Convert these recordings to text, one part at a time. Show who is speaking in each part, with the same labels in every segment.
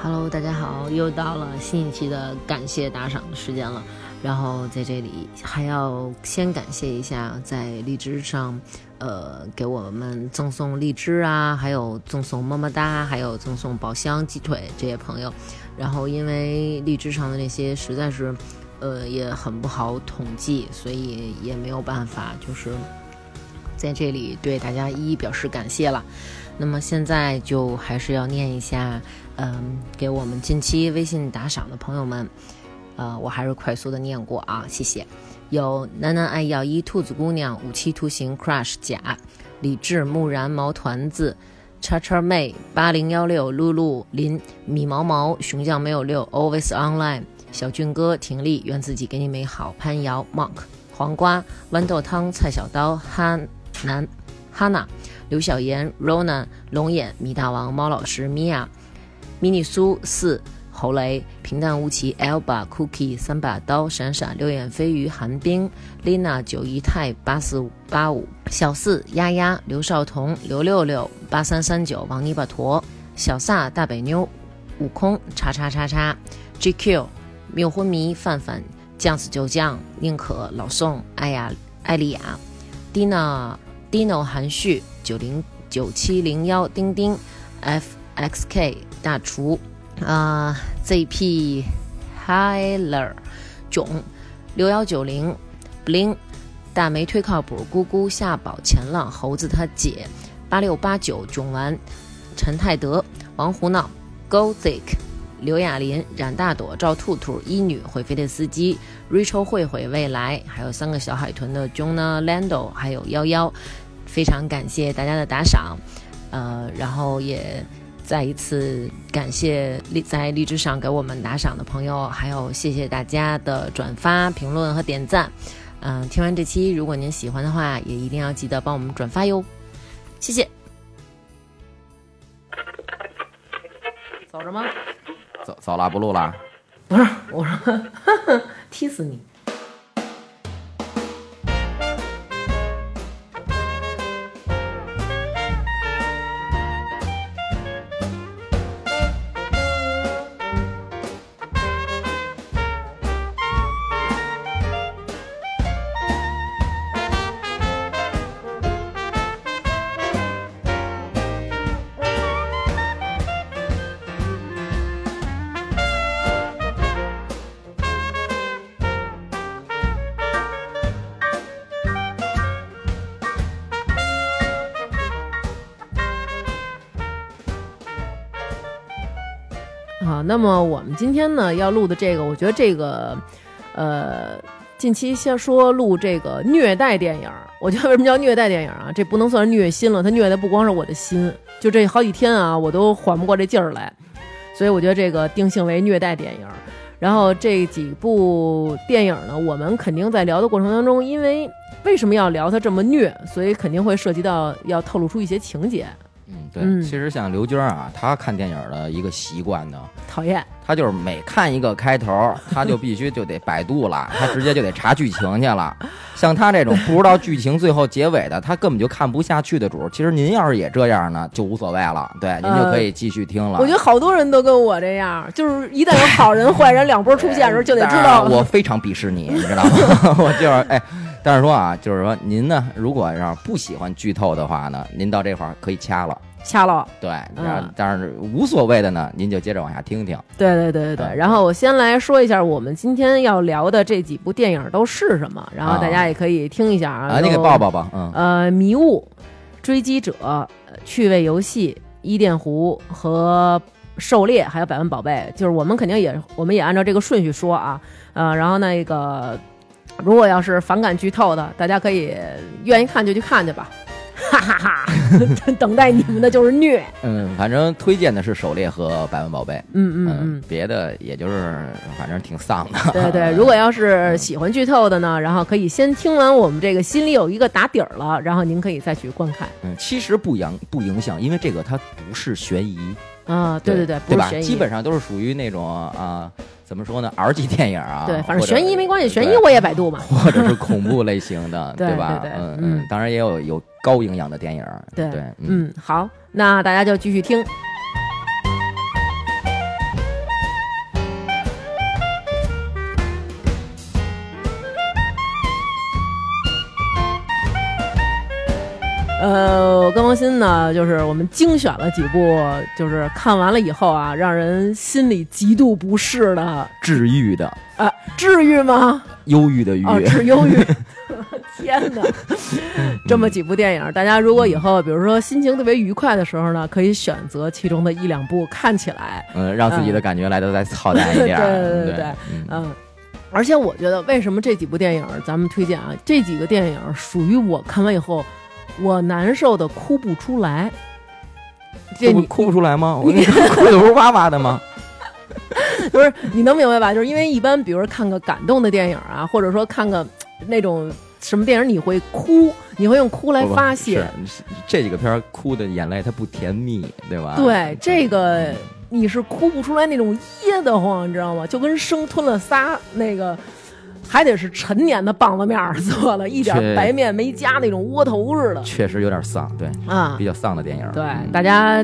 Speaker 1: Hello，大家好，又到了新一期的感谢打赏的时间了。然后在这里还要先感谢一下在荔枝上，呃，给我们赠送荔枝啊，还有赠送么么哒，还有赠送宝箱、鸡腿这些朋友。然后因为荔枝上的那些实在是，呃，也很不好统计，所以也没有办法，就是在这里对大家一一表示感谢了。那么现在就还是要念一下，嗯，给我们近期微信打赏的朋友们。呃，我还是快速的念过啊，谢谢。有楠楠爱药医、兔子姑娘、五七图形、Crush 甲、李志、木然、毛团子、叉叉妹、八零幺六、露露、林、米毛毛、熊酱没有六、Always Online、小俊哥、婷丽、愿自己给你美好、潘瑶、Monk、黄瓜、豌豆汤、菜小刀、哈南、哈娜、刘小妍、Rona、龙眼、米大王、猫老师、米娅、迷你苏四。侯雷、平淡无奇、Elba、Cookie、三把刀、闪闪、六眼飞鱼、寒冰、Lina、九姨太、八四八五、小四、丫丫、刘少彤、刘六六、八三三九、王泥巴坨、小撒、大北妞、悟空、叉叉叉叉、GQ、谬昏迷、范范、酱死就酱、宁可、老宋、艾雅、艾丽雅、Dina、Dino 含蓄、九零九七零幺、丁丁、FXK 大厨。啊、uh,，ZP Hiler 囧六幺九零 bling 大梅忒靠谱，咕咕夏宝前浪猴子他姐八六八九囧完陈泰德王胡闹 Gozik 刘雅林冉大朵赵兔兔一女会飞的司机 Rachel 慧慧未来还有三个小海豚的 Jonah Lando 还有幺幺，非常感谢大家的打赏，呃，然后也。再一次感谢荔在荔枝上给我们打赏的朋友，还有谢谢大家的转发、评论和点赞。嗯、呃，听完这期，如果您喜欢的话，也一定要记得帮我们转发哟，谢谢。走着吗？
Speaker 2: 走走啦，不录啦。
Speaker 1: 不是，我说 踢死你。
Speaker 3: 好，啊那么我们今天呢要录的这个，我觉得这个，呃，近期先说录这个虐待电影儿。我觉得为什么叫虐待电影儿啊？这不能算是虐心了，它虐的不光是我的心，就这好几天啊，我都缓不过这劲儿来。所以我觉得这个定性为虐待电影儿。然后这几部电影呢，我们肯定在聊的过程当中，因为为什么要聊它这么虐，所以肯定会涉及到要透露出一些情节。
Speaker 2: 嗯，对，
Speaker 3: 嗯
Speaker 2: 其实像刘娟啊，她看电影的一个习惯呢，
Speaker 3: 讨厌，
Speaker 2: 她就是每看一个开头，她就必须就得百度了，她直接就得查剧情去了。像她这种不知道剧情最后结尾的，她根本就看不下去的主，其实您要是也这样呢，就无所谓了，对，您就可以继续听了。
Speaker 3: 嗯我觉得好多人都跟我这样，就是一旦有好人坏人两波出现的时候，就得知道
Speaker 2: 哎但是我非常鄙视你，你知道吗？ 我就是哎，但是说啊，就是说您呢，如果要是不喜欢剧透的话呢，您到这块儿可以掐了，
Speaker 3: 掐了。
Speaker 2: 对，
Speaker 3: 嗯
Speaker 2: 然后但是无所谓的呢，您就接着往下听听。
Speaker 3: 对对对对对。
Speaker 2: 嗯
Speaker 3: 然后我先来说一下我们今天要聊的这几部电影都是什么，然后大家也可以听一下啊。
Speaker 2: 啊，你给
Speaker 3: 有
Speaker 2: 抱抱吧，嗯，
Speaker 3: 呃，迷雾、追击者、呃趣味游戏、伊甸湖和狩猎，还有百万宝贝，就是我们肯定也，我们也按照这个顺序说啊，呃，然后那个，如果要是反感剧透的，大家可以愿意看就去看去吧，哈哈哈 等待你们的就是虐，
Speaker 2: 嗯，反正推荐的是《狩猎》和《百万宝贝》，
Speaker 3: 嗯嗯嗯。
Speaker 2: 别的也就是反正挺丧的。
Speaker 3: 对对，如果要是喜欢剧透的呢，然后可以先听完我们这个，心里有一个打底儿了，然后您可以再去观看。
Speaker 2: 嗯，其实不影不影响，因为这个它不是悬疑，
Speaker 3: 啊，对
Speaker 2: 对
Speaker 3: 对，不
Speaker 2: 对
Speaker 3: 是
Speaker 2: 吧？
Speaker 3: 悬疑，
Speaker 2: 基本上都是属于那种啊、怎么说呢，R 级电影啊，
Speaker 3: 对，反
Speaker 2: 或
Speaker 3: 正
Speaker 2: 者
Speaker 3: 悬疑没关系，悬疑
Speaker 2: 对
Speaker 3: 我也百度嘛。
Speaker 2: 或者是恐怖类型 的，
Speaker 3: 对
Speaker 2: 吧？
Speaker 3: 对对
Speaker 2: 嗯
Speaker 3: 嗯
Speaker 2: 嗯，当然也有有高营养的电影，
Speaker 3: 对
Speaker 2: 对，嗯。
Speaker 3: 嗯，好，那大家就继续听。我跟王鑫呃呢，就是我们精选了几部，就是看完了以后啊，让人心里极度不适的，
Speaker 2: 治愈的、
Speaker 3: 啊，至于吗？
Speaker 2: 忧郁的郁，
Speaker 3: 哦， 治忧郁。 天哪，这么几部电影，大家如果以后比如说心情特别愉快的时候呢，可以选择其中的一两部看起来，
Speaker 2: 嗯，让自己的感觉来的再操蛋一点儿。
Speaker 3: 对对对
Speaker 2: 对
Speaker 3: 对
Speaker 2: 嗯
Speaker 3: 嗯。而且我觉得，为什么这几部电影咱们推荐啊？这几个电影属于我看完以后，我难受的哭不出来。这
Speaker 2: 这不
Speaker 3: 你
Speaker 2: 哭不出来 吗？我那个哭的不是哇哇的吗？
Speaker 3: 不是你能明白吧？就是因为一般，比如说看个感动的电影啊，或者说看个那种什么电影，你会哭，你会用哭来
Speaker 2: 不不
Speaker 3: 发泄。
Speaker 2: 是这几个片儿哭的眼泪它不甜蜜，对吧？
Speaker 3: 对这个，你是哭不出来那种噎得慌，你知道吗？就跟生吞了仨那个，还得是陈年的棒子面儿做了，一点
Speaker 2: 是
Speaker 3: 白面没加那种窝头似的
Speaker 2: 确实有点丧，对，
Speaker 3: 啊
Speaker 2: 比。较丧的电影。
Speaker 3: 对
Speaker 2: 嗯，
Speaker 3: 大家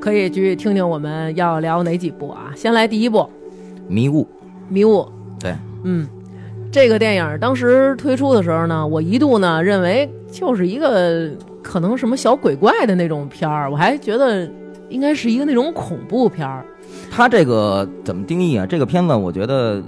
Speaker 3: 可以去听听我们要聊哪几部啊？先来第一部《
Speaker 2: 迷雾，
Speaker 3: 迷雾》。
Speaker 2: 对，
Speaker 3: 嗯，这个电影当时推出的时候呢，我一度呢认为就是一个可能什么小鬼怪的那种片儿，我还觉得应该是一个那种恐怖片儿。
Speaker 2: 它这个怎么定义啊？这个片子我觉得，呃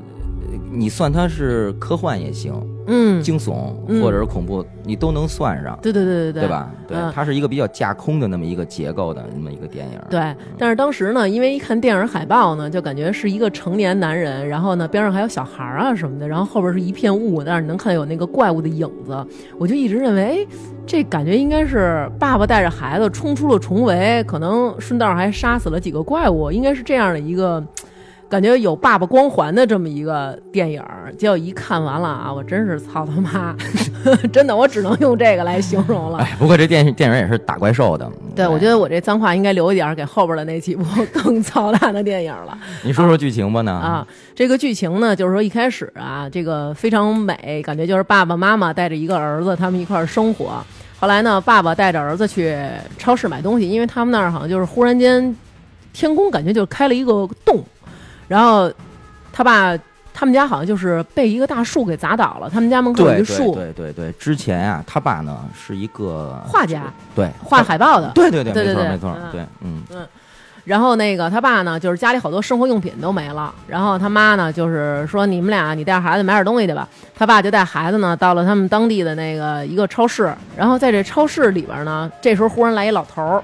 Speaker 2: 你算它是科幻也行，
Speaker 3: 嗯，
Speaker 2: 惊悚
Speaker 3: 嗯
Speaker 2: 或者是恐怖，你都能算上，
Speaker 3: 对对对对对，
Speaker 2: 对？吧？对
Speaker 3: 嗯，
Speaker 2: 它是一个比较架空的那么一个结构的那么一个电影。
Speaker 3: 对，但是当时呢，因为一看电影海报呢，就感觉是一个成年男人，然后呢边上还有小孩儿啊什么的，然后后边是一片雾，但是能看有那个怪物的影子，我就一直认为，哎，这感觉应该是爸爸带着孩子冲出了重围，可能顺道还杀死了几个怪物，应该是这样的一个。感觉有爸爸光环的这么一个电影儿，结果一看完了啊，我真是操他妈， 真的，我只能用这个来形容了。
Speaker 2: 哎，不过这电影电影也是打怪兽的。嗯
Speaker 3: 对，我觉得我这脏话应该留一点儿给后边的那几部 更操蛋的电影了
Speaker 2: 你说说剧情吧呢？，
Speaker 3: 啊。这个剧情呢，就是说一开始啊，这个非常美，感觉就是爸爸妈妈带着一个儿子，他们一块儿生活。后来呢，爸爸带着儿子去超市买东西，因为他们那儿好像就是忽然间天宫感觉就开了一个洞，然后他爸他们家好像就是被一个大树给砸倒了，他们家门口有
Speaker 2: 对
Speaker 3: 一
Speaker 2: 对
Speaker 3: 树，
Speaker 2: 对对对，之前啊，他爸呢是一个
Speaker 3: 画家
Speaker 2: 对
Speaker 3: 画海报的。
Speaker 2: 对对对，
Speaker 3: 对
Speaker 2: 没错
Speaker 3: 对
Speaker 2: 没错
Speaker 3: 嗯，
Speaker 2: 对，嗯，
Speaker 3: 然后那个他爸呢，就是家里好多生活用品都没了。然后他妈呢，就是说你们俩，你带孩子买点东西去吧。他爸就带孩子呢，到了他们当地的那个一个超市。然后在这超市里边呢，这时候忽然来一老头儿，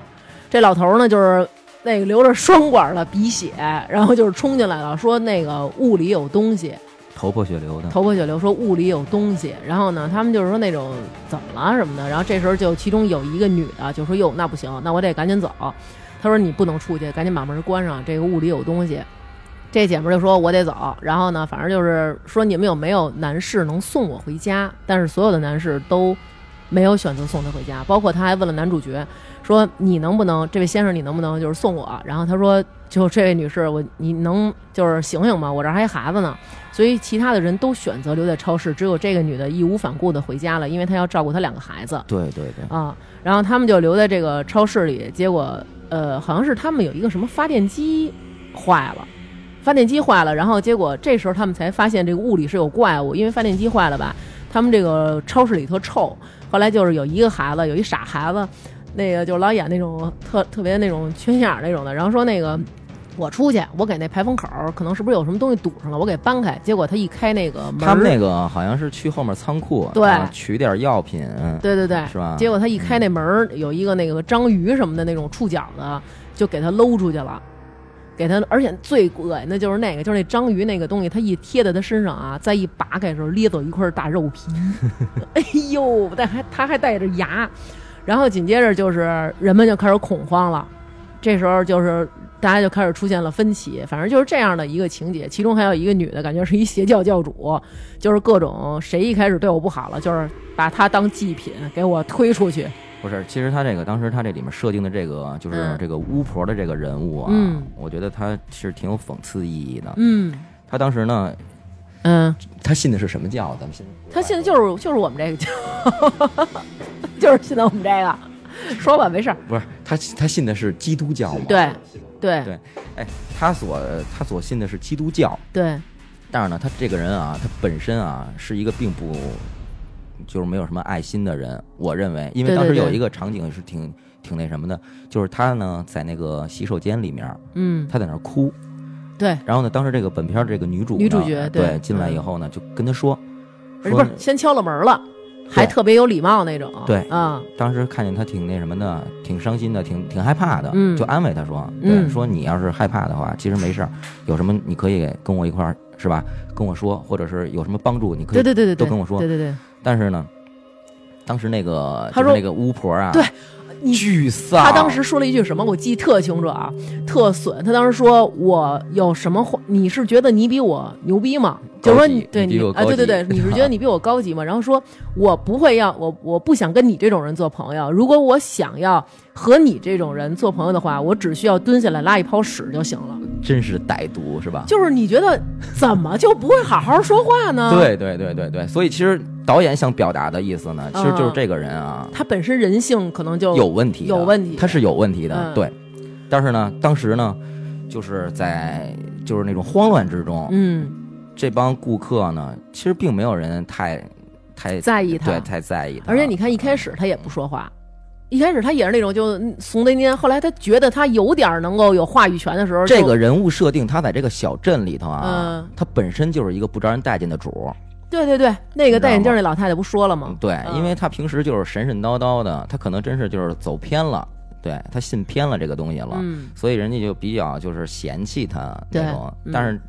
Speaker 3: 这老头儿呢就是那个流着双管的鼻血，然后就是冲进来了，说那个屋里有东西。
Speaker 2: 头破血流的，
Speaker 3: 头破血流，说屋里有东西。然后呢，他们就是说那种怎么了什么的。然后这时候就其中有一个女的就说：“哟，那不行，那我得赶紧走。”她说：“你不能出去，赶紧把门关上，这个屋里有东西。”这姐们儿就说：“我得走。”然后呢，反正就是说你们有没有男士能送我回家？但是所有的男士都没有选择送她回家，包括她还问了男主角说：“你能不能，这位先生，你能不能就是送我？”然后他说：“就这位女士，我你能就是醒醒吗？我这儿还有孩子呢。”所以其他的人都选择留在超市，只有这个女的义无反顾的回家了，因为她要照顾她两个孩子
Speaker 2: 对对对，
Speaker 3: 啊。然后他们就留在这个超市里，结果呃，好像是他们有一个什么发电机坏了。发电机坏了，然后结果这时候他们才发现这个屋里是有怪物，因为发电机坏了吧，他们这个超市里特臭。后来就是有一个孩子，有一傻孩子，那个就是老演那种特特别那种缺心眼儿那种的，然后说那个我出去，我给那排风口儿可能是不是有什么东西堵上了，我给搬开。结果他一开那个门儿，
Speaker 2: 他们那个好像是去后面仓库，啊
Speaker 3: 对
Speaker 2: 然后取点药品，嗯
Speaker 3: 对对对，
Speaker 2: 是吧
Speaker 3: 结果他一开那门儿，有一个那个章鱼什么的那种触角的，就给他搂出去了。给他，而且最恶心的就是那个，就是那章鱼那个东西，它一贴在他身上啊，再一拔开的时候，咧走一块大肉皮，哎呦，但还他还带着牙，然后紧接着就是人们就开始恐慌了，这时候就是大家就开始出现了分歧，反正就是这样的一个情节，其中还有一个女的，感觉是一邪教教主，就是各种谁一开始对我不好了，就是把她当祭品给我推出去，
Speaker 2: 不是，其实他这个当时他这里面设定的这个就是
Speaker 3: 嗯
Speaker 2: 这个巫婆的这个人物啊，
Speaker 3: 嗯
Speaker 2: 我觉得他是挺有讽刺意义的。
Speaker 3: 嗯
Speaker 2: 他当时呢，
Speaker 3: 嗯，
Speaker 2: 他信的是什么教？咱们信，
Speaker 3: 她现在就是就是我们这个教， 就是现在我们这个，说吧，没事儿，
Speaker 2: 不是他他信的是基督教吗？
Speaker 3: 对对
Speaker 2: 对哎，他所他所信的是基督教，
Speaker 3: 对，
Speaker 2: 但是呢，他这个人啊，他本身啊是一个并不就是没有什么爱心的人，我认为，因为
Speaker 3: 对
Speaker 2: 当时
Speaker 3: 对对
Speaker 2: 有一个场景是挺挺那什么的，就是他呢在那个洗手间里面，
Speaker 3: 嗯，
Speaker 2: 他在那儿哭，
Speaker 3: 对，
Speaker 2: 然后呢，当时这个本片儿这个女主呢
Speaker 3: 女主角对
Speaker 2: 对进来以后呢，就跟他说，
Speaker 3: 而
Speaker 2: 说
Speaker 3: 且不是先敲了门了，还特别有礼貌那种，
Speaker 2: 对
Speaker 3: 啊，
Speaker 2: 当时看见他挺那什么的，挺伤心的，挺挺害怕的，
Speaker 3: 嗯
Speaker 2: 就安慰他说，对，
Speaker 3: 嗯
Speaker 2: 说你要是害怕的话，其实没事儿，有什么你可以跟我一块儿是吧？跟我说，或者是有什么帮助，你可以
Speaker 3: 对对对对
Speaker 2: 都
Speaker 3: 对，
Speaker 2: 跟我说
Speaker 3: 对对对，
Speaker 2: 但是呢，当时那个
Speaker 3: 他
Speaker 2: 就是
Speaker 3: 说
Speaker 2: 那个巫婆啊，
Speaker 3: 对你
Speaker 2: 巨丧，
Speaker 3: 他当时说了一句什么，我记得特清楚啊，特损。他当时说我有什么话？你是觉得你比我牛逼吗？就是说你
Speaker 2: 高级
Speaker 3: 对
Speaker 2: 你比我
Speaker 3: 啊，
Speaker 2: 高
Speaker 3: 对对
Speaker 2: 级
Speaker 3: 对，你是觉得你比我高级吗？然后说我不会要我我不想跟你这种人做朋友。如果我想要和你这种人做朋友的话，我只需要蹲下来拉一泡屎就行了。
Speaker 2: 真是歹毒，是吧？
Speaker 3: 就是你觉得怎么就不会好好说话呢？，
Speaker 2: 对对对对对，所以其实导演想表达的意思呢，其实就是
Speaker 3: 嗯
Speaker 2: 这个人啊
Speaker 3: 他本身人性可能就
Speaker 2: 有问题的，
Speaker 3: 有问题
Speaker 2: 他是有问题的，
Speaker 3: 嗯
Speaker 2: 对。但是呢，当时呢，就是在就是那种慌乱之中，
Speaker 3: 嗯
Speaker 2: 这帮顾客呢，其实并没有人太太
Speaker 3: 在意他
Speaker 2: 对，太在意他，
Speaker 3: 而且你看，一开始他也不说话，一开始他也是那种就嗯怂的蔫，后来他觉得他有点儿能够有话语权的时候，
Speaker 2: 这个人物设定，他在这个小镇里头啊
Speaker 3: 嗯，
Speaker 2: 他本身就是一个不招人待见的主儿，
Speaker 3: 对对对，那个戴眼镜
Speaker 2: 你
Speaker 3: 儿那老太太不说了吗
Speaker 2: 嗯，？对，
Speaker 3: 嗯
Speaker 2: 因为他平时就是神神叨叨的，他可能真是就是走偏了，对他信偏了这个东西了，
Speaker 3: 嗯，
Speaker 2: 所以人家就比较就是嫌弃他那种
Speaker 3: 对。嗯
Speaker 2: 但是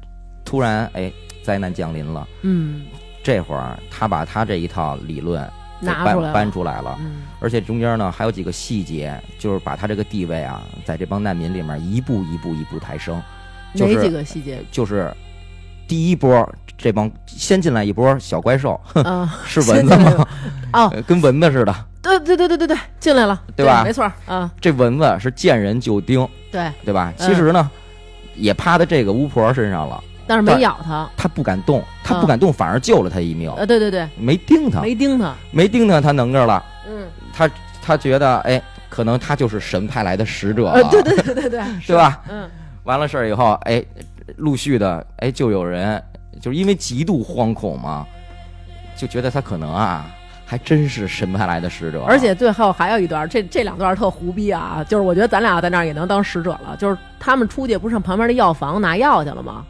Speaker 2: 突然哎，灾难降临了，
Speaker 3: 嗯，
Speaker 2: 这会儿他把他这一套理论给
Speaker 3: 拿
Speaker 2: 搬
Speaker 3: 出来了
Speaker 2: 搬出来了，
Speaker 3: 嗯，
Speaker 2: 而且中间呢还有几个细节，就是把他这个地位啊，在这帮难民里面一步一步一步抬升，就
Speaker 3: 哪几
Speaker 2: 是
Speaker 3: 个细节？
Speaker 2: 就是第一波这帮先进来一波小怪兽
Speaker 3: 啊，
Speaker 2: 是蚊子
Speaker 3: 先进来
Speaker 2: 吗？
Speaker 3: 哦，
Speaker 2: 呃 跟蚊子似的。
Speaker 3: 对对对对对对，进来了，
Speaker 2: 对吧
Speaker 3: 没错儿啊，
Speaker 2: 这蚊子是见人就叮，
Speaker 3: 对，
Speaker 2: 对吧？
Speaker 3: 嗯
Speaker 2: 其实呢，也趴在这个巫婆身上了，
Speaker 3: 但是
Speaker 2: 但
Speaker 3: 没咬他，
Speaker 2: 她不敢动，她不敢动，反而救了她一命，
Speaker 3: 嗯呃，对对对，
Speaker 2: 没叮她，
Speaker 3: 没叮他，
Speaker 2: 没叮她，她能着了，
Speaker 3: 嗯，
Speaker 2: 她她觉得，哎，可能她就是神派来的使者
Speaker 3: 呃
Speaker 2: 了，，
Speaker 3: 对对对对对，
Speaker 2: 对吧？
Speaker 3: 嗯，
Speaker 2: 完了事儿以后，哎，陆续的，哎，就有人就是因为极度惶恐嘛，就觉得她可能啊，还真是神派来的使者，
Speaker 3: 而且最后还有一段，这这两段特胡逼啊！就是我觉得咱俩在那儿也能当使者了。就是他们出去不是上旁边的药房拿药去了吗？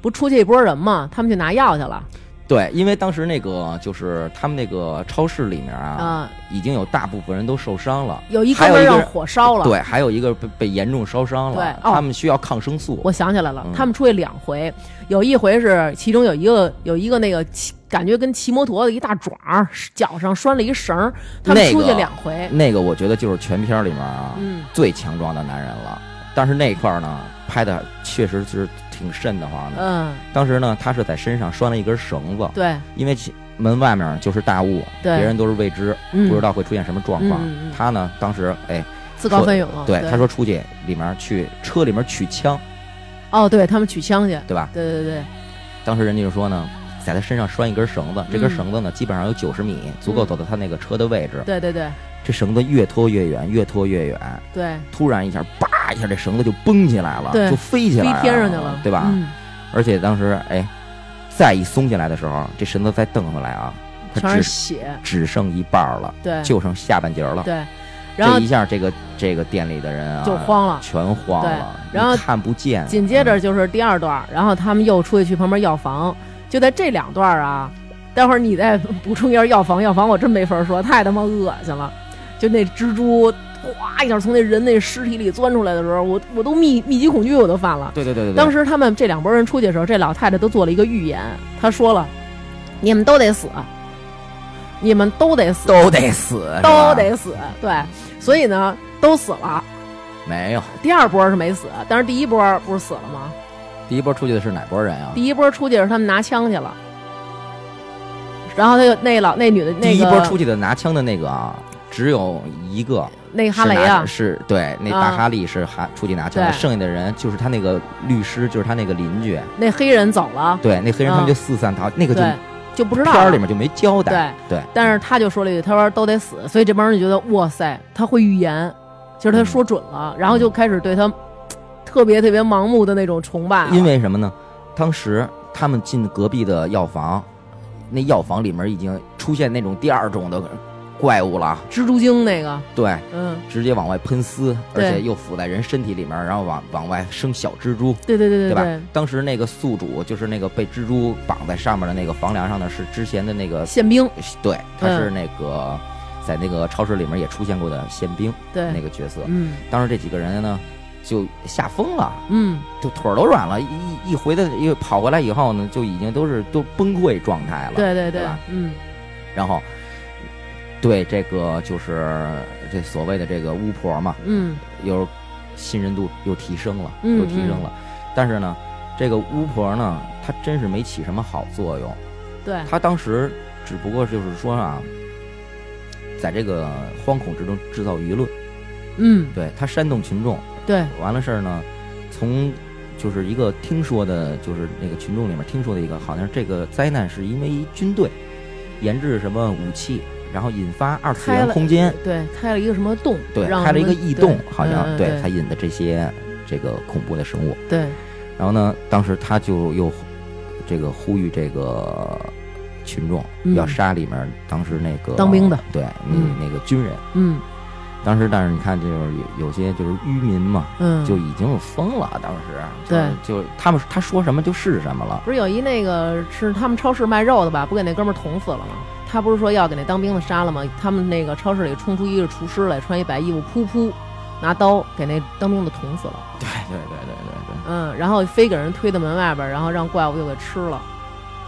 Speaker 3: 不出去一波人吗？他们去拿药去了
Speaker 2: 对，因为当时那个就是他们那个超市里面
Speaker 3: 啊、
Speaker 2: 啊，已经有大部分人都受伤了。
Speaker 3: 有一哥
Speaker 2: 还有
Speaker 3: 们儿
Speaker 2: 一个
Speaker 3: 让
Speaker 2: 人
Speaker 3: 火烧了。，
Speaker 2: 对，还有一个被被严重烧伤
Speaker 3: 对
Speaker 2: 了，
Speaker 3: 哦
Speaker 2: 他们需要抗生素。
Speaker 3: 我想起来了，
Speaker 2: 嗯
Speaker 3: 他们出去两回，有一回是其中有一个有一个那个骑，感觉跟骑摩托的一大爪儿，脚上拴了一绳儿。他们
Speaker 2: 那
Speaker 3: 出去
Speaker 2: 个
Speaker 3: 两回，
Speaker 2: 那个我觉得就是全片里面啊、
Speaker 3: 嗯，
Speaker 2: 最强壮的男人了，但是那一块儿呢拍的确实是挺瘆得慌的。
Speaker 3: 嗯，
Speaker 2: 当时呢，他是在身上拴了一根绳子，
Speaker 3: 对，
Speaker 2: 因为其门外面就是大雾，
Speaker 3: 对
Speaker 2: 别人都是未知，
Speaker 3: 嗯，
Speaker 2: 不知道会出现什么状况。
Speaker 3: 嗯嗯嗯
Speaker 2: 他呢，当时哎，
Speaker 3: 自告奋勇啊。
Speaker 2: 对
Speaker 3: 对，
Speaker 2: 他说出去里面去车里面取枪，
Speaker 3: 哦，对他们取枪去，
Speaker 2: 对吧？
Speaker 3: 对对对，
Speaker 2: 当时人家就说呢，在他身上拴一根绳子，这根
Speaker 3: 嗯
Speaker 2: 绳子呢基本上有九十米，足够走到他那个车的位置。
Speaker 3: 对对对
Speaker 2: 这绳子越拖越远，越拖越远，
Speaker 3: 对。
Speaker 2: 突然一下，叭一下，这绳子就绷起来了，
Speaker 3: 对
Speaker 2: 就飞起来
Speaker 3: 飞天上去了，
Speaker 2: 对吧？
Speaker 3: 嗯
Speaker 2: 而且当时哎，再一松起来的时候，这绳子再蹬回来啊，它
Speaker 3: 全是
Speaker 2: 只
Speaker 3: 血，
Speaker 2: 只剩一半儿了，
Speaker 3: 对，
Speaker 2: 就剩下半截儿了。
Speaker 3: 对，然后
Speaker 2: 这一下，这个这个店里的人啊，
Speaker 3: 就慌了。
Speaker 2: 全慌了，
Speaker 3: 对然后
Speaker 2: 你看不见。嗯
Speaker 3: 紧接着就是第二段，然后他们又出去去旁边药房，就在这两段啊，待会儿你再补充一下药房，药房我真没法说，太他妈恶心了，就那蜘蛛。哗一下从那人那尸体里钻出来的时候，我我都密密集恐惧我都犯了。
Speaker 2: 对对对对对，
Speaker 3: 当时他们这两拨人出去的时候，这老太太都做了一个预言，她说了：“你们都得死，你们都得死，
Speaker 2: 都得死，是吧
Speaker 3: 都得死。”对，所以呢，都死了。
Speaker 2: 没有。
Speaker 3: 第二波是没死，但是第一波不是死了吗？
Speaker 2: 第一波出去的是哪波人啊？
Speaker 3: 第一波出去是他们拿枪去了，然后他就那老那女的那个
Speaker 2: 第一波出去的拿枪的那个啊，只有一个
Speaker 3: 那哈
Speaker 2: 是
Speaker 3: 雷
Speaker 2: 拿
Speaker 3: 啊，
Speaker 2: 是对，那大
Speaker 3: 啊
Speaker 2: 哈利是哈出去拿枪的，
Speaker 3: 对
Speaker 2: 剩下的人就是他那个律师，就是他那个邻居，
Speaker 3: 那黑人走了，
Speaker 2: 对，那黑人他们
Speaker 3: 啊
Speaker 2: 就四散逃，那个就
Speaker 3: 对，就不知道
Speaker 2: 片儿里
Speaker 3: 了。
Speaker 2: 面就没交代，对，
Speaker 3: 但是他就说了一句，他说都得死，所以这帮人就觉得哇塞，他会预言，就是他
Speaker 2: 嗯
Speaker 3: 说准了，然后就开始对他嘖特别特别盲目的那种崇拜了，啊
Speaker 2: 因为什么呢？当时他们进隔壁的药房，那药房里面已经出现那种第二种的怪物了，
Speaker 3: 蜘蛛精那个，
Speaker 2: 对，
Speaker 3: 嗯，
Speaker 2: 直接往外喷丝，而且
Speaker 3: 对
Speaker 2: 又附在人身体里面，然后往往外生小蜘蛛，
Speaker 3: 对对对
Speaker 2: 对吧
Speaker 3: 对，？
Speaker 2: 当时那个宿主就是那个被蜘蛛绑在上面的那个房梁上的是之前的那个，
Speaker 3: 宪兵，
Speaker 2: 对，他
Speaker 3: 嗯
Speaker 2: 是那个在那个超市里面也出现过的宪兵
Speaker 3: 对，
Speaker 2: 那个角色。
Speaker 3: 嗯
Speaker 2: 当时这几个人呢就吓疯了，
Speaker 3: 嗯，
Speaker 2: 就腿儿都软了，一一一回的一跑回来以后呢，就已经都是都崩溃状态了。
Speaker 3: 对对
Speaker 2: 对吧
Speaker 3: 嗯，
Speaker 2: 然后对这个就是这所谓的这个巫婆嘛，
Speaker 3: 嗯
Speaker 2: 又信任度又提升了，
Speaker 3: 嗯
Speaker 2: 又提升了。但是呢，这个巫婆呢，她真是没起什么好作用。
Speaker 3: 对，
Speaker 2: 她当时只不过就是说啊，在这个惶恐之中制造舆论，
Speaker 3: 嗯
Speaker 2: 对她煽动群众。
Speaker 3: 对，
Speaker 2: 完了事儿呢，从就是一个听说的，就是那个群众里面听说的一个，好像这个灾难是因为一军队研制什么武器，然后引发二次
Speaker 3: 开
Speaker 2: 元
Speaker 3: 了
Speaker 2: 空间，
Speaker 3: 对，开了一个什么洞，
Speaker 2: 对，
Speaker 3: 让
Speaker 2: 开了一
Speaker 3: 他
Speaker 2: 个
Speaker 3: 们
Speaker 2: 异动，好像
Speaker 3: 嗯
Speaker 2: 对
Speaker 3: 对
Speaker 2: 才引的这些这个恐怖的生物。
Speaker 3: 对对
Speaker 2: 然后呢，当时他就又这个呼吁这个群众
Speaker 3: 嗯
Speaker 2: 要杀里面当时那个
Speaker 3: 当兵的，
Speaker 2: 对，那
Speaker 3: 嗯
Speaker 2: 那个军人。
Speaker 3: 嗯
Speaker 2: 当时，但是你看，就是有有些就是渔民嘛，
Speaker 3: 嗯，
Speaker 2: 就已经疯了。当时，
Speaker 3: 对
Speaker 2: 就，就他们他说什么就是什么了。
Speaker 3: 不是有一那个是他们超市卖肉的吧？不给那哥们儿捅死了吗？他不是说要给那当兵的杀了吗？他们那个超市里冲出一个厨师来，穿一白衣服，噗噗，拿刀给那当兵的捅死了。
Speaker 2: 对对对对对
Speaker 3: 嗯，然后非给人推到门外边儿，然后让怪物又给吃了。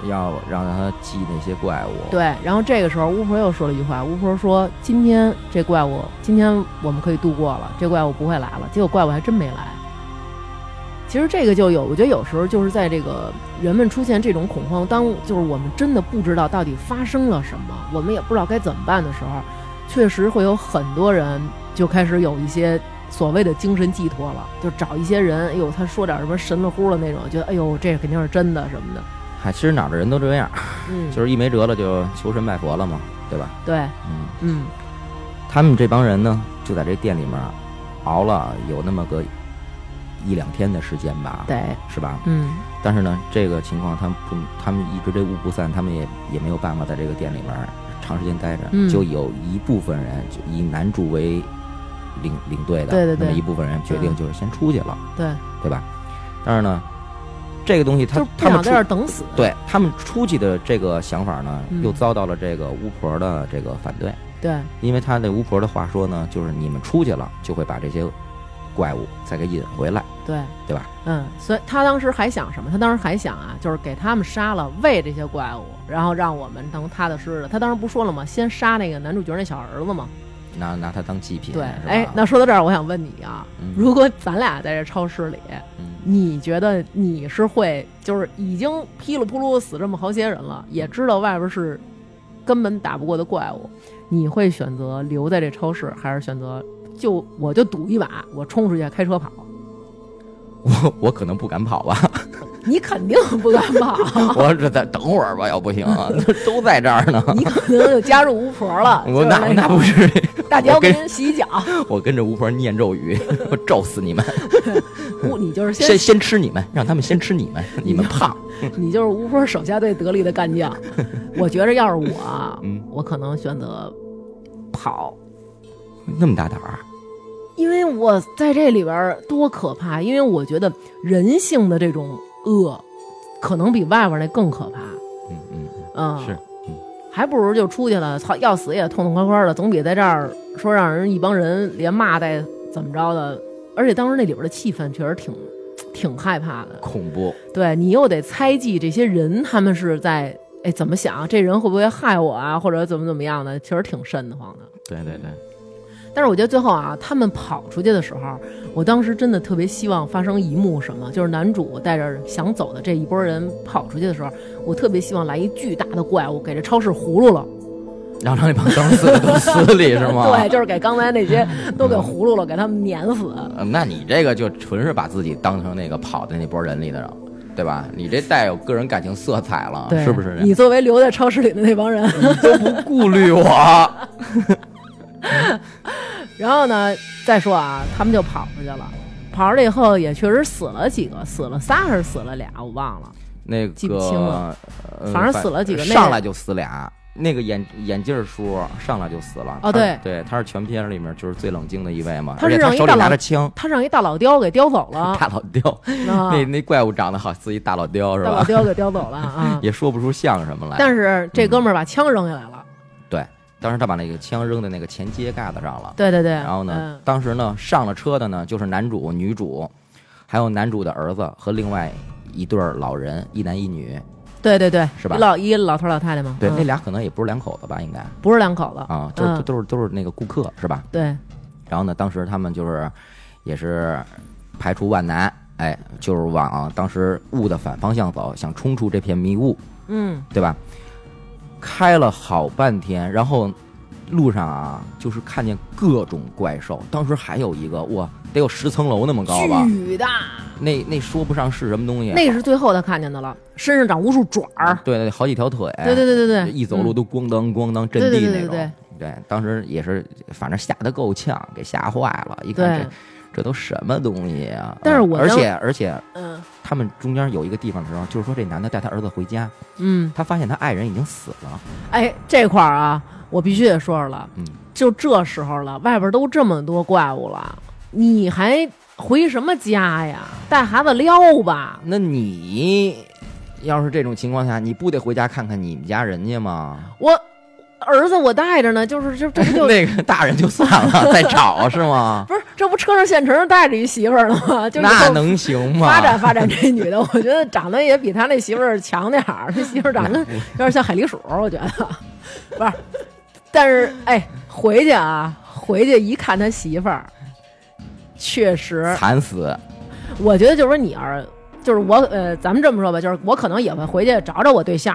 Speaker 2: 对，要让他记那些怪物。
Speaker 3: 对，然后这个时候巫婆又说了一句话，巫婆说：“今天这怪物，今天我们可以度过了，这怪物不会来了。”结果怪物还真没来。其实这个就有，我觉得有时候就是在这个人们出现这种恐慌，当就是我们真的不知道到底发生了什么，我们也不知道该怎么办的时候，确实会有很多人就开始有一些所谓的精神寄托了，就找一些人，哎呦，他说点什么神了乎了那种，觉得哎呦，这肯定是真的什么的。
Speaker 2: 嗨，其实哪儿的人都这样，
Speaker 3: 嗯，
Speaker 2: 就是一没辙了就求神拜佛了嘛，对吧？
Speaker 3: 对，
Speaker 2: 嗯。
Speaker 3: 嗯
Speaker 2: 他们这帮人呢，就在这店里面啊熬了有那么个一两天的时间吧，
Speaker 3: 对，
Speaker 2: 是吧？
Speaker 3: 嗯。
Speaker 2: 但是呢，这个情况他们不，他们一直这雾不散，他们也也没有办法在这个店里面长时间待着，
Speaker 3: 嗯
Speaker 2: 就有一部分人就以男主为领领队的，
Speaker 3: 对对对嗯
Speaker 2: 那么一部分人决定就是先出去了，
Speaker 3: 对，
Speaker 2: 对吧？但是呢，这个东西
Speaker 3: 就
Speaker 2: 他
Speaker 3: 是不
Speaker 2: 他们
Speaker 3: 想
Speaker 2: 出
Speaker 3: 在这儿等死。，
Speaker 2: 对他们出去的这个想法呢，
Speaker 3: 嗯
Speaker 2: 又遭到了这个巫婆的这个反对。
Speaker 3: 对
Speaker 2: 因为他那巫婆的话说呢，就是你们出去了就会把这些怪物再给引回来。
Speaker 3: 对
Speaker 2: 对吧？
Speaker 3: 嗯，所以他当时还想什么？他当时还想啊，就是给他们杀了，喂这些怪物，然后让我们能踏踏实实的。他当时不说了吗？先杀那个男主角那小儿子嘛。
Speaker 2: 拿拿它当祭品，
Speaker 3: 对
Speaker 2: 是，吧？
Speaker 3: 哎，那说到这儿，我想问你啊，
Speaker 2: 嗯
Speaker 3: 如果咱俩在这超市里，
Speaker 2: 嗯
Speaker 3: 你觉得你是会就是已经噼里扑噜死这么好些人了，也知道外边是根本打不过的怪物，你会选择留在这超市，还是选择就我就赌一把，我冲出去开车跑？
Speaker 2: 我我可能不敢跑吧，
Speaker 3: 你肯定不敢啊跑，
Speaker 2: 我这再等会儿吧，要不行啊， 都在这儿 呢。
Speaker 3: 你可能就加入巫婆了。
Speaker 2: 我
Speaker 3: 就是
Speaker 2: 那
Speaker 3: 那
Speaker 2: 那
Speaker 3: 种
Speaker 2: 不是，
Speaker 3: 大脚
Speaker 2: 我
Speaker 3: 给
Speaker 2: 跟
Speaker 3: 您洗一脚，
Speaker 2: 我跟着巫婆念咒语，我咒死你们，
Speaker 3: 巫你就是
Speaker 2: 先
Speaker 3: 先
Speaker 2: 先吃你们，让他们先吃你们， 你们胖。
Speaker 3: 你就是巫婆手下最得力的 干将。我觉着要是我啊
Speaker 2: 嗯，
Speaker 3: 我可能选择跑，
Speaker 2: 那么大胆儿，啊
Speaker 3: 因为我在这里边儿多可怕！因为我觉得人性的这种恶，可能比外边儿那更可怕。
Speaker 2: 嗯嗯，
Speaker 3: 嗯，
Speaker 2: 是，
Speaker 3: 还不如就出去了，操，要死也痛痛快快的，总比在这儿说让人一帮人连骂带怎么着的。而且当时那里边的气氛确实挺挺害怕的，
Speaker 2: 恐怖。
Speaker 3: 对你又得猜忌这些人他们是在哎怎么想，这人会不会害我啊，或者怎么怎么样的，其实挺瘆得慌的。
Speaker 2: 对对对，
Speaker 3: 但是我觉得最后啊，他们跑出去的时候，我当时真的特别希望发生一幕什么，就是男主带着想走的这一波人跑出去的时候，我特别希望来一巨大的怪物给这超市葫芦了。
Speaker 2: 让让那帮当死的都死里是吗？
Speaker 3: 对，就是给刚才那些
Speaker 2: 嗯
Speaker 3: 都给葫芦了，给他们碾死。
Speaker 2: 呃那你这个就纯是把自己当成那个跑的那波人里的人，对吧？你这带有个人感情色彩了，
Speaker 3: 对，
Speaker 2: 是嗯不是？
Speaker 3: 你作为留在超市里的那帮人，
Speaker 2: 都不顾虑我，
Speaker 3: 然后呢，再说啊，他们就跑出去了。跑出来以后也确实死了几个，死了仨还是死了俩，我忘了。
Speaker 2: 那个
Speaker 3: 记不清了
Speaker 2: 呃
Speaker 3: 反正死了几个那个
Speaker 2: 上来就死俩。那个眼眼镜叔上来就死了。他
Speaker 3: 哦对
Speaker 2: 对，他是全片里面就是最冷静的一位嘛，
Speaker 3: 他
Speaker 2: 而
Speaker 3: 是
Speaker 2: 且
Speaker 3: 让
Speaker 2: 他
Speaker 3: 一
Speaker 2: 手里
Speaker 3: 大
Speaker 2: 拿
Speaker 3: 佬
Speaker 2: 着枪。
Speaker 3: 他让一大老雕给叼走了，
Speaker 2: 大老雕，
Speaker 3: 啊
Speaker 2: 那那怪物长得好似一大老雕是
Speaker 3: 大老
Speaker 2: 吧？！
Speaker 3: 雕给叼走了啊
Speaker 2: 也说不出像什么来。
Speaker 3: 但是这哥们儿把枪扔下来了，
Speaker 2: 嗯当时他把那个枪扔在那个前街盖子上了。
Speaker 3: 对对对。
Speaker 2: 然后呢
Speaker 3: 嗯，，
Speaker 2: 当时呢上了车的呢就是男主、女主，还有男主的儿子和另外一对儿老人，一男一女。
Speaker 3: 对对对，
Speaker 2: 是吧
Speaker 3: 一老一老头老太太嘛，
Speaker 2: 对，
Speaker 3: 嗯
Speaker 2: 那俩可能也不是两口子吧，应该
Speaker 3: 不是两口子
Speaker 2: 啊，就是
Speaker 3: 嗯
Speaker 2: 都是都是那个顾客是吧？
Speaker 3: 对，
Speaker 2: 然后呢，当时他们就是也是排除万难，哎，就是往当时雾的反方向走，想冲出这片迷雾，
Speaker 3: 嗯，
Speaker 2: 对吧？开了好半天，然后路上啊，就是看见各种怪兽。当时还有一个，哇，得有十层楼那么高吧？
Speaker 3: 巨大，
Speaker 2: 那那说不上是什么东西，啊
Speaker 3: 那是最后他看见的了，身上长无数爪儿，
Speaker 2: 对对，好几条腿，
Speaker 3: 对对对对对，
Speaker 2: 哎一走路
Speaker 3: 嗯
Speaker 2: 都咣当咣当震
Speaker 3: 对
Speaker 2: 地
Speaker 3: 对
Speaker 2: 那
Speaker 3: 对对
Speaker 2: 种。
Speaker 3: 对
Speaker 2: 对当时也是，反正吓得够呛，给吓坏了。一看
Speaker 3: 对
Speaker 2: 这，这都什么东西啊？
Speaker 3: 但是我
Speaker 2: 而
Speaker 3: 当
Speaker 2: 且而且
Speaker 3: 嗯
Speaker 2: 他们中间有一个地方的时候，就是说这男的带他儿子回家，
Speaker 3: 嗯，
Speaker 2: 他发现他爱人已经死了。
Speaker 3: 哎，这块儿啊，我必须得说说了，
Speaker 2: 嗯，
Speaker 3: 就这时候了，外边都这么多怪物了，你还回什么家呀？带孩子撩吧，
Speaker 2: 那你要是这种情况下，你不得回家看看你们家人家吗？
Speaker 3: 我儿子我带着呢，就是这这不 就
Speaker 2: 那个大人就算 了，再找是吗？
Speaker 3: 不是这不车上现成儿带着一媳妇儿了吗？就以
Speaker 2: 那
Speaker 3: 后
Speaker 2: 能行吗？
Speaker 3: 发展发展这女的，我 觉得长得也比他那媳妇儿强点儿，那媳妇儿长得有点像海狸鼠，我觉得不是。但是哎，回去啊，回去一看他媳妇儿，确实，
Speaker 2: 惨死，
Speaker 3: 我觉得就是说你儿，就是我呃，咱们这么说吧，就是我可能也会回去找找我对象，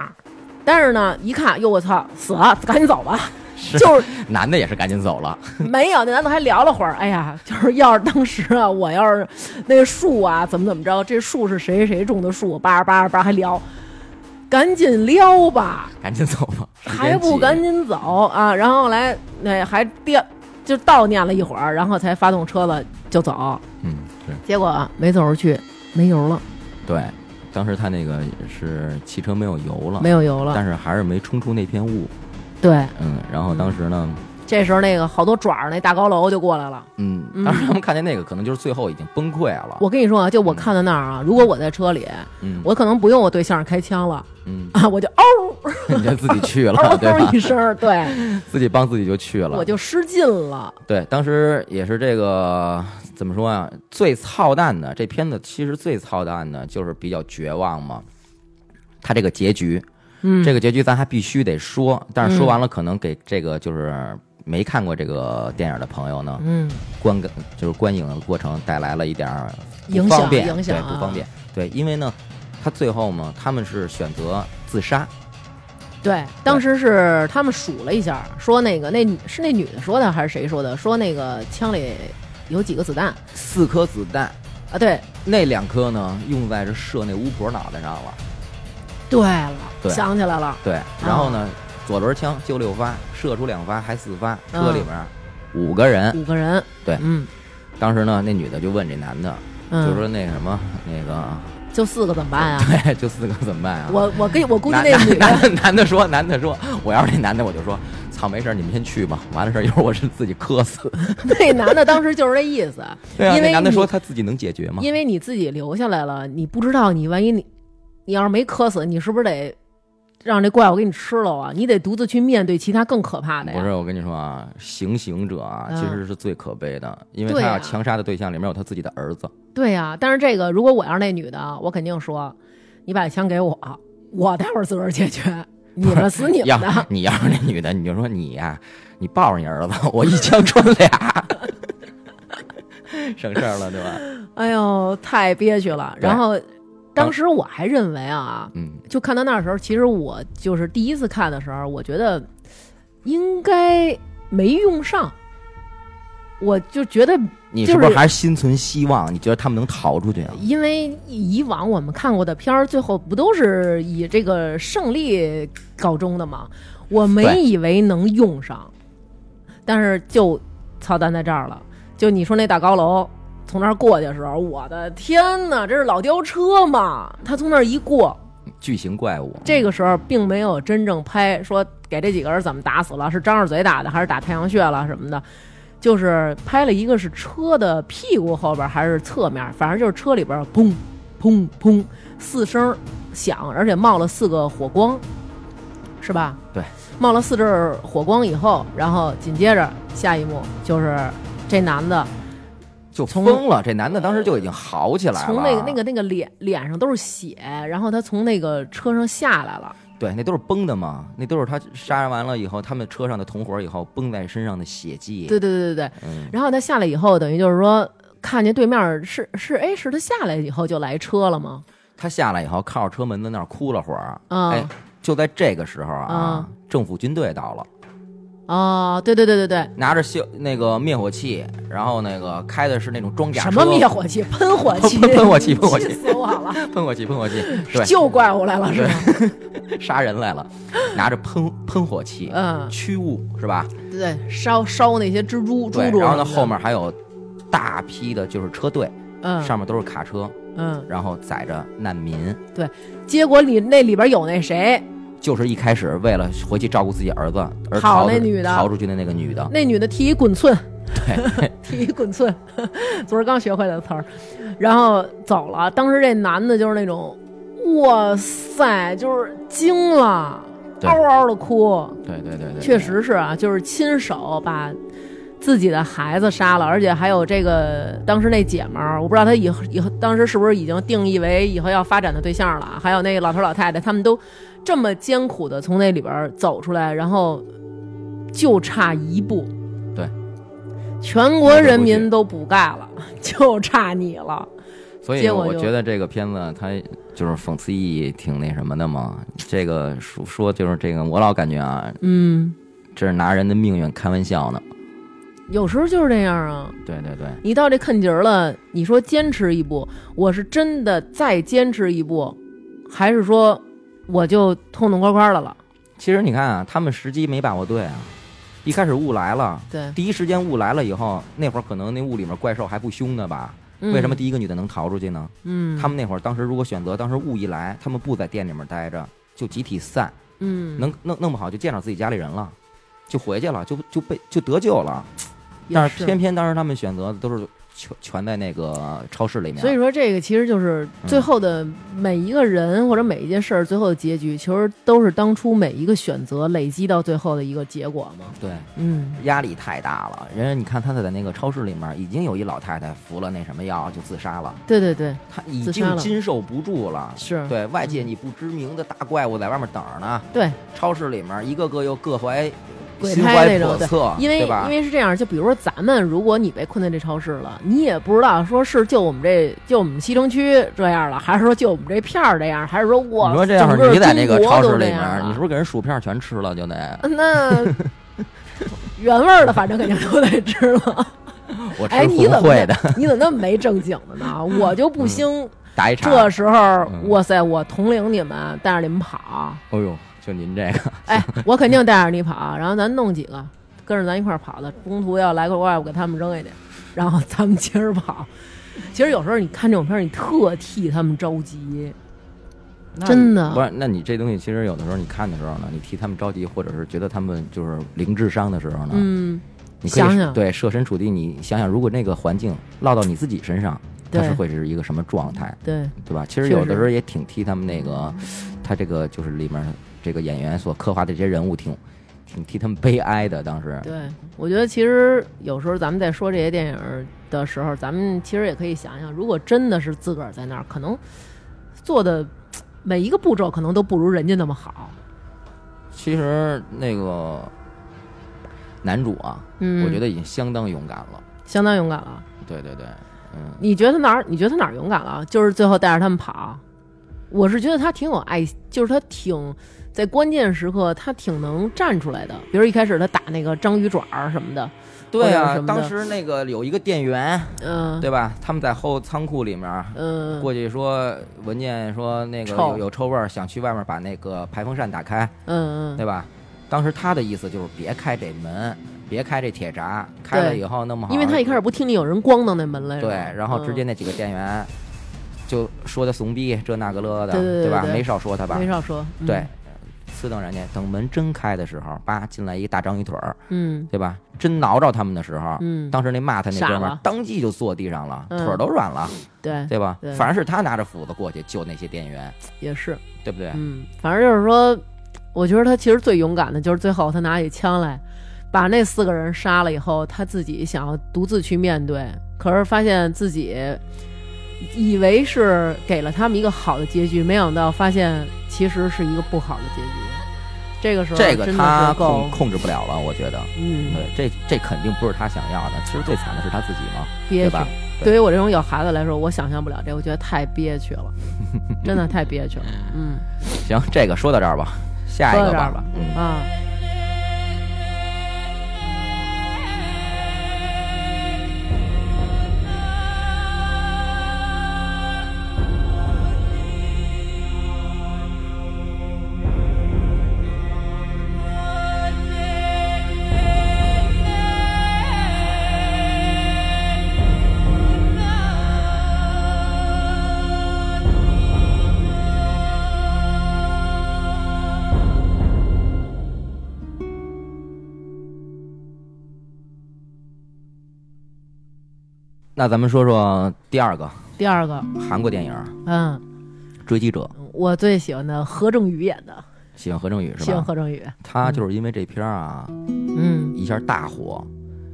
Speaker 3: 但是呢，一看哟我操死了，赶紧走吧，
Speaker 2: 是
Speaker 3: 就是
Speaker 2: 男的也是赶紧走了。
Speaker 3: 没有，那男的还聊了会儿。哎呀，就是要是当时啊，我要是那个树啊，怎么怎么着，这树是谁谁种的树，叭叭叭叭还聊，赶紧撩吧，
Speaker 2: 赶紧走吧，时间
Speaker 3: 还不
Speaker 2: 紧
Speaker 3: 赶紧走啊？然后来那、还颠，就悼念了一会儿，然后才发动车子就走，
Speaker 2: 嗯，是
Speaker 3: 结果啊没走出去，没油了，
Speaker 2: 对。当时他那个是汽车没有油了，
Speaker 3: 没有油了
Speaker 2: 哦但。是还是没冲出那片雾。
Speaker 3: 对，
Speaker 2: 嗯，然后当时呢，
Speaker 3: 这时候那个好多爪儿那大高楼就过来了。
Speaker 2: 嗯，
Speaker 3: 嗯
Speaker 2: 当时他们看见那个，可能就是最后已经崩溃了。
Speaker 3: 我跟你说啊，就我看到那儿啊，如果我在车里，
Speaker 2: 嗯，
Speaker 3: 我可能不用我对象开枪了
Speaker 2: 嗯，
Speaker 3: 啊，我就嗷
Speaker 2: 你就自己去
Speaker 3: 嗷
Speaker 2: 了， 对
Speaker 3: 嗷
Speaker 2: 吧
Speaker 3: 一？声儿，对。
Speaker 2: 自己帮自己就去了。
Speaker 3: 我就失禁了。
Speaker 2: 对，当时也是这个怎么说呀、最操蛋的这片子，其实最操蛋的就是比较绝望嘛。他这个结局，
Speaker 3: 嗯
Speaker 2: 这个结局咱还必须得说，但是说
Speaker 3: 嗯
Speaker 2: 完了，可能给这个就是没看过这个电影的朋友呢，
Speaker 3: 嗯，
Speaker 2: 观感就是观影的过程带来了一点儿不
Speaker 3: 影响
Speaker 2: 方便，
Speaker 3: 影响
Speaker 2: 对，
Speaker 3: 啊
Speaker 2: 不方便，对，因为呢，他最后嘛，他们是选择自杀，
Speaker 3: 对，当时是他们数了一下，说那个那女是那女的说的还是谁说的？说那个枪里有几个子弹
Speaker 2: 四颗子弹，
Speaker 3: 啊？对，
Speaker 2: 那两颗呢用在这射那巫婆脑袋上了。
Speaker 3: 对了，
Speaker 2: 对
Speaker 3: 想起来了，
Speaker 2: 对，然后呢，左轮枪就六发，射出两发还四
Speaker 3: 啊
Speaker 2: 发，车里面五个人。
Speaker 3: 五个人。
Speaker 2: 对
Speaker 3: 嗯
Speaker 2: 当时呢，那女的就问这男的，
Speaker 3: 嗯，
Speaker 2: 就说那什么那个，
Speaker 3: 就四个怎么办呀？
Speaker 2: 对，就四个怎么办啊？
Speaker 3: 我 我跟我估计
Speaker 2: 男
Speaker 3: 那女
Speaker 2: 男
Speaker 3: 的
Speaker 2: 男男的说，男的说，我要是那男的，我就说，操，没事儿，你们先去吧。完了事儿，一会儿我是自己磕死。
Speaker 3: 那男的当时就是这意思，
Speaker 2: 对啊，
Speaker 3: 因为
Speaker 2: 那男的
Speaker 3: 你
Speaker 2: 说他自己能解决吗？
Speaker 3: 因为你自己留下来了，你不知道你万一你你要是没磕死，你是不是得让这怪物给你吃了啊？你得独自去面对其他更可怕的呀。
Speaker 2: 不是，我跟你说啊，行刑者啊，
Speaker 3: 嗯
Speaker 2: 其实是最可悲的，因为
Speaker 3: 对
Speaker 2: 他要
Speaker 3: 啊
Speaker 2: 强杀的对象里面有他自己的儿子。
Speaker 3: 对呀、但是这个如果我要是那女的，我肯定说，你把枪给我，我待会儿自个儿解决，你们死你
Speaker 2: 要
Speaker 3: 们的。
Speaker 2: 你要是那女的，你就说你呀、你抱着你儿子，我一枪穿俩， 省事儿了，对吧？
Speaker 3: 哎呦，太憋屈了。
Speaker 2: 对
Speaker 3: 然后当时我还认为啊，
Speaker 2: 嗯，
Speaker 3: 就看到那时候，其实我就是第一次看的时候，我觉得应该没用上，我就觉得
Speaker 2: 你
Speaker 3: 就是是
Speaker 2: 不是还是心存希望？你觉得他们能逃出去啊？
Speaker 3: 因为以往我们看过的片儿，最后不都是以这个胜利告终的吗？我
Speaker 2: 对
Speaker 3: 没以为能用上，但是就操蛋在这儿了。就你说那大高楼从那儿过去的时候，我的天哪，这是老吊车吗？他从那儿一过，
Speaker 2: 巨型怪物。
Speaker 3: 这个时候并没有真正拍说给这几个人怎么打死了，是张着嘴打的，还是打太阳穴了什么的，就是拍了一个是车的屁股后边还是侧面，反正就是车里边砰砰砰四声响，而且冒了四个火光，是吧？
Speaker 2: 对，
Speaker 3: 冒了四阵儿火光以后，然后紧接着下一幕就是这男的
Speaker 2: 就
Speaker 3: 从
Speaker 2: 疯了，这男的当时就已经嚎起来了。
Speaker 3: 从那个那个那个脸脸上都是血，然后他从那个车上下来了。
Speaker 2: 对，那都是崩的嘛，那都是他杀人完了以后，他们车上的同伙以后崩在身上的血迹。
Speaker 3: 对对对对对，
Speaker 2: 嗯，
Speaker 3: 然后他下来以后，等于就是说，看见对面是是，哎，是他下来以后就来车了吗？
Speaker 2: 他下来以后靠着车门子那儿哭了会儿。
Speaker 3: 啊、
Speaker 2: 哎，就在这个时候啊，
Speaker 3: 嗯
Speaker 2: 政府军队到了，
Speaker 3: 哦，对对对对对，
Speaker 2: 拿着消那个灭火器，然后那个开的是那种装甲车
Speaker 3: 什么灭火器、喷火器、
Speaker 2: 喷喷火 器喷火器
Speaker 3: 气死我了！
Speaker 2: 喷火器，喷火 器，对，
Speaker 3: 救怪物来了是吧？啊
Speaker 2: 杀人来了，拿着喷喷火器，
Speaker 3: 嗯，
Speaker 2: 驱雾是吧？
Speaker 3: 对对，烧烧那些蜘蛛、
Speaker 2: 对
Speaker 3: 猪，猪，
Speaker 2: 然后呢后，面还有大批的就是车队，
Speaker 3: 嗯，
Speaker 2: 上面都是卡车，
Speaker 3: 嗯，
Speaker 2: 然后载着难民，
Speaker 3: 结果里那里边有那谁，
Speaker 2: 就是一开始为了回去照顾自己儿子而
Speaker 3: 跑
Speaker 2: 逃
Speaker 3: 那
Speaker 2: 出
Speaker 3: 女的嗯
Speaker 2: 逃出去的那个女的，
Speaker 3: 那女的踢一滚寸，
Speaker 2: 对，
Speaker 3: 踢一滚寸，昨儿刚学会的词儿，然后走了。当时这男的就是那种，哇塞，就是惊了，
Speaker 2: 对
Speaker 3: 嗷嗷的哭。
Speaker 2: 对对对对，
Speaker 3: 确实是啊，就是亲手把自己的孩子杀了，而且还有这个当时那姐们儿，我不知道她以后以后当时是不是已经定义为以后要发展的对象了啊。还有那老头老太太，他们都这么艰苦的从那里边儿走出来，然后就差一步，
Speaker 2: 对，
Speaker 3: 全国人民都补钙了，就差你了。
Speaker 2: 所以
Speaker 3: 结果
Speaker 2: 我
Speaker 3: 就
Speaker 2: 觉得这个片子它就是讽刺意义挺那什么的嘛。这个说说就是这个，我老感觉啊，
Speaker 3: 嗯，
Speaker 2: 这是拿人的命运开玩笑呢。
Speaker 3: 有时候就是这样啊。
Speaker 2: 对对对，
Speaker 3: 你到这坎节儿了，你说坚持一步，我是真的再坚持一步，还是说我就痛痛快快的了？
Speaker 2: 其实你看啊，他们时机没把握对啊。一开始雾来了，
Speaker 3: 对，
Speaker 2: 第一时间雾来了以后，那会儿可能那雾里面怪兽还不凶呢吧？
Speaker 3: 嗯
Speaker 2: 为什么？第一个女的能逃出去呢？
Speaker 3: 嗯，
Speaker 2: 他们那会儿当时如果选择当时雾一来，他们不在店里面待着，就集体散，
Speaker 3: 嗯，
Speaker 2: 能弄弄不好就见着自己家里人了，就回去了，就就被就得救了。
Speaker 3: 也
Speaker 2: 但
Speaker 3: 是
Speaker 2: 是偏偏当时他们选择的都是全全在那个超市里面，
Speaker 3: 所以说这个其实就是
Speaker 2: 嗯
Speaker 3: 最后的每一个人或者每一件事儿最后的结局，其实都是当初每一个选择累积到最后的一个结果嘛。
Speaker 2: 对
Speaker 3: 嗯，
Speaker 2: 压力太大了。人家你看他在那个超市里面已经有一老太太服了那什么药就自杀了，
Speaker 3: 对对对，
Speaker 2: 她已
Speaker 3: 自杀
Speaker 2: 经
Speaker 3: 了
Speaker 2: 经受不住了。
Speaker 3: 是嗯
Speaker 2: 对外界你不知名的大怪物在外面等着呢，
Speaker 3: 对
Speaker 2: 超市里面一个个又各怀
Speaker 3: 鬼
Speaker 2: 心
Speaker 3: 胎
Speaker 2: 怀
Speaker 3: 那种
Speaker 2: 叵测，
Speaker 3: 因为
Speaker 2: 啊对吧
Speaker 3: 因？为是这样，就比如说咱们，如果你被困在这超市了，你也不知道说是就我们这就我们西城区这样了，还是说就我们这片儿这样，还是说我
Speaker 2: 你说这样，
Speaker 3: 整
Speaker 2: 你在那
Speaker 3: 中
Speaker 2: 个
Speaker 3: 国
Speaker 2: 超市
Speaker 3: 都
Speaker 2: 里面
Speaker 3: 这样哎了，
Speaker 2: 你是不是给人薯片全吃了就得？
Speaker 3: 那原味儿的，反正肯定都得吃了。
Speaker 2: 我吃
Speaker 3: 哎，你
Speaker 2: 红
Speaker 3: 怎
Speaker 2: 会
Speaker 3: 么
Speaker 2: 的，嗯
Speaker 3: 你怎么那么没正经的呢？我就不兴
Speaker 2: 打一
Speaker 3: 这
Speaker 2: 茬。
Speaker 3: 时候，
Speaker 2: 嗯
Speaker 3: 哇塞，我统领你们，带着你们跑，
Speaker 2: 哎呦，就您这个，
Speaker 3: 哎，我肯定带着你跑，然后咱弄几个跟着咱一块儿跑的，中途要来个怪物给他们扔下去，然后咱们接着跑。其实有时候你看这种片儿，你特替他们着急，真的
Speaker 2: 不是，那你这东西其实有的时候你看的时候呢，你替他们着急，或者是觉得他们就是零智商的时候呢，
Speaker 3: 嗯，
Speaker 2: 你可以
Speaker 3: 想想
Speaker 2: 对设身处地，你想想，如果那个环境落到你自己身上，它
Speaker 3: 对
Speaker 2: 是会是一个什么状态，
Speaker 3: 对，
Speaker 2: 对吧？其实
Speaker 3: 确实
Speaker 2: 有的时候也挺替他们那个，他这个就是里面这个演员所刻画的这些人物挺挺替他们悲哀的，当时
Speaker 3: 对，我觉得其实有时候咱们在说这些电影儿的时候，咱们其实也可以想想，如果真的是自个儿在那儿，可能做的每一个步骤可能都不如人家那么好。
Speaker 2: 其实那个男主啊，
Speaker 3: 嗯，
Speaker 2: 我觉得已经相当勇敢了。
Speaker 3: 相当勇敢了。
Speaker 2: 对对对，嗯，
Speaker 3: 你觉得他哪儿？你觉得他哪儿勇敢了？啊就是最后带着他们跑。我是觉得他挺有爱，就是他挺在关键时刻他挺能站出来的。比如一开始他打那个章鱼爪儿什么的，
Speaker 2: 对
Speaker 3: 或者
Speaker 2: 啊
Speaker 3: 什，么的
Speaker 2: 当时那个有一个店员，
Speaker 3: 嗯、
Speaker 2: 对吧？他们在后仓库里面儿
Speaker 3: 嗯、
Speaker 2: 过去说，文件说那个
Speaker 3: 臭
Speaker 2: 有有臭味儿，想去外面把那个排风扇打开，
Speaker 3: 嗯嗯，
Speaker 2: 对吧？当时他的意思就是别开这门，别开这铁闸，开
Speaker 3: 嗯
Speaker 2: 了以后弄不好，
Speaker 3: 因为他一开始不听见有人咣当那门来着，嗯
Speaker 2: 对，然后直接那几个店员。就说他怂逼这那个了的，
Speaker 3: 对对对
Speaker 2: 吧？
Speaker 3: 对
Speaker 2: 没少说他吧
Speaker 3: 没？少说，嗯
Speaker 2: 对，，刺瞪人家。等门真开的时候，叭进来一大章鱼腿儿，
Speaker 3: 嗯
Speaker 2: 对吧？真挠着他们的时候，
Speaker 3: 嗯，
Speaker 2: 当时那骂他那
Speaker 3: 傻
Speaker 2: 哥们儿
Speaker 3: 了
Speaker 2: 当即就坐地上了，
Speaker 3: 嗯
Speaker 2: 腿儿都软了，
Speaker 3: 对，
Speaker 2: 对吧
Speaker 3: 对？
Speaker 2: 反正是他拿着斧子过去救那些店员，
Speaker 3: 也是，
Speaker 2: 对不对？
Speaker 3: 嗯，反正就是说，我觉得他其实最勇敢的就是最后他拿起枪来，把那四个人杀了以后，他自己想要独自去面对，可是发现自己以为是给了他们一个好的结局，没想到发现其实是一个不好的结局。这个时候
Speaker 2: 嗯这个
Speaker 3: 真的
Speaker 2: 他
Speaker 3: 是够
Speaker 2: 控，控制不了了，我觉得。
Speaker 3: 嗯，
Speaker 2: 对，这这肯定不是他想要的。其实最惨的是他自己嘛，
Speaker 3: 憋
Speaker 2: 对
Speaker 3: 屈
Speaker 2: 吧。？对
Speaker 3: 对于我这种有孩子来说，我想象不了这，我觉得太憋 屈了，真的太憋屈了。嗯
Speaker 2: 行，这个说到这儿吧，下一
Speaker 3: 说
Speaker 2: 个
Speaker 3: 到这儿
Speaker 2: 吧
Speaker 3: 吧。
Speaker 2: 嗯，
Speaker 3: 啊，
Speaker 2: 那咱们说说第二个
Speaker 3: 第二个，
Speaker 2: 韩国电影《
Speaker 3: 嗯，
Speaker 2: 追击者》，
Speaker 3: 我最喜欢的何正宇演的，
Speaker 2: 喜欢何正宇是
Speaker 3: 喜欢
Speaker 2: 吧？
Speaker 3: 何正嗯宇。
Speaker 2: 他就是因为这片儿啊，
Speaker 3: 嗯，
Speaker 2: 一下大火。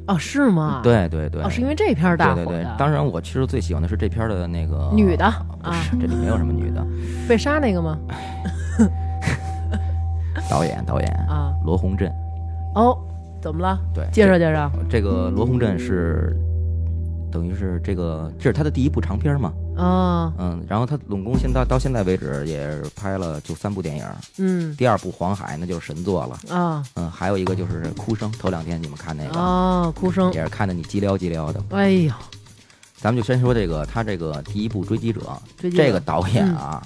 Speaker 3: 哦，是吗？，
Speaker 2: 对对对，
Speaker 3: 哦，是因为这片儿大
Speaker 2: 对
Speaker 3: 火的。
Speaker 2: 对对，当然我其实最喜欢的是这片儿的那个
Speaker 3: 女的
Speaker 2: 不
Speaker 3: 啊
Speaker 2: 是这里没有什么女的，
Speaker 3: 被杀那个吗？
Speaker 2: 导演导演
Speaker 3: 啊，
Speaker 2: 罗洪镇，
Speaker 3: 哦，怎么了？
Speaker 2: 对，
Speaker 3: 介绍介绍。
Speaker 2: 这这个罗洪镇是。等于是这个，这是他的第一部长片儿嘛，
Speaker 3: 啊，
Speaker 2: 嗯，然后他总共现在到现在为止也拍了就三部电影，
Speaker 3: 嗯
Speaker 2: 第二部《黄海》那就是神作了，
Speaker 3: 啊
Speaker 2: 嗯，还有一个就是《哭声》，头两天你们看那个，
Speaker 3: 啊，哭声。
Speaker 2: 也是看得你激撩激撩的。
Speaker 3: 哎呦，
Speaker 2: 咱们就先说这个，他这个第一部《追击者》，
Speaker 3: 追击者嗯
Speaker 2: 这个导演啊，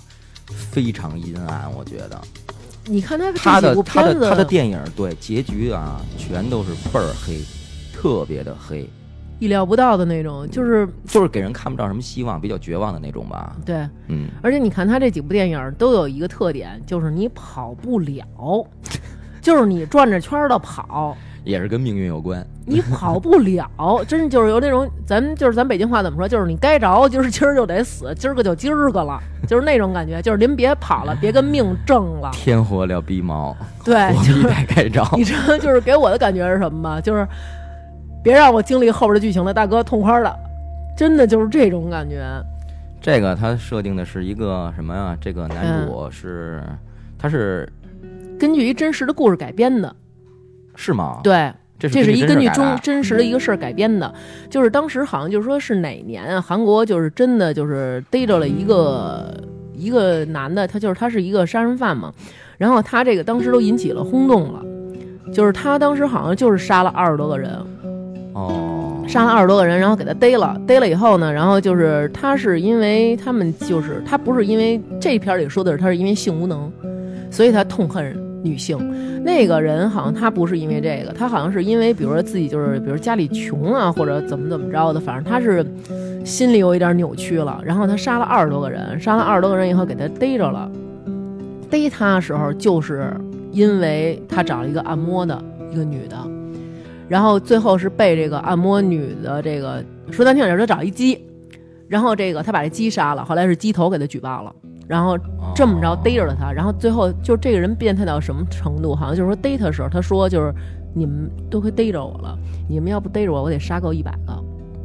Speaker 2: 非常阴暗，我觉得
Speaker 3: 你看他
Speaker 2: 他
Speaker 3: 这几
Speaker 2: 的
Speaker 3: 部
Speaker 2: 他
Speaker 3: 片
Speaker 2: 的他的
Speaker 3: 子，啊
Speaker 2: 电影对结局啊，全都是倍儿黑，特别的黑，
Speaker 3: 意料不到的那种，就是
Speaker 2: 就是给人看不到什么希望，比较绝望的那种吧。
Speaker 3: 对。
Speaker 2: 嗯，
Speaker 3: 而且你看他这几部电影都有一个特点，就是你跑不了， 就是你转着圈儿的跑，
Speaker 2: 也是跟命运有关。，
Speaker 3: 你跑不了，真就是有那种，咱们就是咱北京话怎么说，就是你该着，就是今儿就得死，今儿个就今儿个了，就是那种感觉，就是您别跑了，别跟命争了
Speaker 2: 天活了逼毛，
Speaker 3: 对，
Speaker 2: 我
Speaker 3: 啊哎就是
Speaker 2: 必得该 着。
Speaker 3: 你知道，就是给我的感觉是什么吗？就是别让我经历后边的剧情了，大哥痛快了，真的就是这种感觉，
Speaker 2: 这个他设定的是一个什么呀？这个男
Speaker 3: 嗯
Speaker 2: 主是、他是
Speaker 3: 根据一真实的故事改编的，
Speaker 2: 是吗？，
Speaker 3: 对，
Speaker 2: 这是
Speaker 3: 这是一根
Speaker 2: 真
Speaker 3: 据
Speaker 2: 事
Speaker 3: 中
Speaker 2: 改的
Speaker 3: 真实的一个事儿改编的，就是当时好像就是说是哪年啊韩国就是真的就是逮着了一个一个男的，他就是他是一个杀人犯嘛，然后他这个当时都引起了轰动了，就是他当时好像就是杀了二十多个人，
Speaker 2: 哦，
Speaker 3: 杀了二十多个人，然后给他逮了，逮了以后呢，然后就是他是因为他们就是他不是因为这篇里说的是他是因为性无能，所以他痛恨女性。那个人好像他不是因为这个，他好像是因为比如说自己就是比如家里穷啊，或者怎么怎么着的，反正他是心里有一点扭曲了。然后他杀了二十多个人，杀了二十多个人以后给他逮着了，逮他的时候就是因为他找了一个按摩的一个女的。然后最后是被这个按摩女的这个说难听点儿就是他找一鸡，然后这个他把这鸡杀了，后来是鸡头给他举报了，然后 这么
Speaker 2: 哦
Speaker 3: 着逮着了他，然后最后就这个人变态到什么程度？好像就是说逮他的时候，他说就是你们都快逮着我了，你们要不逮着我，我得杀够一百个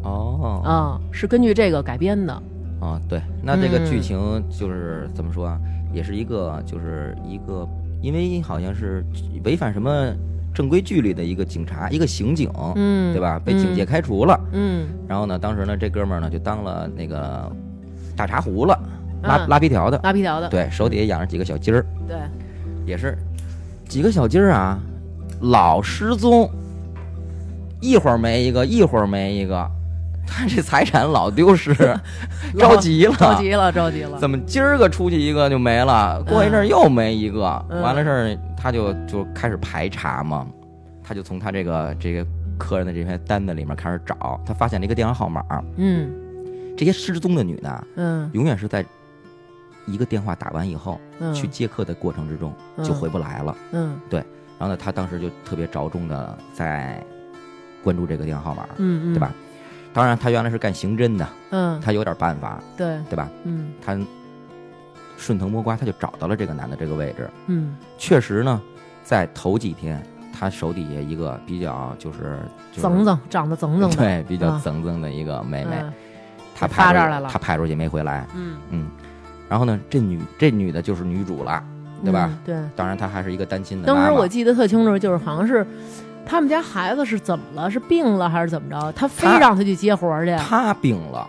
Speaker 2: 哦哦
Speaker 3: 啊、是根据这个改编的，
Speaker 2: 哦，对，那这个
Speaker 3: 嗯
Speaker 2: 剧情就是、怎么说啊？也是一个就是一个，因为好像是违反什么正规纪律的一个警察，一个刑警，
Speaker 3: 嗯，
Speaker 2: 对？吧？被警戒开除了。
Speaker 3: 嗯，
Speaker 2: 然后呢，当时呢，这哥们儿呢就当了那个大茶壶了，拉、
Speaker 3: 啊
Speaker 2: 拉皮条的，
Speaker 3: 拉皮条的，
Speaker 2: 对手底下养着几个小鸡儿。
Speaker 3: 对
Speaker 2: 也是几个小鸡儿啊，老失踪，一会儿没一个，一会儿没一个，他这财产老丢失，着急啊了，
Speaker 3: 着急了，着急了，
Speaker 2: 怎么今儿个出去一个就没了，过一阵儿又没一个，
Speaker 3: 嗯
Speaker 2: 完了事儿他就就开始排查嘛，他就从他这个这个客人的这篇单子里面开始找，他发现了一个电话号码，
Speaker 3: 嗯
Speaker 2: 这些失踪的女的，
Speaker 3: 嗯
Speaker 2: 永远是在一个电话打完以后，
Speaker 3: 嗯，
Speaker 2: 去接客的过程之中
Speaker 3: 嗯
Speaker 2: 就回不来了。
Speaker 3: 嗯
Speaker 2: 然后呢，他当时就特别着重的在关注这个电话号码，
Speaker 3: 嗯嗯，
Speaker 2: 对吧？？当然，他原来是干刑侦的，
Speaker 3: 嗯，
Speaker 2: 他有点办法，
Speaker 3: 对，
Speaker 2: 对吧？
Speaker 3: 嗯
Speaker 2: 他顺藤摸瓜，他就找到了这个男的这个位置。
Speaker 3: 嗯
Speaker 2: 确实呢，在头几天，他手底下一个比较就是就是
Speaker 3: 整整长得整整的，
Speaker 2: 对比较
Speaker 3: 啊
Speaker 2: 整整的一个妹妹，
Speaker 3: 嗯
Speaker 2: 她
Speaker 3: 发
Speaker 2: 派
Speaker 3: 这儿
Speaker 2: 出
Speaker 3: 来了
Speaker 2: 她派出去没回来。
Speaker 1: 嗯
Speaker 2: 嗯，然后呢，这女这女的就是女主了，对吧？
Speaker 3: 嗯对，
Speaker 2: 当然她还是一个单亲的
Speaker 3: 当
Speaker 2: 妈
Speaker 3: 时
Speaker 2: 妈
Speaker 3: 我记得特清楚，就是好像是他们家孩子是怎么了，是病了还是怎么着？他非
Speaker 2: 他
Speaker 3: 让他去接活儿去。
Speaker 2: 她病了，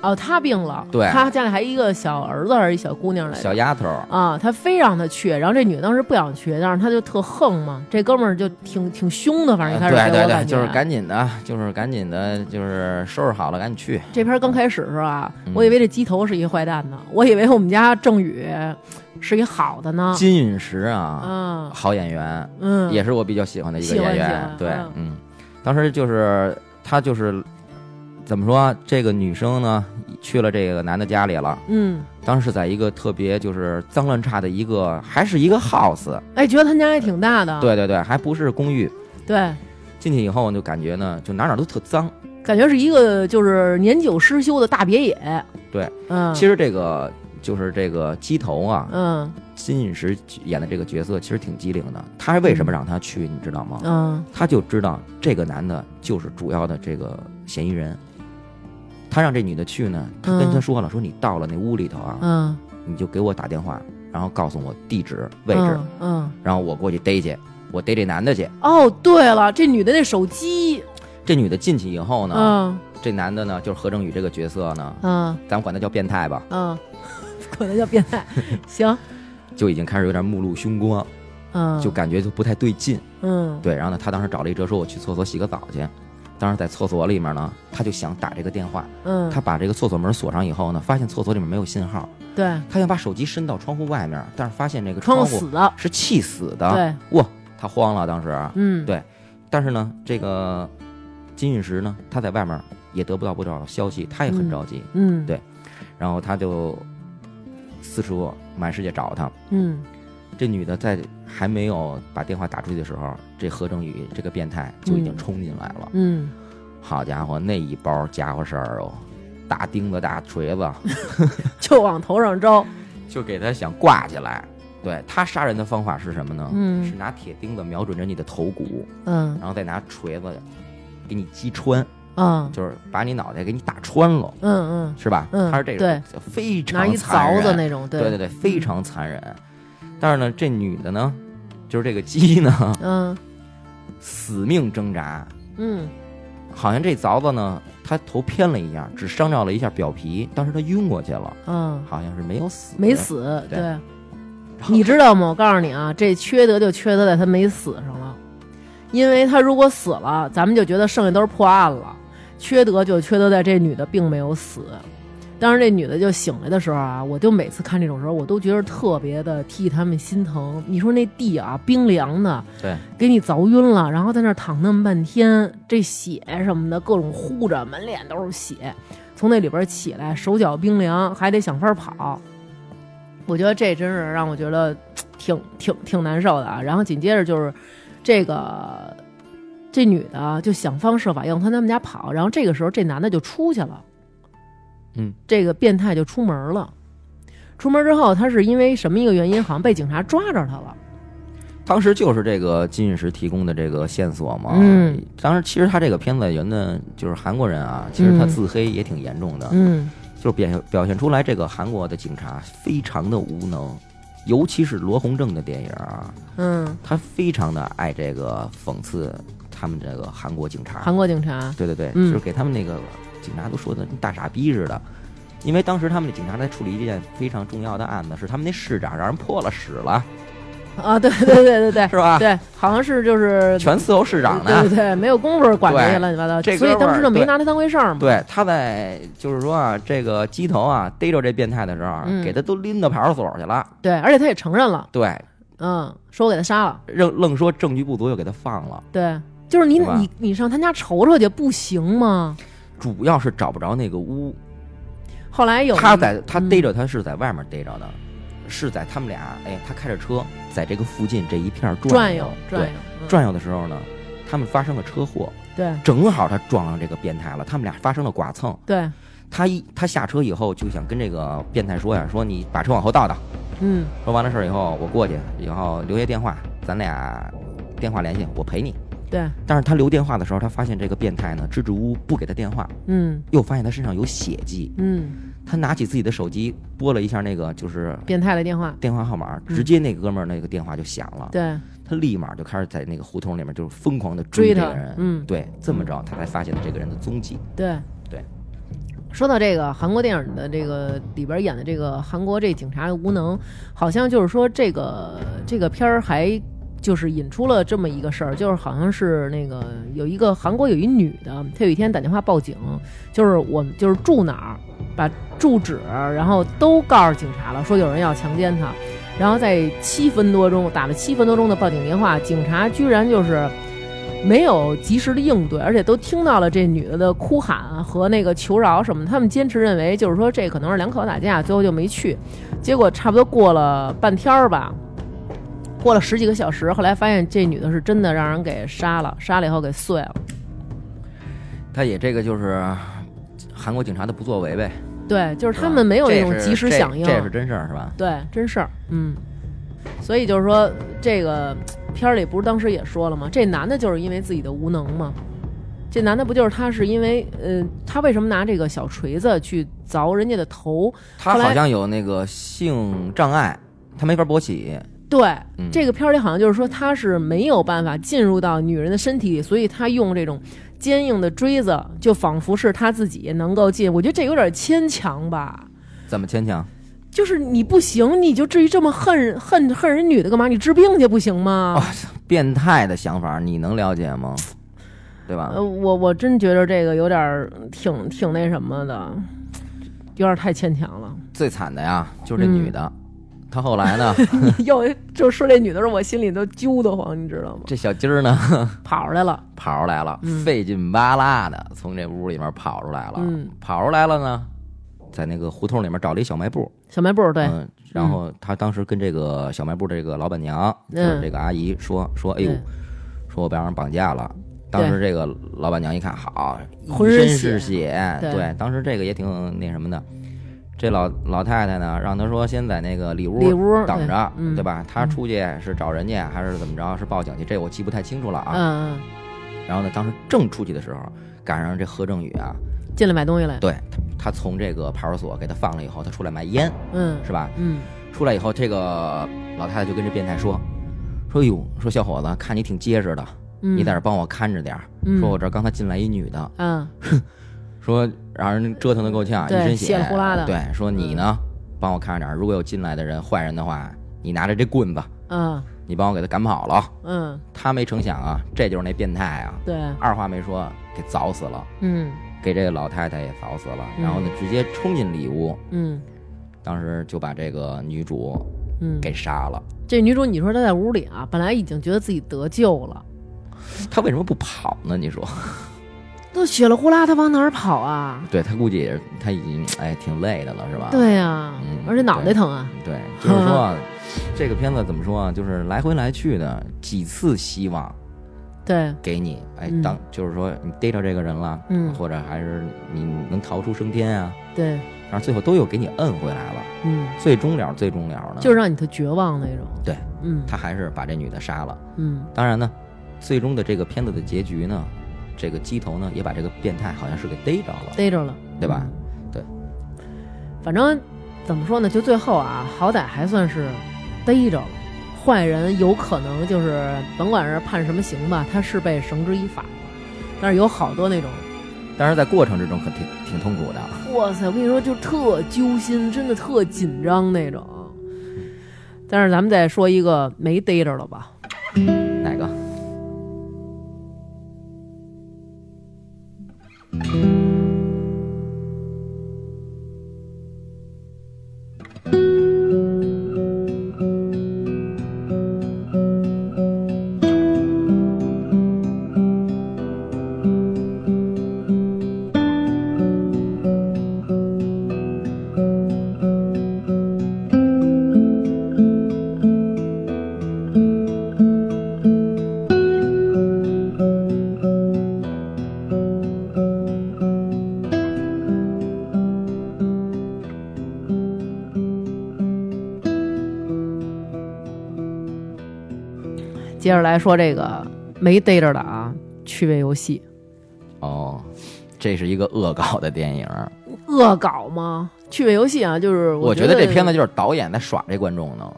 Speaker 3: 哦，他病了，
Speaker 2: 对
Speaker 3: 他家里还一个小儿子还是一小姑娘来着。
Speaker 2: 小丫头儿。
Speaker 3: 啊，他非让他去，然后这女的当时不想去，但是他就特横嘛，这哥们儿就挺挺凶的，反正一开始给
Speaker 2: 对
Speaker 3: 我
Speaker 2: 对
Speaker 3: 感
Speaker 2: 对，就
Speaker 3: 觉
Speaker 2: 是
Speaker 3: 啊。
Speaker 2: 赶紧的，就是赶紧的，就是收拾好了，赶紧去。
Speaker 3: 这片儿刚开始的时候啊，
Speaker 2: 嗯
Speaker 3: 我以为这鸡头是一坏蛋呢，我以为我们家郑宇是一好的呢，
Speaker 2: 金陨石啊，
Speaker 3: 啊，
Speaker 2: 好演员，
Speaker 3: 嗯，
Speaker 2: 也是我比较喜欢的一个
Speaker 3: 喜
Speaker 2: 演
Speaker 3: 欢喜欢
Speaker 2: 员。对
Speaker 3: 嗯，
Speaker 2: 嗯，当时就是她就是怎么说，这个女生呢去了这个男的家里了，
Speaker 3: 嗯，
Speaker 2: 当时是在一个特别就是脏乱差的一个，还是一个 house，
Speaker 3: 哎，觉得他家还挺大的，
Speaker 2: 对对对，还不是公寓。
Speaker 3: 对，
Speaker 2: 进去以后就感觉呢，就哪哪都特脏。
Speaker 3: 感觉是一个就是年久失修的大别野，
Speaker 2: 对，
Speaker 3: 嗯，
Speaker 2: 其实这个就是这个鸡头啊，
Speaker 3: 嗯
Speaker 2: 金允石演的这个角色其实挺机灵的。他为什么让他去，你知道吗？
Speaker 3: 嗯
Speaker 2: 他就知道这个男的就是主要的这个嫌疑人。他让这女的去呢，他跟
Speaker 3: 嗯
Speaker 2: 他说了，说你到了那屋里头啊，
Speaker 3: 嗯，
Speaker 2: 你就给我打电话，然后告诉我地址、位置，
Speaker 3: 嗯嗯。
Speaker 2: 然后我过去逮去，我逮这男的去。
Speaker 3: 哦，对了，这女的那手机，
Speaker 2: 这女的进去以后呢，
Speaker 3: 嗯
Speaker 2: 这男的呢，就是何正宇这个角色呢，
Speaker 3: 嗯
Speaker 2: 咱们管他叫变态吧，
Speaker 3: 嗯， 管他叫变 态，行，
Speaker 2: 就已经开始有点目露凶光，
Speaker 3: 嗯，
Speaker 2: 就感觉就不太对劲。
Speaker 3: 嗯
Speaker 2: 对，然后呢，他当时找了一哲说，我去厕所洗个澡去。当时在厕所里面呢，他就想打这个电话，
Speaker 3: 嗯，
Speaker 2: 他把这个厕所门锁上以后呢，发现厕所里面没有信号，
Speaker 3: 对
Speaker 2: 他想把手机伸到窗户外面，但是发现这个
Speaker 3: 窗
Speaker 2: 窗
Speaker 3: 户
Speaker 2: 户
Speaker 3: 死的，
Speaker 2: 是气死的，
Speaker 3: 对，
Speaker 2: 哇，他慌了当时。
Speaker 3: 嗯
Speaker 2: 对但是呢，这个金运石呢，他在外面也得不到不少消息，他也很着急，
Speaker 3: 嗯
Speaker 2: 对然后他就四处满世界找他。
Speaker 3: 嗯
Speaker 2: 这女的在还没有把电话打出去的时候，这何正宇这个变态就已经
Speaker 3: 嗯
Speaker 2: 冲进来了。
Speaker 3: 嗯，
Speaker 2: 好家伙，那一包家伙事儿哦，大钉子、大锤子，
Speaker 3: 就往头上招，
Speaker 2: 就给他想挂起来。对他杀人的方法是什么呢？是
Speaker 3: 嗯
Speaker 2: 拿铁钉子瞄准着你的头骨，
Speaker 3: 嗯
Speaker 2: 然后再拿锤子给你击穿，
Speaker 3: 嗯
Speaker 2: 就是把你脑袋给你打穿了，
Speaker 3: 嗯嗯，
Speaker 2: 是吧？
Speaker 3: 嗯
Speaker 2: 他是这种非
Speaker 3: 拿
Speaker 2: 常
Speaker 3: 一
Speaker 2: 残
Speaker 3: 凿
Speaker 2: 忍
Speaker 3: 子那种，
Speaker 2: 对对对，非常残忍。但是呢，这女的呢，就是这个鸡呢，
Speaker 3: 嗯
Speaker 2: 死命挣扎，
Speaker 3: 嗯
Speaker 2: 好像这凿子呢，她头偏了一下，只伤着了一下表皮，当时她晕过去了，
Speaker 3: 嗯，
Speaker 2: 好像是没有死，
Speaker 3: 没。死，
Speaker 2: 对
Speaker 3: 对，
Speaker 2: 然后
Speaker 3: 你知道吗？我告诉你啊，这缺德就缺德在他没死上了，因为他如果死了，咱们就觉得剩下都是破案了。缺德就缺德在这女的并没有死。当时这女的就醒来的时候啊，我就每次看这种时候，我都觉得特别的替他们心疼。你说那地啊，冰凉的，
Speaker 2: 对，
Speaker 3: 给你凿晕了，然后在那儿躺那么半天，这血什么的各种糊着，满脸都是血，从那里边起来，手脚冰凉，还得想法跑。我觉得这真是让我觉得挺挺挺难受的啊。然后紧接着就是这个这女的就想方设法要从他们家跑，然后这个时候这男的就出去了，
Speaker 2: 嗯，
Speaker 3: 这个变态就出门了。出门之后，他是因为什么一个原因，好像被警察抓着他了。
Speaker 2: 当时就是这个金运石提供的这个线索嘛。
Speaker 3: 嗯，
Speaker 2: 当时其实他这个片子原的就是韩国人啊，其实他
Speaker 3: 嗯
Speaker 2: 自黑也挺严重的，
Speaker 3: 嗯
Speaker 2: 就是表现表现出来这个韩国的警察非常的无能，尤其是罗洪正的电影啊，
Speaker 3: 嗯，
Speaker 2: 他非常的爱这个讽刺他们这个韩国警察。
Speaker 3: 韩国警察，
Speaker 2: 对对对，
Speaker 3: 嗯
Speaker 2: 就是给他们那个警察都说的跟大傻逼似的。因为当时他们的警察在处理一件非常重要的案子，是他们那市长让人破了屎了，
Speaker 3: 啊，对对对对对
Speaker 2: 是吧？
Speaker 3: 对，好像是就是
Speaker 2: 全伺候市长呢。
Speaker 3: 对对对，没有功夫管这
Speaker 2: 对
Speaker 3: 些乱七八糟，
Speaker 2: 这
Speaker 3: 所以
Speaker 2: 哥们儿
Speaker 3: 当时就没
Speaker 2: 对
Speaker 3: 拿他当回事儿嘛。
Speaker 2: 对，他在就是说啊，这个鸡头啊逮着这变态的时候啊，
Speaker 3: 嗯
Speaker 2: 给他都拎到派出所去了。
Speaker 3: 对，而且他也承认了，
Speaker 2: 对，
Speaker 3: 嗯，说我给他杀了。
Speaker 2: 愣愣说证据不足，又给他放了。
Speaker 3: 对，就是你
Speaker 2: 是吧
Speaker 3: 你你上他家瞅瞅去不行吗？
Speaker 2: 主要是找不着那个屋，
Speaker 3: 后来有
Speaker 2: 他在他
Speaker 3: 嗯
Speaker 2: 逮着他是在外面逮着的，是在他们俩哎，他开着车在这个附近这一片儿
Speaker 3: 转
Speaker 2: 悠
Speaker 3: 悠，
Speaker 2: 对
Speaker 3: 转，悠
Speaker 2: 转悠的时候呢，他们发生了车祸，
Speaker 3: 嗯
Speaker 2: 正好他撞上这个变态了，他们俩发生了剐蹭。
Speaker 3: 对对
Speaker 2: 他一他下车以后就想跟这个变态说呀，说你把车往后倒倒。
Speaker 3: 嗯
Speaker 2: 说完了事儿以后，我过去，以后留下电话，咱俩电话联系，我陪你。
Speaker 3: 对
Speaker 2: 但是他留电话的时候，他发现这个变态呢，支支吾吾不给他电话，
Speaker 3: 嗯
Speaker 2: 又发现他身上有血迹。
Speaker 3: 嗯，
Speaker 2: 他拿起自己的手机拨了一下那个就是
Speaker 3: 变态的电话，
Speaker 2: 电话号码，
Speaker 3: 嗯
Speaker 2: 直接那哥们儿那个电话就响了，
Speaker 3: 对
Speaker 2: 他立马就开始在那个胡同里面就是疯狂的
Speaker 3: 追
Speaker 2: 这
Speaker 3: 他
Speaker 2: 个人，
Speaker 3: 嗯
Speaker 2: 对，这么着他才发现了这个人的踪迹。
Speaker 3: 对
Speaker 2: 对。
Speaker 3: 说到这个韩国电影的这个里边演的这个韩国这警察的无能，好像就是说这个这个片儿还就是引出了这么一个事儿，就是好像是那个有一个韩国有一女的，她有一天打电话报警，就是我们就是住哪儿，把住址然后都告诉警察了，说有人要强奸她，然后在七分多钟打了七分多钟的报警电话，警察居然就是。没有及时的应对，而且都听到了这女的的哭喊啊和那个求饶什么的。他们坚持认为，就是说这可能是两口子打架，最后就没去。结果差不多过了半天儿吧，过了十几个小时，后来发现这女的是真的让人给杀了，杀了以后给碎了。
Speaker 2: 他也这个就是韩国警察的不作为呗，
Speaker 3: 对，就是
Speaker 2: 是
Speaker 3: 他
Speaker 2: 吧
Speaker 3: 们没有那
Speaker 2: 这
Speaker 3: 种
Speaker 2: 是
Speaker 3: 及时
Speaker 2: 这
Speaker 3: 响应，
Speaker 2: 这是真事儿是吧？
Speaker 3: 对，真事儿，嗯。所以就是说，这个片儿里不是当时也说了吗？这男的就是因为自己的无能嘛。这男的不就是他是因为，呃，他为什么拿这个小锤子去凿人家的头？
Speaker 2: 他
Speaker 3: 后来
Speaker 2: 好像有那个性障碍，他没法勃起。
Speaker 3: 对，
Speaker 2: 嗯
Speaker 3: 这个片儿里好像就是说他是没有办法进入到女人的身体里，所以他用这种坚硬的锥子，就仿佛是他自己能够进。我觉得这有点牵强吧。
Speaker 2: 怎么牵强？
Speaker 3: 就是你不行，你就至于这么恨人恨恨人女的干嘛？你治病去不行吗？
Speaker 2: 哦变态的想法你能了解吗？对吧？
Speaker 3: 呃，我我真觉得这个有点儿挺挺那什么的，有点儿太牵强 了。
Speaker 2: 最惨的呀，就是这女的，
Speaker 3: 嗯
Speaker 2: 她后来 呢，
Speaker 3: 又就说这女的时候，我心里都揪得慌，你知道吗？
Speaker 2: 这小鸡儿呢
Speaker 3: 跑出来了，
Speaker 2: 跑出来了，费劲巴拉的从这屋里面跑出来了，
Speaker 3: 嗯
Speaker 2: 跑出来了呢，在那个胡同里面找了一小卖部，
Speaker 3: 小卖部儿对，
Speaker 2: 嗯，然后她当时跟这个小卖部这个老板娘，
Speaker 3: 嗯
Speaker 2: 就是这个阿姨说说，哎呦
Speaker 3: 嗯，
Speaker 2: 说我被让人绑架了。当时这个老板娘一看，好，一
Speaker 3: 浑
Speaker 2: 身
Speaker 3: 身
Speaker 2: 是
Speaker 3: 血
Speaker 2: 血，
Speaker 3: 对
Speaker 2: 对，当时这个也挺那什么的。这老老太太呢，让她说先在那个里屋
Speaker 3: 里屋
Speaker 2: 等着，
Speaker 3: 对嗯
Speaker 2: 对吧？她出去是找人家还是怎么着？是报警去？这我记不太清楚了啊。
Speaker 3: 嗯嗯，
Speaker 2: 然后呢，当时正出去的时候，赶上这何正宇啊，
Speaker 3: 进来买东西来，
Speaker 2: 对他从这个派出所给他放了以后，他出来卖烟，
Speaker 3: 嗯
Speaker 2: 是吧？
Speaker 3: 嗯
Speaker 2: 出来以后，这个老太太就跟这变态说：“说哟，说小伙子，看你挺结实的，
Speaker 3: 嗯，
Speaker 2: 你在这儿帮我看着点儿。
Speaker 3: 嗯
Speaker 2: 说我这儿刚才进来一女的，
Speaker 3: 嗯
Speaker 2: 说让人折腾的够呛，一
Speaker 3: 对
Speaker 2: 身
Speaker 3: 血
Speaker 2: 血
Speaker 3: 了呼啦的嗯
Speaker 2: 对，说你呢，帮我看着点儿，如果有进来的人坏人的话，你拿着这棍子，
Speaker 3: 嗯
Speaker 2: 你帮我给他赶跑了。
Speaker 3: 嗯，
Speaker 2: 他没成想啊，这就是那变态啊，
Speaker 3: 对，
Speaker 2: 二话没说给凿死了，
Speaker 3: 嗯
Speaker 2: 给这个老太太也凿死了，
Speaker 3: 嗯
Speaker 2: 然后呢，直接冲进里屋，
Speaker 3: 嗯
Speaker 2: 当时就把这个女主
Speaker 3: 嗯，
Speaker 2: 给杀了。
Speaker 3: 这女主，你说她在屋里啊，本来已经觉得自己得救了，
Speaker 2: 她为什么不跑呢？你说？
Speaker 3: 都血了呼啦，她往哪儿跑啊？
Speaker 2: 对他估计也是他已经哎挺累的了，是吧？
Speaker 3: 对呀
Speaker 2: 嗯，
Speaker 3: 而且脑袋疼啊，
Speaker 2: 对， 就是说 啊这个片子怎么说啊？就是来回来去的几次希望
Speaker 3: 对，
Speaker 2: 给你，哎
Speaker 3: 嗯，
Speaker 2: 当就是说你逮着这个人了，
Speaker 3: 嗯
Speaker 2: 或者还是你能逃出升天啊，
Speaker 3: 对，
Speaker 2: 然后最后都又给你摁回来了。
Speaker 3: 嗯，
Speaker 2: 最终了，最终了呢，
Speaker 3: 就是让你特绝望那种，
Speaker 2: 对
Speaker 3: 嗯
Speaker 2: 他还是把这女的杀了。
Speaker 3: 嗯。
Speaker 2: 当然呢，最终的这个片子的结局呢，这个鸡头呢也把这个变态好像是给逮着了，
Speaker 3: 逮着了，嗯
Speaker 2: 对吧？对，
Speaker 3: 反正怎么说呢，就最后啊，好歹还算是逮着了。坏人有可能就是甭管是判什么刑吧，他是被绳之以法，但是有好多那种，
Speaker 2: 但是在过程之中可挺挺痛苦的。
Speaker 3: 哇塞，我跟你说，就特揪心，真的特紧张那种。但是咱们再说一个没逮着了吧，
Speaker 2: 哪个？
Speaker 3: 接着来说这个没逮着的啊，趣味游戏
Speaker 2: 哦，这是一个恶搞的电影，
Speaker 3: 恶搞吗？趣味游戏啊，就是
Speaker 2: 我觉
Speaker 3: 觉
Speaker 2: 得这片子，就是导演在耍这观众呢。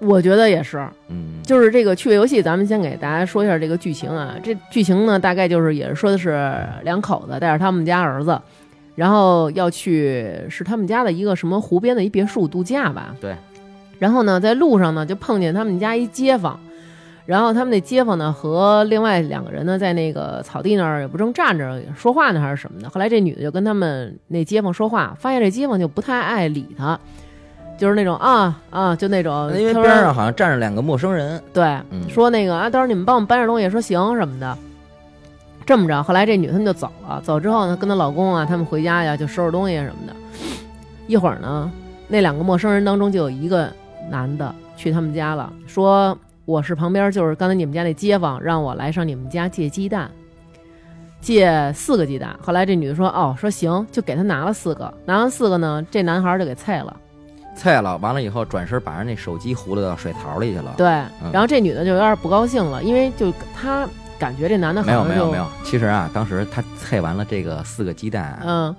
Speaker 3: 我觉得也是，
Speaker 2: 嗯，
Speaker 3: 就是这个趣味游戏，咱们先给大家说一下这个剧情啊。这剧情呢，大概就是也是说的是两口子带着他们家儿子，然后要去是他们家的一个什么湖边的一别墅度假吧。
Speaker 2: 对。
Speaker 3: 然后呢，在路上呢就碰见他们家一街坊，然后他们那街坊呢和另外两个人呢在那个草地那儿也不正站着说话呢还是什么的。后来这女的就跟他们那街坊说话，发现这街坊就不太爱理她，就是那种啊啊，就那种
Speaker 2: 因为
Speaker 3: 她
Speaker 2: 边
Speaker 3: 说
Speaker 2: 上好像站着两个陌生人，
Speaker 3: 对，
Speaker 2: 嗯
Speaker 3: 说那个啊，到时候你们帮我们搬点东西，说行什么的。这么着，后来这女的他们就走了，走之后呢，跟她老公啊，他们回家呀，就收拾东西什么的。一会儿呢，那两个陌生人当中就有一个男的去他们家了，说我是旁边就是刚才你们家那街坊，让我来上你们家借鸡蛋，借四个鸡蛋。后来这女的说哦，说行，就给他拿了四个，拿完四个呢，这男孩儿就给菜了。
Speaker 2: 菜了，完了以后转身把人那手机糊了到水槽里去了。
Speaker 3: 对，
Speaker 2: 嗯
Speaker 3: 然后这女的就有点不高兴了，因为就她感觉这男的好
Speaker 2: 没有
Speaker 3: 像
Speaker 2: 没有
Speaker 3: 就
Speaker 2: 没有，其实啊，当时他菜完了这个四个鸡蛋，
Speaker 3: 嗯，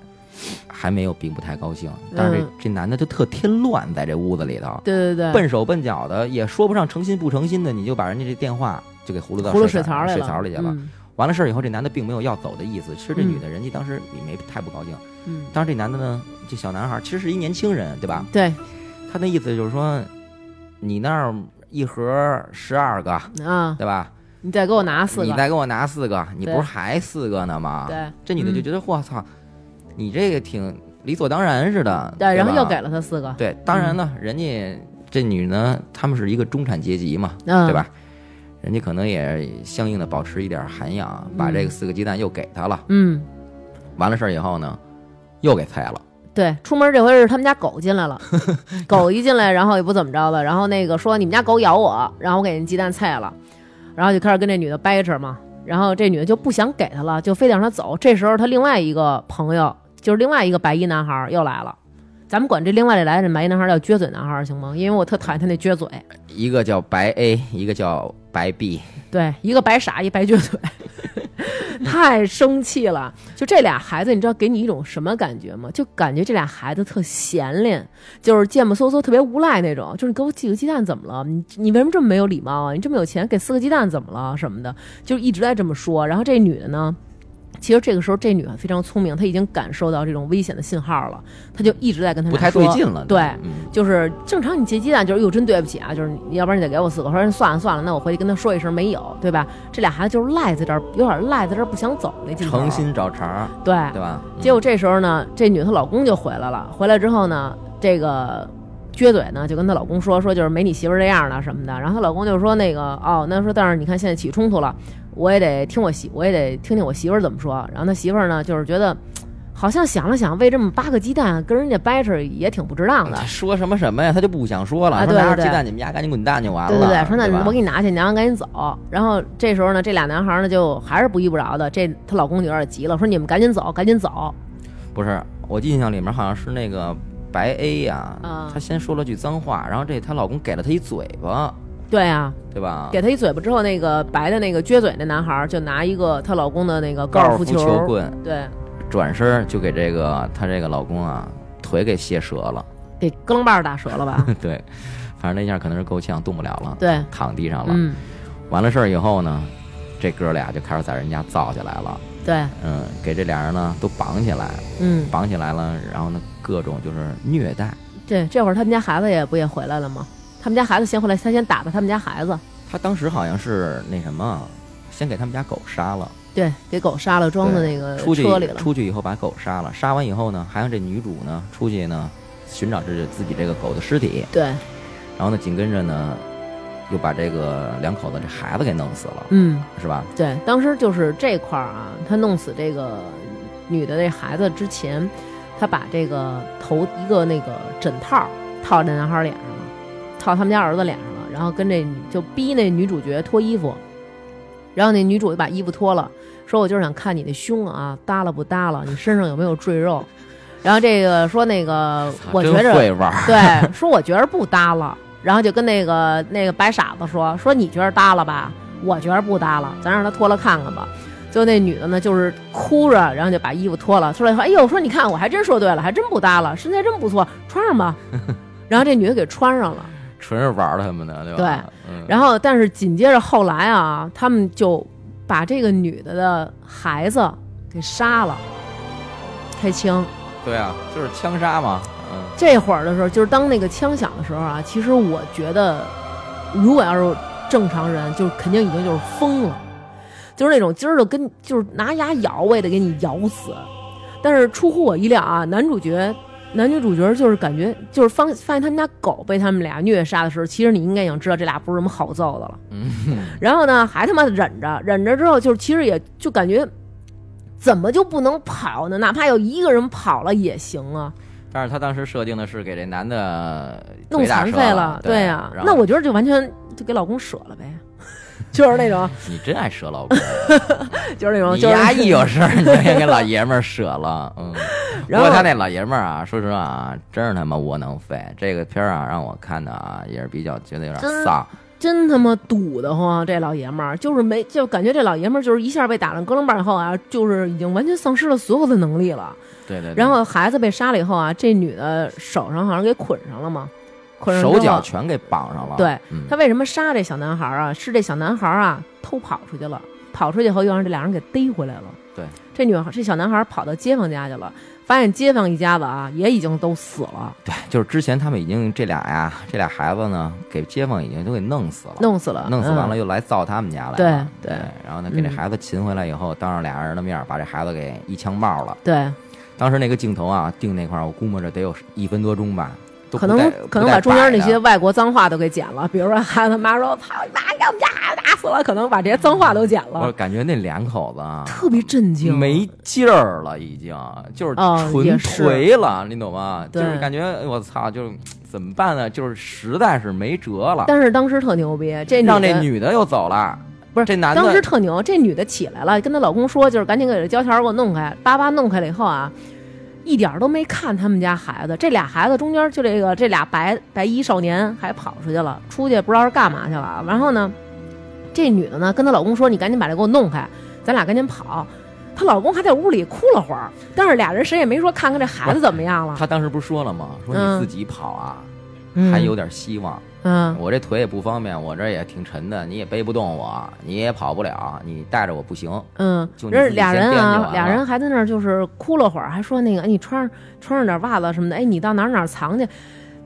Speaker 2: 还没有并不太高兴，但是这
Speaker 3: 嗯
Speaker 2: 这男的就特添乱，在这屋子里头，
Speaker 3: 对对对，
Speaker 2: 笨手笨脚的，也说不上诚心不诚心的，你就把人家这电话就给葫芦到
Speaker 3: 葫芦
Speaker 2: 水
Speaker 3: 水槽
Speaker 2: 里
Speaker 3: 里
Speaker 2: 水槽里去了。
Speaker 3: 嗯
Speaker 2: 完了事儿以后，这男的并没有要走的意思，其实这
Speaker 3: 嗯
Speaker 2: 女的人家当时也没太不高兴。
Speaker 3: 嗯，
Speaker 2: 当时这男的呢，这小男孩儿其实是一年轻人，对吧？
Speaker 3: 对
Speaker 2: 他那意思就是说，你那儿一盒十二个，
Speaker 3: 啊，
Speaker 2: 对吧？
Speaker 3: 你再给我拿四
Speaker 2: 你
Speaker 3: 个，
Speaker 2: 再给我拿四个，你不是还四个呢吗？
Speaker 3: 对
Speaker 2: 这女的就觉得，我操，你这个挺理所当然似的。
Speaker 3: 对，然后
Speaker 2: 吧
Speaker 3: 又给了嗯他四个，
Speaker 2: 对，当然呢，人家这女呢，他们是一个中产阶级嘛，
Speaker 3: 嗯，
Speaker 2: 对？吧？人家可能也相应的保持一点涵养，把这个四个鸡蛋又给他了。
Speaker 3: 嗯，
Speaker 2: 完了事儿以后呢，又给菜了。
Speaker 3: 对，出门这回是他们家狗进来了，狗一进来，然后也不怎么着了，然后那个说你们家狗咬我，然后我给人鸡蛋菜了，然后就开始跟这女的掰扯嘛，然后这女的就不想给他了，就非得让他走。这时候他另外一个朋友，就是另外一个白衣男孩儿又来了，咱们管这另外这来的白衣男孩儿叫撅嘴男孩儿行吗？因为我特讨厌他那撅嘴，
Speaker 2: 一个叫白 A，一个叫白 B，
Speaker 3: 对，一个白傻，一白撅嘴， 太生气了。就这俩孩子，你知道给你一种什么感觉吗？就感觉这俩孩子特闲练，就是贱不嗖嗖，特别无赖那种。就是你给我几个鸡蛋怎么了？你你为什么这么没有礼貌啊？你这么有钱，给四个鸡蛋怎么了？什么的，就一直在这么说。然后这女的呢？其实这个时候，这女的非常聪明，她已经感受到这种危险的信号了，她就一直在跟他
Speaker 2: 不
Speaker 3: 俩
Speaker 2: 太
Speaker 3: 说
Speaker 2: 对劲了。
Speaker 3: 对
Speaker 2: 嗯，
Speaker 3: 就是正常你借鸡蛋，就是哟真对不起啊，就是你要不然你得给我四个，说算了算了，那我回去跟他说一声没有，对吧？这俩孩子就是赖在这儿，有点赖在这儿不想走那劲头，啊
Speaker 2: 诚心找茬儿，
Speaker 3: 对。
Speaker 2: 对吧？嗯
Speaker 3: 结果这时候呢，这女的她老公就回来了，回来之后呢，这个撅嘴呢就跟她老公说说就是没你媳妇儿这样了什么的，然后她老公就说那个哦，那说但是你看现在起冲突了，我也得听我媳，我也得听听我媳妇儿怎么说。然后她媳妇儿呢就是觉得。好像想了想，为这么八个鸡蛋跟人家掰扯也挺不值当的
Speaker 2: 他，说什么什么呀？他就不想说了，
Speaker 3: 啊
Speaker 2: 说
Speaker 3: 对
Speaker 2: 拿着
Speaker 3: 对
Speaker 2: 鸡
Speaker 3: 对
Speaker 2: 蛋你们家赶紧滚蛋就完了。
Speaker 3: 对对对，说那
Speaker 2: 吧
Speaker 3: 我给你拿去，你让赶紧走。然后这时候呢，这俩男孩呢就还是不依不饶的，这她老公就有点急了，说你们赶紧走，赶紧走。
Speaker 2: 不是，我印象里面好像是那个白 A 呀、
Speaker 3: 啊
Speaker 2: 她先说了句脏话，然后这她老公给了她一嘴巴，
Speaker 3: 对啊，
Speaker 2: 对吧？
Speaker 3: 给她一嘴巴之后，那个白的那个撅嘴那男孩就拿一个她老公的那个
Speaker 2: 高
Speaker 3: 高
Speaker 2: 尔
Speaker 3: 尔
Speaker 2: 夫
Speaker 3: 夫
Speaker 2: 球棍，
Speaker 3: 对，
Speaker 2: 转身就给这个她这个老公啊腿给卸折了，
Speaker 3: 给胳楞把儿打折了吧？
Speaker 2: 对，反正那下可能是够呛，动不了了，
Speaker 3: 对，
Speaker 2: 躺地上了。
Speaker 3: 嗯，
Speaker 2: 完了事儿以后呢，这哥俩就开始在人家造起来了，
Speaker 3: 对，
Speaker 2: 嗯，给这俩人呢都绑起来，
Speaker 3: 嗯，
Speaker 2: 绑起来了，然后呢各种就是虐待。
Speaker 3: 对，这会儿他们家孩子也不也回来了吗？他们家孩子先回来，他先打的他们家孩子，
Speaker 2: 她当时好像是那什么，先给他们家狗杀了。
Speaker 3: 对，给狗杀了，装在那个
Speaker 2: 出去
Speaker 3: 呃车里了。
Speaker 2: 出去以后把狗杀了，杀完以后呢，还让这女主呢出去呢寻找这自己这个狗的尸体，
Speaker 3: 对，
Speaker 2: 然后呢紧跟着呢又把这个两口子这孩子给弄死了，
Speaker 3: 嗯。
Speaker 2: 是吧？
Speaker 3: 对，当时就是这块儿啊，他弄死这个女的这孩子之前，他把这个头一个那个枕套儿套在男孩儿脸上了，套他们家儿子脸上了，然后跟这女就逼那女主角脱衣服，然后那女主就把衣服脱了，说我就是想看你的胸啊，耷拉不耷拉，你身上有没有赘肉。然后这个说那个，我觉
Speaker 2: 真
Speaker 3: 着
Speaker 2: 会玩儿，
Speaker 3: 对，说我觉着不耷拉。然后就跟那个那个白傻子说说你觉得搭了吧？我觉得不搭了，咱让他脱了看看吧。就那女的呢，就是哭着，然后就把衣服脱了，脱了以后，哎呦，说你看我还真说对了，还真不搭了，身材真不错，穿上吧。 然后这女的给穿上了，
Speaker 2: 纯是玩儿他们的，对吧？对，嗯、
Speaker 3: 然后但是紧接着后来啊，他们就把这个女的的孩子给杀了，太清。
Speaker 2: 对啊，就是枪杀嘛，嗯，
Speaker 3: 这会儿的时候，就是当那个枪响的时候啊，其实我觉得，如果要是正常人，就是肯定已经就是疯了，就是那种今儿就跟就是拿牙咬，我也得给你咬死。但是出乎我意料啊，男主角、男女主角就是感觉就是发发现他们家狗被他们俩虐杀的时候，其实你应该已经知道这俩不是什么好揍的了。然后呢，还他妈忍着，忍着之后就是其实也就感觉。怎么就不能跑呢？哪怕有一个人跑了也行啊，
Speaker 2: 但是他当时设定的是给这男的
Speaker 3: 弄残废
Speaker 2: 了，
Speaker 3: 对
Speaker 2: 呀、
Speaker 3: 啊。那我觉得就完全就给老公舍了呗， 就是那种
Speaker 2: 你真爱舍老公，
Speaker 3: 就是那种
Speaker 2: 你丫一有事儿你就先给老爷们儿舍了， 嗯。
Speaker 3: 然后
Speaker 2: 他那老爷们儿啊，说实话啊，真是他妈窝囊废。这个片儿啊，让我看的啊也是比较觉得有点丧。
Speaker 3: 真他妈堵得慌，这老爷们儿就是没，就感觉这老爷们儿就是一下被打成咯楞棒以后啊，就是已经完全丧失了所有的能力了。
Speaker 2: 对,对对。
Speaker 3: 然后孩子被杀了以后啊，这女的手上好像给捆上了嘛，捆上啊
Speaker 2: 手脚全给绑上了。
Speaker 3: 对，
Speaker 2: 嗯、
Speaker 3: 他为什么杀这小男孩啊？是这小男孩啊偷跑出去了，跑出去以后又让这俩人给逮回来了。
Speaker 2: 对，
Speaker 3: 这女这小男孩跑到街坊家去了。发现街坊一家子啊，也已经都死了。
Speaker 2: 对，就是之前他们已经这俩呀，这俩孩子呢，给街坊已经都给弄死了，
Speaker 3: 弄死了，
Speaker 2: 弄死完了、
Speaker 3: 嗯、
Speaker 2: 又来造他们家来
Speaker 3: 了。对嗯
Speaker 2: 对，然后呢，给这孩子擒回来以后，当着俩人的面把这孩子给一枪爆了。
Speaker 3: 对，
Speaker 2: 当时那个镜头啊，定那块儿，我估摸着得有一分多钟吧。
Speaker 3: 可能可能把中间那些外国脏话都给剪了，比如说孩子妈说“操你妈，要不家孩子打死了”，可能把这些脏话都剪了。
Speaker 2: 我感觉那两口子啊，
Speaker 3: 啊特别震惊，
Speaker 2: 没劲儿了，已经就是
Speaker 3: 哦
Speaker 2: 纯颓了，你懂吗？就是感觉哎我操，就是怎么办呢？就是实在是没辙了。
Speaker 3: 但是当时特牛逼，这
Speaker 2: 让这女的又走了。
Speaker 3: 不是
Speaker 2: 这男
Speaker 3: 的，当时特牛，这女的起来了，跟她老公说，就是赶紧给这胶条给我弄开，叭叭弄开了以后啊。一点都没看他们家孩子，这俩孩子中间就这个这俩白白衣少年还跑出去了，出去不知道是干嘛去了。啊然后呢，这女的呢跟她老公说：“你赶紧把这给我弄开，咱俩赶紧跑。”她老公还在屋里哭了会儿，但是俩人谁也没说看看这孩子怎么样了。
Speaker 2: 她当时不是说了吗？说你自己跑啊，
Speaker 3: 嗯、
Speaker 2: 还有点希望。
Speaker 3: 嗯，
Speaker 2: 我这腿也不方便，我这也挺沉的，你也背不动我，你也跑不了，你带着我不行。
Speaker 3: 嗯，
Speaker 2: 就
Speaker 3: 这俩人啊，俩人还在那儿就是哭了会儿，还说那个，哎，你穿上穿上点袜子什么的，哎，你到哪哪藏去，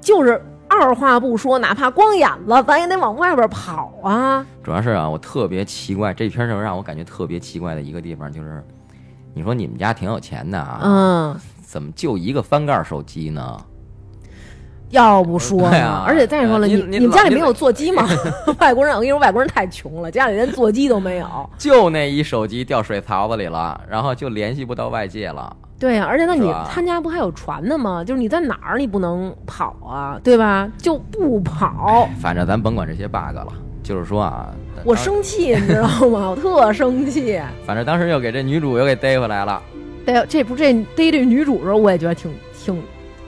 Speaker 3: 就是二话不说，哪怕光眼子，咱也得往外边跑啊。
Speaker 2: 主要是啊，我特别奇怪，这片儿让我感觉特别奇怪的一个地方就是，你说你们家挺有钱的啊，
Speaker 3: 嗯，
Speaker 2: 怎么就一个翻盖手机呢？
Speaker 3: 要不说
Speaker 2: 呢，啊、
Speaker 3: 而且再说了，
Speaker 2: 你
Speaker 3: 你们家里没有座机吗？ 外国人，我跟你说，外国人太穷了，家里连座机都没 有，
Speaker 2: 就那一手机掉水槽子里了，然后就联系不到外界了。
Speaker 3: 对呀、啊，而且那你
Speaker 2: 吧
Speaker 3: 他家不还有船呢吗？就是你在哪儿你不能跑啊，对吧？就不跑。
Speaker 2: 反正咱甭管这些 bug 了，就是说啊，
Speaker 3: 我生气，你知道吗？我特生气。
Speaker 2: 反正当时又给这女主又给逮回来了。
Speaker 3: 逮这不这逮这女主时候，我也觉得挺挺，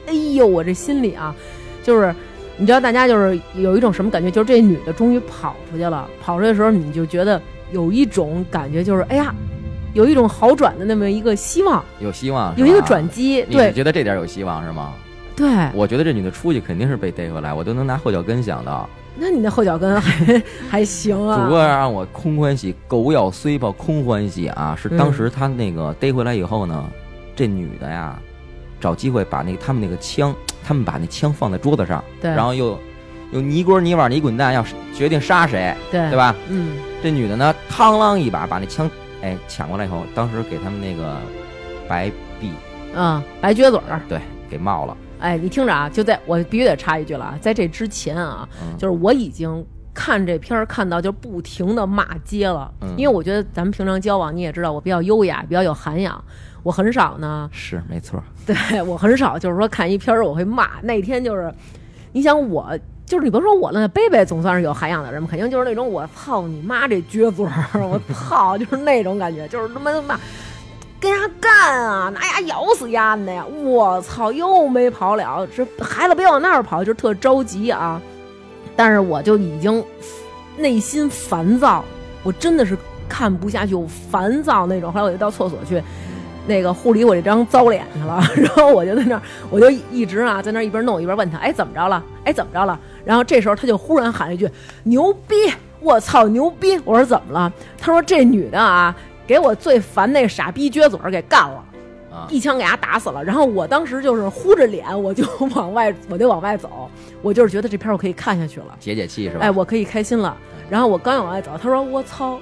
Speaker 3: 哎呦，我这心里啊。就是，你知道，大家就是有一种什么感觉，就是这女的终于跑出去了。跑出去的时候，你就觉得有一种感觉，就是哎呀，有一种好转的那么一个希望，
Speaker 2: 有希望，
Speaker 3: 有一个转机。对，
Speaker 2: 你觉得这点有希望是吗？
Speaker 3: 对，
Speaker 2: 我觉得这女的出去肯定是被逮回来，我都能拿后脚跟想到。
Speaker 3: 那你那后脚跟还 还行啊？
Speaker 2: 只不过让我空欢喜，狗咬虽报空欢喜啊！是当时他那个逮回来以后呢，
Speaker 3: 嗯、
Speaker 2: 这女的呀，找机会把那他们那个枪。他们把那枪放在桌子上，然后又又你滚你碗你滚蛋，要决定杀谁，
Speaker 3: 对
Speaker 2: 对吧？
Speaker 3: 嗯，
Speaker 2: 这女的呢，螳螂一把把那枪哎抢过来以后，当时给他们那个白臂
Speaker 3: 啊、嗯、白撅嘴儿，
Speaker 2: 对，给冒了。
Speaker 3: 哎，你听着啊，就在我必须得插一句了啊，在这之前啊，
Speaker 2: 嗯、
Speaker 3: 就是我已经看这片儿看到就不停的骂街了，
Speaker 2: 嗯、
Speaker 3: 因为我觉得咱们平常交往你也知道，我比较优雅，比较有涵养。我很少呢，
Speaker 2: 是没错。
Speaker 3: 对 我很少，就是说看一篇儿我会骂。那天就是，你想我就是你甭说我了，贝贝总算是有涵养的人，肯定就是那种我操你妈这撅嘴儿， 我操就是那种感觉，就是他妈骂，跟丫干啊，拿牙咬死丫的呀！我操，又没跑了，这孩子别往那儿跑，就是特着急啊。但是我就已经内心烦躁，我真的是看不下去，我烦躁那种。后来我就到厕所去，那个护理我这张糟脸去了， 然后我就在那儿，我就一直啊在那儿一边弄一边问他，哎怎么着了？哎怎么着了？然后这时候他就忽然喊了一句：“牛逼！”我操，牛逼！我说怎么了？他说这女的啊，给我最烦那傻逼撅嘴儿给干了。
Speaker 2: 啊，
Speaker 3: 一枪给他打死了。然后我当时就是呼着脸，我就往外，我就往外走，我就是觉得这片儿我可以看下去了，
Speaker 2: 解解气是吧？嗯
Speaker 3: 哎，我可以开心了。然后我刚往外走，他说我操，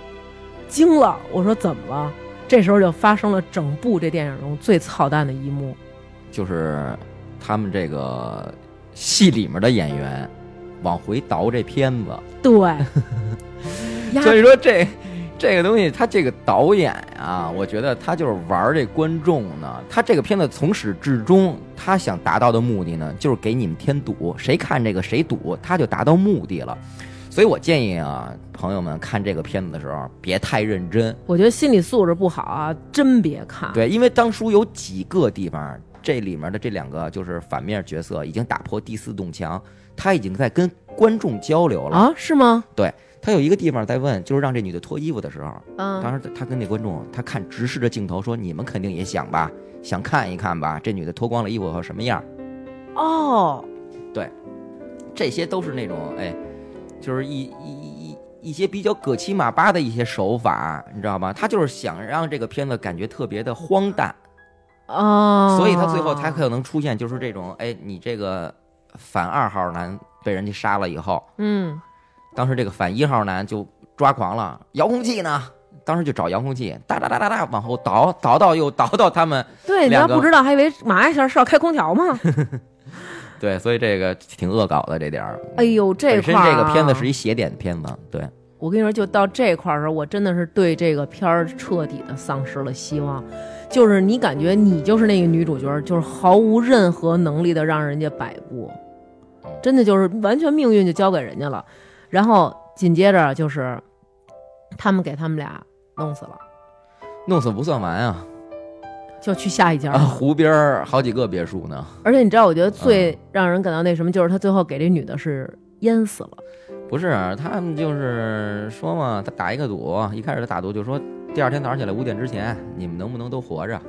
Speaker 3: 惊了。我说怎么了？这时候就发生了整部这电影中最操蛋的一幕。
Speaker 2: 就是他们这个戏里面的演员往回倒这片子，
Speaker 3: 对，呀
Speaker 2: 所以说这这个东西，他这个导演啊，我觉得他就是玩这观众呢。他这个片子从始至终，他想达到的目的呢，就是给你们添堵，谁看这个谁堵，他就达到目的了。所以我建议啊，朋友们看这个片子的时候别太认真，
Speaker 3: 我觉得心理素质不好啊，真别看。
Speaker 2: 对，因为当初有几个地方，这里面的这两个就是反面角色已经打破第四堵墙，他已经在跟观众交流了。
Speaker 3: 啊，是吗？
Speaker 2: 他有一个地方在问，就是让这女的脱衣服的时候，当
Speaker 3: 嗯，
Speaker 2: 时他跟那观众，他看直视着镜头说：“你们肯定也想吧，想看一看吧，这女的脱光了衣服后什么样？”
Speaker 3: 哦，
Speaker 2: 这些都是那种哎，就是一一一一些比较葛七马八的一些手法，你知道吗？他就是想让这个片子感觉特别的荒诞，
Speaker 3: 哦，
Speaker 2: 所以他最后才可能出现就是这种哎，你这个反二号男被人家杀了以后，
Speaker 3: 嗯，
Speaker 2: 当时这个反一号男就抓狂了，遥控器呢？当时就找遥控器，哒哒哒哒哒往后倒倒到又倒到他们。
Speaker 3: 对，你
Speaker 2: 两
Speaker 3: 要
Speaker 2: 个
Speaker 3: 不知道还以为嘛呀，是要开空 调吗？
Speaker 2: 对，所以这个挺恶搞的这点儿。
Speaker 3: 哎呦，这
Speaker 2: 本身
Speaker 3: 块儿、啊、
Speaker 2: 这个片子是一邪点片子，对，
Speaker 3: 我跟你说，就到这块儿的时候，我真的是对这个片儿彻底的丧失了希望。就是你感觉你就是那个女主角儿，就是毫无任何能力的让人家摆布，
Speaker 2: 哦
Speaker 3: 真的就是完全命运就交给人家了。然后紧接着就是他们给他们俩弄死了，
Speaker 2: 弄死不算完啊！
Speaker 3: 就去下一家
Speaker 2: 啊，
Speaker 3: 了。
Speaker 2: 湖边儿好几个别墅呢。
Speaker 3: 而且你知道，我觉得
Speaker 2: 嗯
Speaker 3: 最让人感到那什么，就是他最后给这女的是淹死了。
Speaker 2: 不是，啊他们就是说嘛，他打一个赌，一开始他打赌就说，第二天早上起来五点之前，你们能不能都活着？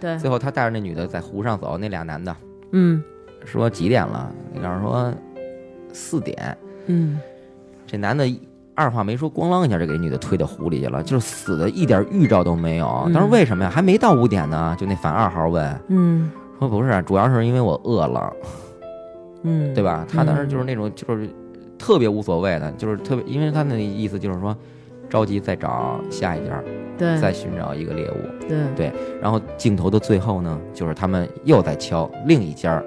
Speaker 3: 对，
Speaker 2: 最后他带着那女的在湖上走，那俩男的
Speaker 3: 嗯
Speaker 2: 说几点了？那俩人说四点。
Speaker 3: 嗯，
Speaker 2: 这男的二话没说，咣啷一下就给女的推到湖里去了，就是死的一点预兆都没有。
Speaker 3: 嗯
Speaker 2: 当时为什么呀？还没到五点呢，就那反二号问，
Speaker 3: 嗯
Speaker 2: 说不是，主要是因为我饿了，
Speaker 3: 嗯，
Speaker 2: 对吧？他当时就是那种就是特别无所谓的，就是特别，因为他那意思就是说着急再找下一家，
Speaker 3: 对
Speaker 2: 再寻找一个猎物。
Speaker 3: 对
Speaker 2: 对然后镜头的最后呢，就是他们又在敲另一家儿，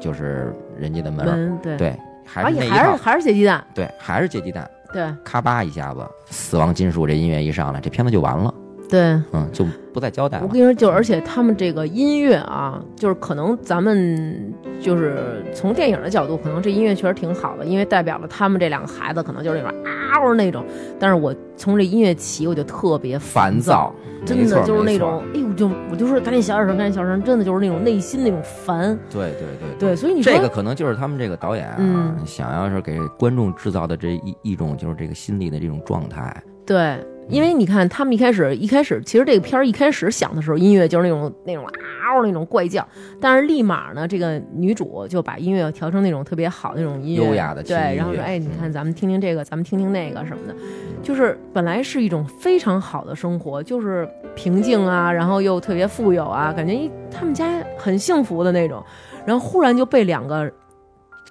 Speaker 2: 就是人家的门儿，
Speaker 3: 门对
Speaker 2: 对，还
Speaker 3: 而
Speaker 2: 是
Speaker 3: 且
Speaker 2: 那一
Speaker 3: 嗯哦还
Speaker 2: 套
Speaker 3: 是，还是写鸡蛋，
Speaker 2: 对，还是借鸡蛋，
Speaker 3: 对
Speaker 2: 咔吧一下子，死亡金属这音乐一上来，这片子就完了，
Speaker 3: 对。
Speaker 2: 嗯，就不再交代
Speaker 3: 我
Speaker 2: 了
Speaker 3: 跟。你说，就而且他们这个音乐啊，就是可能咱们就是从电影的角度，可能这音乐确实挺好的，因为代表了他们这两个孩子可能就是那种啊嗷那种。但是我从这音乐起，我就特别
Speaker 2: 烦
Speaker 3: 躁，
Speaker 2: 躁，
Speaker 3: 真
Speaker 2: 没
Speaker 3: 的
Speaker 2: 错
Speaker 3: 就是那，
Speaker 2: 没
Speaker 3: 种
Speaker 2: 错，
Speaker 3: 哎呦，就我就说赶紧小点声，赶紧小点声，真的就是那种内心那种烦。
Speaker 2: 对对对
Speaker 3: 对，所以你说
Speaker 2: 这个可能就是他们这个导演啊，
Speaker 3: 嗯
Speaker 2: 想要是给观众制造的这一一种就是这个心理的这种状态，
Speaker 3: 对，
Speaker 2: 嗯
Speaker 3: 因为你看他们一开始一开始，其实这个片儿一开始响的时候，音乐就是那种那种嗷那种怪叫，但是立马呢，这个女主就把音乐调成那种特别好的那种音乐，
Speaker 2: 优雅的轻
Speaker 3: 对
Speaker 2: 音乐，
Speaker 3: 然后说哎，你
Speaker 2: 嗯
Speaker 3: 看咱们听听这个，咱们听听那个什么的，就是本来是一种非常好的生活，就是平静啊，然后又特别富有啊，感觉一他们家很幸福的那种，然后忽然就被两个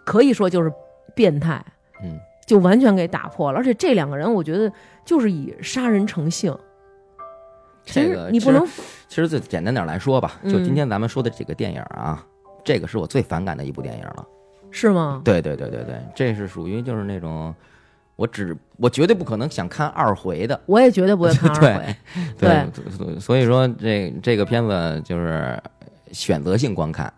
Speaker 3: 可以说就是变态，
Speaker 2: 嗯，
Speaker 3: 就完全给打破了。而且这两个人，我觉得就是以杀人成性，其
Speaker 2: 这
Speaker 3: 实
Speaker 2: 个
Speaker 3: 你
Speaker 2: 其
Speaker 3: 不
Speaker 2: 实
Speaker 3: 能
Speaker 2: 其实最简单点来说吧，就
Speaker 3: 嗯
Speaker 2: 今天咱们说的这个电影啊，这个是我最反感的一部电影了。
Speaker 3: 是吗？
Speaker 2: 对对对对对，这是属于就是那种，我只我绝对不可能想看二回的。
Speaker 3: 我也绝对不会看二回
Speaker 2: 对。对，所以说这这个片子就是选择性观看，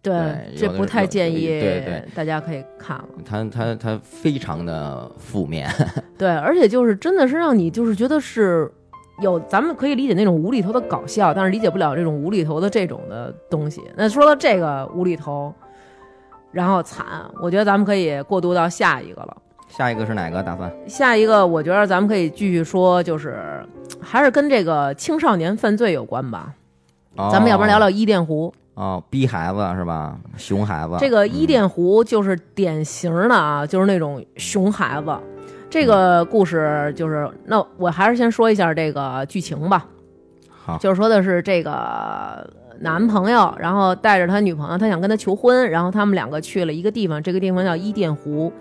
Speaker 2: 对
Speaker 3: 这
Speaker 2: 有的
Speaker 3: 不太
Speaker 2: 有
Speaker 3: 建议
Speaker 2: 对对
Speaker 3: 大家可以看了。
Speaker 2: 它它它非常的负面。
Speaker 3: 对，而且就是真的是让你就是觉得是有，咱们可以理解那种无厘头的搞笑，但是理解不了这种无厘头的这种的东西。那说到这个无厘头，然后惨。我觉得咱们可以过渡到下一个了。
Speaker 2: 下一个是哪个？打算
Speaker 3: 下一个，我觉得咱们可以继续说，就是还是跟这个青少年犯罪有关吧。咱们要不然聊聊伊甸湖。
Speaker 2: 哦，逼孩子是吧？熊孩子
Speaker 3: 这个伊甸湖就是典型的啊，就是那种熊孩子。这个故事就是，那我还是先说一下这个剧情吧。
Speaker 2: 好
Speaker 3: 就是说的是这个男朋友，然后带着他女朋友，他想跟他求婚，然后他们两个去了一个地方，这个地方叫伊甸湖，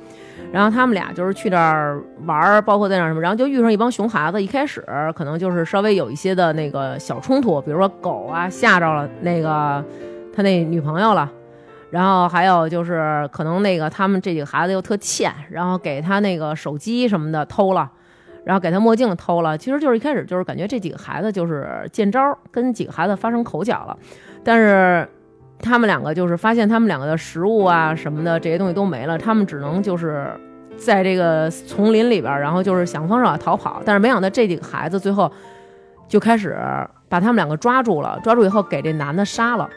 Speaker 3: 然后他们俩就是去这儿玩儿，包括在那儿什么，然后就遇上一帮熊孩子，一开始可能就是稍微有一些的那个小冲突，比如说狗啊吓着了那个他那女朋友了。然后还有就是，可能那个他们这几个孩子又特欠，然后给他那个手机什么的偷了，然后给他墨镜偷了。其实就是一开始就是感觉这几个孩子就是见招儿，跟几个孩子发生口角了，但是他们两个就是发现他们两个的食物啊什么的这些东西都没了，他们只能就是在这个丛林里边儿，然后就是想方设法逃跑。但是没想到这几个孩子最后就开始把他们两个抓住了，抓住以后给这男的杀了。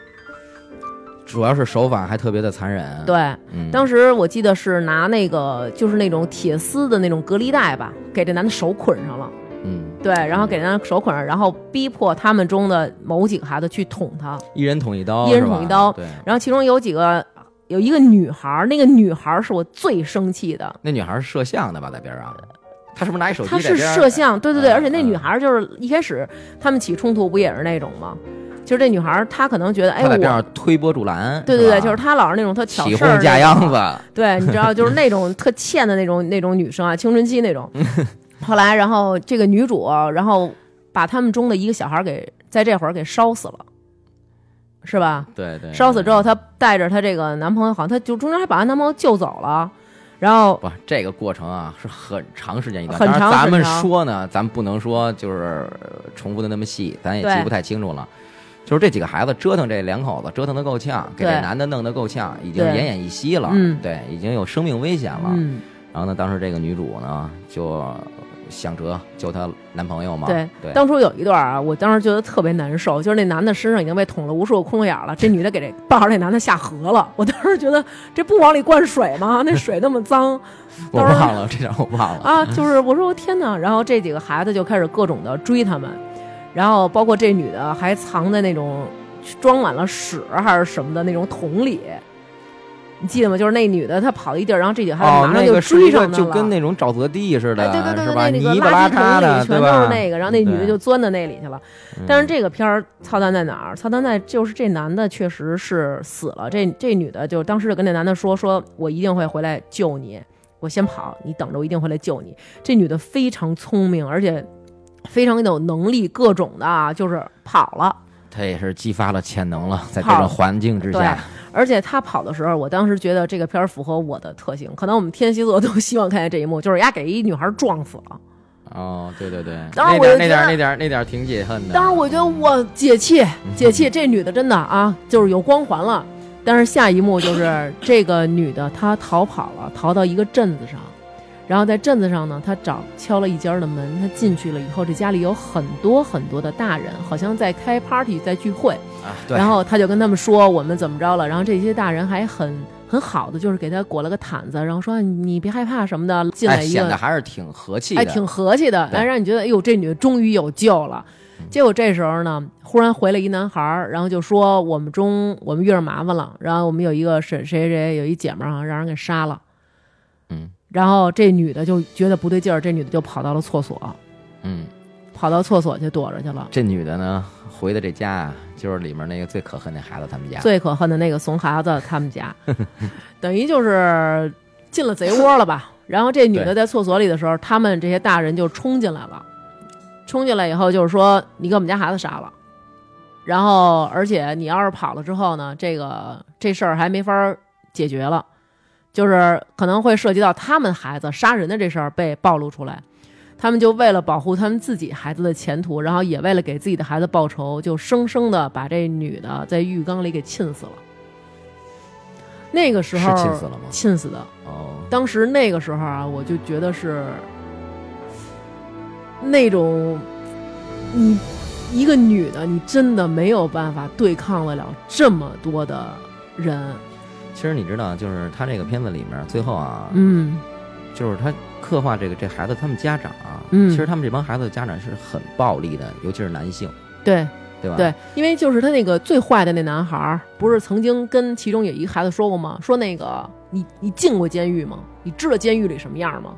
Speaker 2: 主要是手法还特别的残忍。，
Speaker 3: 对，
Speaker 2: 嗯、
Speaker 3: 当时我记得是拿那个就是那种铁丝的那种隔离带吧，给这男的手捆上了。
Speaker 2: 嗯，
Speaker 3: 对，然后给人家手捆上，然后逼迫他们中的某几个孩子去捅他。
Speaker 2: 一人捅一刀，
Speaker 3: 一人
Speaker 2: 是吧
Speaker 3: 捅一刀
Speaker 2: 对，
Speaker 3: 然后其中有几个有一个女孩儿，那个女孩儿是我最生气的，
Speaker 2: 那女孩是摄像的吧，在边上，她是不是拿一手机？
Speaker 3: 她是摄，像，对对对，
Speaker 2: 嗯
Speaker 3: 而且那
Speaker 2: 嗯
Speaker 3: 女孩儿就是一开始他们起冲突不也是那种吗？就是这女孩儿她可能觉得，哎，
Speaker 2: 她在边
Speaker 3: 我。
Speaker 2: 上推波助澜。
Speaker 3: 对对
Speaker 2: 吧
Speaker 3: 对，就是她老是那种特挑
Speaker 2: 起
Speaker 3: 事儿
Speaker 2: 哄
Speaker 3: 那
Speaker 2: 架
Speaker 3: 种
Speaker 2: 秧子，
Speaker 3: 对，你知道，就是那种特欠的那种那种女生啊，青春期那 种。后来，然后这个女主，然后把他们中的一个小孩给在这会儿给烧死了，是吧？
Speaker 2: 对对，
Speaker 3: 烧死之后，她带着她这个男朋友，好像她就中间还把她男朋友救走了，然后
Speaker 2: 不，这个过程啊是很长时间一段，
Speaker 3: 很
Speaker 2: 当然
Speaker 3: 长
Speaker 2: 咱们
Speaker 3: 很长
Speaker 2: 说呢，咱们不能说就是呃重复的那么细，咱也
Speaker 3: 对
Speaker 2: 记不太清楚了。就是这几个孩子折腾这两口子，折腾的够呛，给这
Speaker 3: 对
Speaker 2: 男的弄得够呛，已经
Speaker 3: 对
Speaker 2: 奄奄一息了，
Speaker 3: 嗯
Speaker 2: 对，已经有生命危险了。
Speaker 3: 嗯，
Speaker 2: 然后呢，当时这个女主呢就想辙救她男朋友嘛，
Speaker 3: 对
Speaker 2: 对，
Speaker 3: 当初有一段啊，我当时觉得特别难受，就是那男的身上已经被捅了无数个窟窿眼儿了，这女的给这抱着那男的下河了，我当时觉得这不往里灌水吗？那水那么脏。
Speaker 2: 我忘了这张我忘了，
Speaker 3: 啊，就是我说我天哪！然后这几个孩子就开始各种的追他们，然后包括这女的还藏在那种装满了屎还是什么的那种桶里，你记得吗？就是那女的她跑了一地儿，然后这几个孩子
Speaker 2: 哦，
Speaker 3: 马上
Speaker 2: 那个是
Speaker 3: 追
Speaker 2: 一个
Speaker 3: 上她
Speaker 2: 就
Speaker 3: 了。
Speaker 2: 跟那种沼泽地似的，
Speaker 3: 哎，对对对
Speaker 2: 是
Speaker 3: 对，
Speaker 2: 吧？
Speaker 3: 那
Speaker 2: 泥
Speaker 3: 个
Speaker 2: 巴
Speaker 3: 垃
Speaker 2: 拉
Speaker 3: 圾桶
Speaker 2: 碴的，
Speaker 3: 里
Speaker 2: 对
Speaker 3: 全都
Speaker 2: 吧？
Speaker 3: 是那个，然后那女的就钻到那里去了。
Speaker 2: 嗯
Speaker 3: 但是这个片儿操蛋在哪儿？操蛋在就是这男的确实是死了，这这女的就当时就跟那男的说：“说我一定会回来救你，我先跑，你等着，我一定会来救你。”这女的非常聪明，而且非常有能力，各种的啊，就是跑了。
Speaker 2: 他也是激发了潜能了，在这
Speaker 3: 好
Speaker 2: 种环境之
Speaker 3: 对
Speaker 2: 下，，
Speaker 3: 而且她跑的时候，我当时觉得这个片儿符合我的特性，可能我们天蝎座都希望看见这一幕，就是丫给一女孩撞死了。
Speaker 2: 哦，对对对，
Speaker 3: 当然
Speaker 2: 那
Speaker 3: 我就
Speaker 2: 点那
Speaker 3: 觉得
Speaker 2: 点那点那点挺解恨的。
Speaker 3: 当时我觉得我解
Speaker 2: 嗯
Speaker 3: 气解气，这女的真的啊，就是有光环了。但是下一幕就是 这个女的她逃跑了，逃到一个镇子上，然后在镇子上呢，她找敲了一家的门，她进去了以后，这家里有很多很多的大人，好像在开 party 在聚会，
Speaker 2: 啊，对，
Speaker 3: 然后她就跟他们说我们怎么着了，然后这些大人还很很好的就是给她裹了个毯子，然后说你别害怕什么的，进来
Speaker 2: 哎，
Speaker 3: 一个
Speaker 2: 显得还是挺和气的，
Speaker 3: 哎，挺和气的，
Speaker 2: 对嗯
Speaker 3: 哎，让你觉得，哎呦，这女的终于有救了。结果这时候呢，忽然回来一男孩儿，然后就说我们中我们遇上麻烦了，然后我们有一个谁谁谁有一姐们儿啊，让人给杀了。
Speaker 2: 嗯
Speaker 3: 然后这女的就觉得不对劲儿，这女的就跑到了厕所，
Speaker 2: 嗯。
Speaker 3: 跑到厕所去躲着去了。
Speaker 2: 这女的呢，回的这家啊，就是里面那个最可恨那孩子他们家。
Speaker 3: 最可恨的那个怂孩子他们 家，等于就是进了贼窝了吧？然后这女的
Speaker 2: 对
Speaker 3: 在厕所里的时候，他们这些大人就冲进来了，冲进来以后就是说你给我们家孩子杀了，然后而且你要是跑了之后呢，这个这事儿还没法儿解决了，就是可能会涉及到他们孩子杀人的这事儿被暴露出来。他们就为了保护他们自己孩子的前途，然后也为了给自己的孩子报仇，就生生的把这女的在浴缸里给浸死了。那个时
Speaker 2: 是
Speaker 3: 候
Speaker 2: 亲死了吗？
Speaker 3: 浸死的。
Speaker 2: 哦，
Speaker 3: 当时那个时候啊，我就觉得是那种你一个女的，你真的没有办法对抗得了这么多的人。
Speaker 2: 其实你知道，就是他这个片子里面最后啊，
Speaker 3: 嗯
Speaker 2: 就是他刻画这个这孩子他们家长啊，
Speaker 3: 嗯
Speaker 2: 其实他们这帮孩子的家长是很暴力的，尤其是男性，
Speaker 3: 对
Speaker 2: 对吧？
Speaker 3: 对，因为就是他那个最坏的那男孩儿，不是曾经跟其中有一个孩子说过吗？说那个你你进过监狱吗？你知道监狱里什么样吗？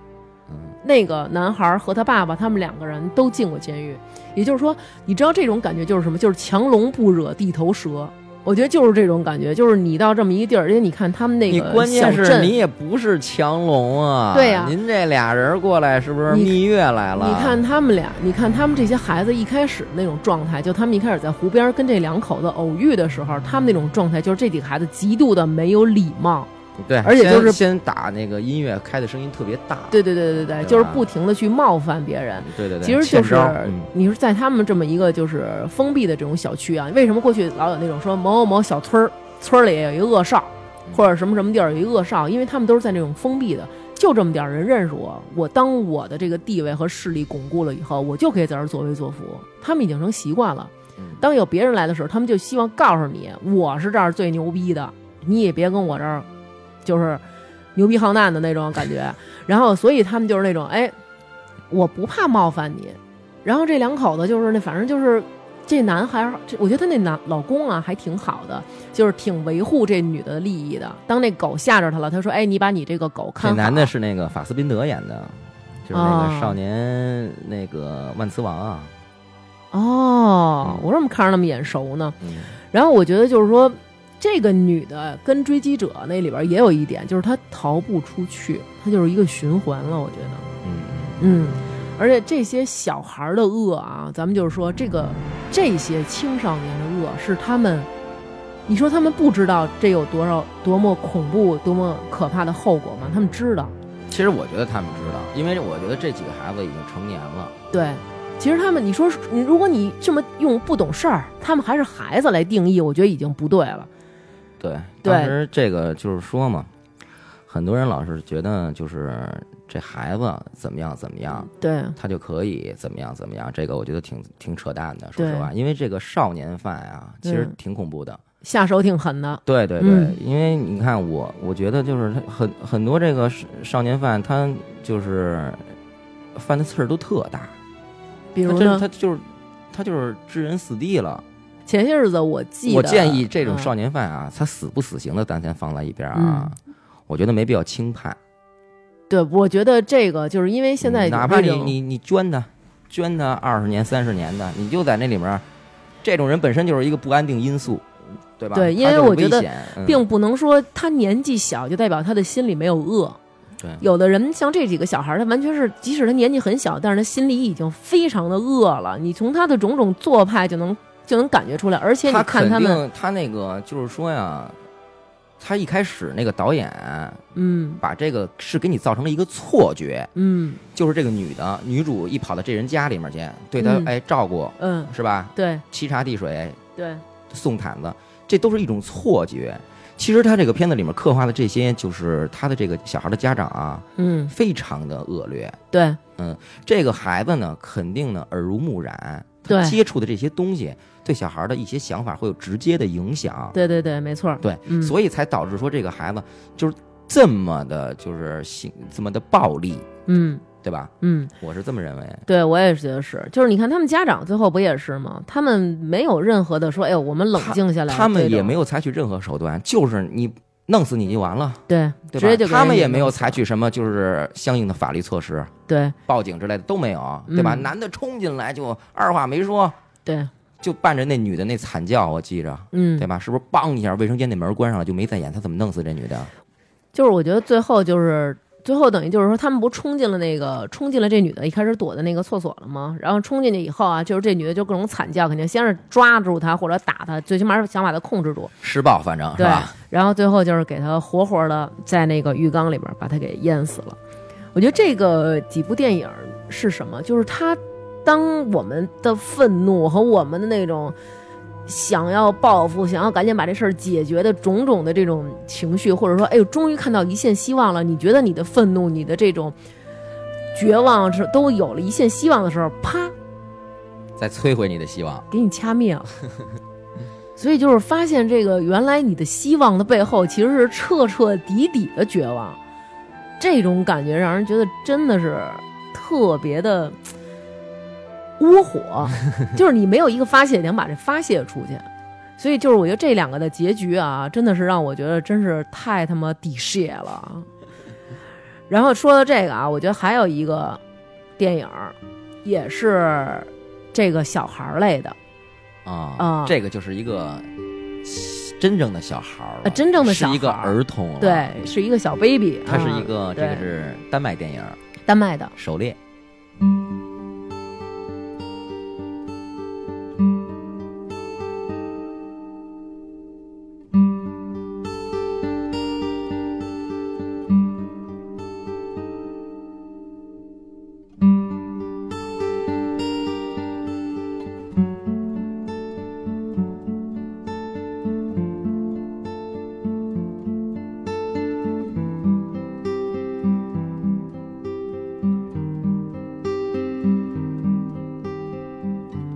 Speaker 2: 嗯，
Speaker 3: 那个男孩儿和他爸爸，他们两个人都进过监狱。也就是说，你知道这种感觉就是什么？就是强龙不惹地头蛇。我觉得就是这种感觉，就是你到这么一地儿，而且你看他们那
Speaker 2: 你
Speaker 3: 个
Speaker 2: 关
Speaker 3: 小
Speaker 2: 键是
Speaker 3: 镇，
Speaker 2: 你也不是强龙啊，
Speaker 3: 对呀
Speaker 2: 您这俩人过来是不是
Speaker 3: 你
Speaker 2: 蜜月来了？
Speaker 3: 你看他们俩，你看他们这些孩子一开始那种状态，就他们一开始在湖边儿跟这两口子偶遇的时候，他们那种状态就是这几个孩子极度的没有礼貌。
Speaker 2: 对，
Speaker 3: 而且
Speaker 2: 先
Speaker 3: 就是
Speaker 2: 先打那个音乐开的声音特别大，
Speaker 3: 对对对对对，
Speaker 2: 对
Speaker 3: 就是
Speaker 2: 吧
Speaker 3: 不停的去冒犯别人。
Speaker 2: 对对对，
Speaker 3: 其实就
Speaker 2: 欠
Speaker 3: 是
Speaker 2: 招儿嗯
Speaker 3: 你是在他们这么一个就是封闭的这种小区啊，为什么过去老有那种说某某某小村儿村儿里有一恶少，或者什么什么地儿有一恶少？因为他们都是在那种封闭的，就这么点儿人认识我，我当我的这个地位和势力巩固了以后，我就可以在这儿作威作福。他们已经成习惯了
Speaker 2: 嗯。
Speaker 3: 当有别人来的时候，他们就希望告诉你，我是这儿最牛逼的，你也别跟我这儿就是牛逼好难的那种感觉。然后，所以他们就是那种，哎，我不怕冒犯你。然后这两口子就是那，反正就是这男孩儿，这我觉得那男老公啊还挺好的，就是挺维护这女的利益的。当那狗吓着他了，他说：“哎，你把你这个狗看
Speaker 2: 这
Speaker 3: 好。”
Speaker 2: 男的是那个法斯宾德演的，就是那
Speaker 3: 哦
Speaker 2: 个少年那个万磁王啊，
Speaker 3: 哦
Speaker 2: 嗯，
Speaker 3: 我怎么看着那么眼熟呢？
Speaker 2: 嗯，
Speaker 3: 然后我觉得就是说，这个女的跟追击者那里边也有一点，就是她逃不出去，她就是一个循环了。我觉得，
Speaker 2: 嗯
Speaker 3: 嗯，而且这些小孩儿的恶啊，咱们就是说，这个这些青少年的恶是他们，你说他们不知道这有多少多么恐怖、多么可怕的后果吗？他们知道，
Speaker 2: 其实我觉得他们知道，因为我觉得这几个孩子已经成年了，
Speaker 3: 对。其实他们，你说你如果你这么用不懂事儿，他们还是孩子来定义，我觉得已经不对了。
Speaker 2: 对，
Speaker 3: 对
Speaker 2: 当时这个就是说嘛，很多人老是觉得就是这孩子怎么样怎么样，
Speaker 3: 对，
Speaker 2: 他就可以怎么样怎么样，这个我觉得挺挺扯淡的，说
Speaker 3: 对
Speaker 2: 实话，因为这个少年犯啊，其实
Speaker 3: 嗯
Speaker 2: 挺恐怖的。
Speaker 3: 下手挺狠的。
Speaker 2: 对对对，
Speaker 3: 嗯
Speaker 2: 因为你看我，我觉得就是他很很多这个少少年犯，他就是犯的刺儿都特大，
Speaker 3: 比
Speaker 2: 他
Speaker 3: 如
Speaker 2: 真是
Speaker 3: 呢
Speaker 2: 他，就是他就是置人死地了。
Speaker 3: 前些日子我记得，
Speaker 2: 我建议这种
Speaker 3: 嗯
Speaker 2: 少年犯啊，他死不死刑的，咱先放在一边啊。
Speaker 3: 嗯
Speaker 2: 我觉得没必要轻判，
Speaker 3: 对，我觉得这个就是因为现
Speaker 2: 嗯
Speaker 3: 在有
Speaker 2: 哪怕
Speaker 3: 这
Speaker 2: 你
Speaker 3: 种
Speaker 2: 你你捐他，捐他二十年三十年的，你就在那里面，这种人本身就是一个不安定因素，对吧？
Speaker 3: 对因为
Speaker 2: 他就是
Speaker 3: 我觉得
Speaker 2: 危险嗯
Speaker 3: 并不能说他年纪小就代表他的心里没有恶。
Speaker 2: 对
Speaker 3: 有的人像这几个小孩儿，他完全是，即使他年纪很小，但是他心里已经非常的恶了。你从他的种种做派就能就能感觉出来，而且你
Speaker 2: 他
Speaker 3: 看
Speaker 2: 肯
Speaker 3: 他们，
Speaker 2: 定他那个就是说呀，他一开始那个导演
Speaker 3: 嗯
Speaker 2: 把这个是给你造成了一个错觉，
Speaker 3: 嗯
Speaker 2: 就是这个女的女主一跑到这人家里面去，对她、
Speaker 3: 嗯
Speaker 2: 哎照顾
Speaker 3: 嗯，
Speaker 2: 是吧？
Speaker 3: 对
Speaker 2: 沏茶递水，
Speaker 3: 对，
Speaker 2: 送毯子，这都是一种错觉。其实他这个片子里面刻画的这些，就是他的这个小孩的家长啊，
Speaker 3: 嗯
Speaker 2: 非常的恶劣。
Speaker 3: 对
Speaker 2: 这个孩子呢，肯定呢耳濡目染，
Speaker 3: 对
Speaker 2: 接触的这些东西对小孩的一些想法会有直接的影响。
Speaker 3: 对对对，没错儿，
Speaker 2: 对
Speaker 3: 嗯
Speaker 2: 所以才导致说这个孩子就是这么的，就是性这么的暴力，
Speaker 3: 嗯
Speaker 2: 对吧？
Speaker 3: 嗯。
Speaker 2: 我是这么认为。
Speaker 3: 对，我也是觉得是，就是你看他们家长最后不也是吗？他们没有任何的说，哎呦，我们冷静下来，
Speaker 2: 他们也没
Speaker 3: 有
Speaker 2: 有采取任何手段，就是你弄死你就完了，
Speaker 3: 对，
Speaker 2: 对
Speaker 3: 直接
Speaker 2: 吧？
Speaker 3: 就给
Speaker 2: 他们
Speaker 3: 人
Speaker 2: 也没有
Speaker 3: 弄死
Speaker 2: 采取什么就是相应的法律措施。
Speaker 3: 对
Speaker 2: 报警之类的都没有，对吧？
Speaker 3: 嗯
Speaker 2: 男的冲进来就二话没说，
Speaker 3: 对，
Speaker 2: 就伴着那女的那惨叫，我记着，
Speaker 3: 嗯
Speaker 2: 对，吧？是不是梆一下卫生间那门关上了，就没再演他怎么弄死这女的？
Speaker 3: 就是我觉得最后就是最后等于就是说，他们不冲进了那个冲进了这女的，一开始躲在那个厕所了吗？然后冲进去以后啊，就是这女的就各种惨叫，肯定先是抓住她或者打她，最起码是想把她控制住，
Speaker 2: 施暴，反正是
Speaker 3: 对
Speaker 2: 吧？，
Speaker 3: 然后最后就是给她活活的在那个浴缸里边把她给淹死了。我觉得这个几部电影是什么？就是它当我们的愤怒和我们的那种想要报复、想要赶紧把这事儿解决的种种的这种情绪，或者说，哎呦，终于看到一线希望了，你觉得你的愤怒、你的这种绝望是都有了一线希望的时候，啪，
Speaker 2: 在摧毁你的希望。
Speaker 3: 给你掐灭了。 所以就是发现这个原来你的希望的背后其实是彻彻底底的绝望，这种感觉让人觉得真的是特别的窝火，就是你没有一个发泄点把这发泄出去。所以就是我觉得这两个的结局啊，真的是让我觉得真是太他妈抵血了。然后说到这个啊，我觉得还有一个电影儿也是这个小孩儿类的，
Speaker 2: 啊
Speaker 3: 啊
Speaker 2: 这个就是一个真正的小孩儿了，
Speaker 3: 呃真正的小
Speaker 2: 是一个
Speaker 3: 孩儿
Speaker 2: 儿童了，
Speaker 3: 对，是一个小 baby，
Speaker 2: 啊它是
Speaker 3: 啊
Speaker 2: 一个这个
Speaker 3: 对
Speaker 2: 是丹麦电影《
Speaker 3: 丹麦的，
Speaker 2: 狩猎》。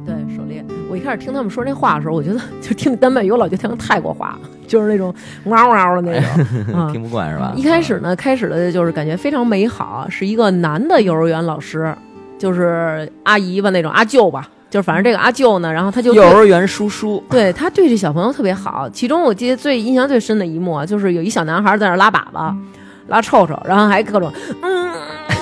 Speaker 3: 对狩猎。我一开始听他们说这话的时候，我觉得就听丹麦语，我老觉得像泰国话， 就是那种嗷嗷的那 种啊。
Speaker 2: 听不惯是吧？嗯
Speaker 3: 一开始呢，开始的就是感觉非常美好，是一个男的幼儿园老师，就是阿姨吧那种阿舅吧，就是反正这个阿舅呢，然后他就
Speaker 2: 幼儿园叔叔，
Speaker 3: 对他对这小朋友特别好。其中我记得最印象最深的一幕啊，就是有一小男孩在那儿拉粑粑，拉臭臭，然后还各种嗯。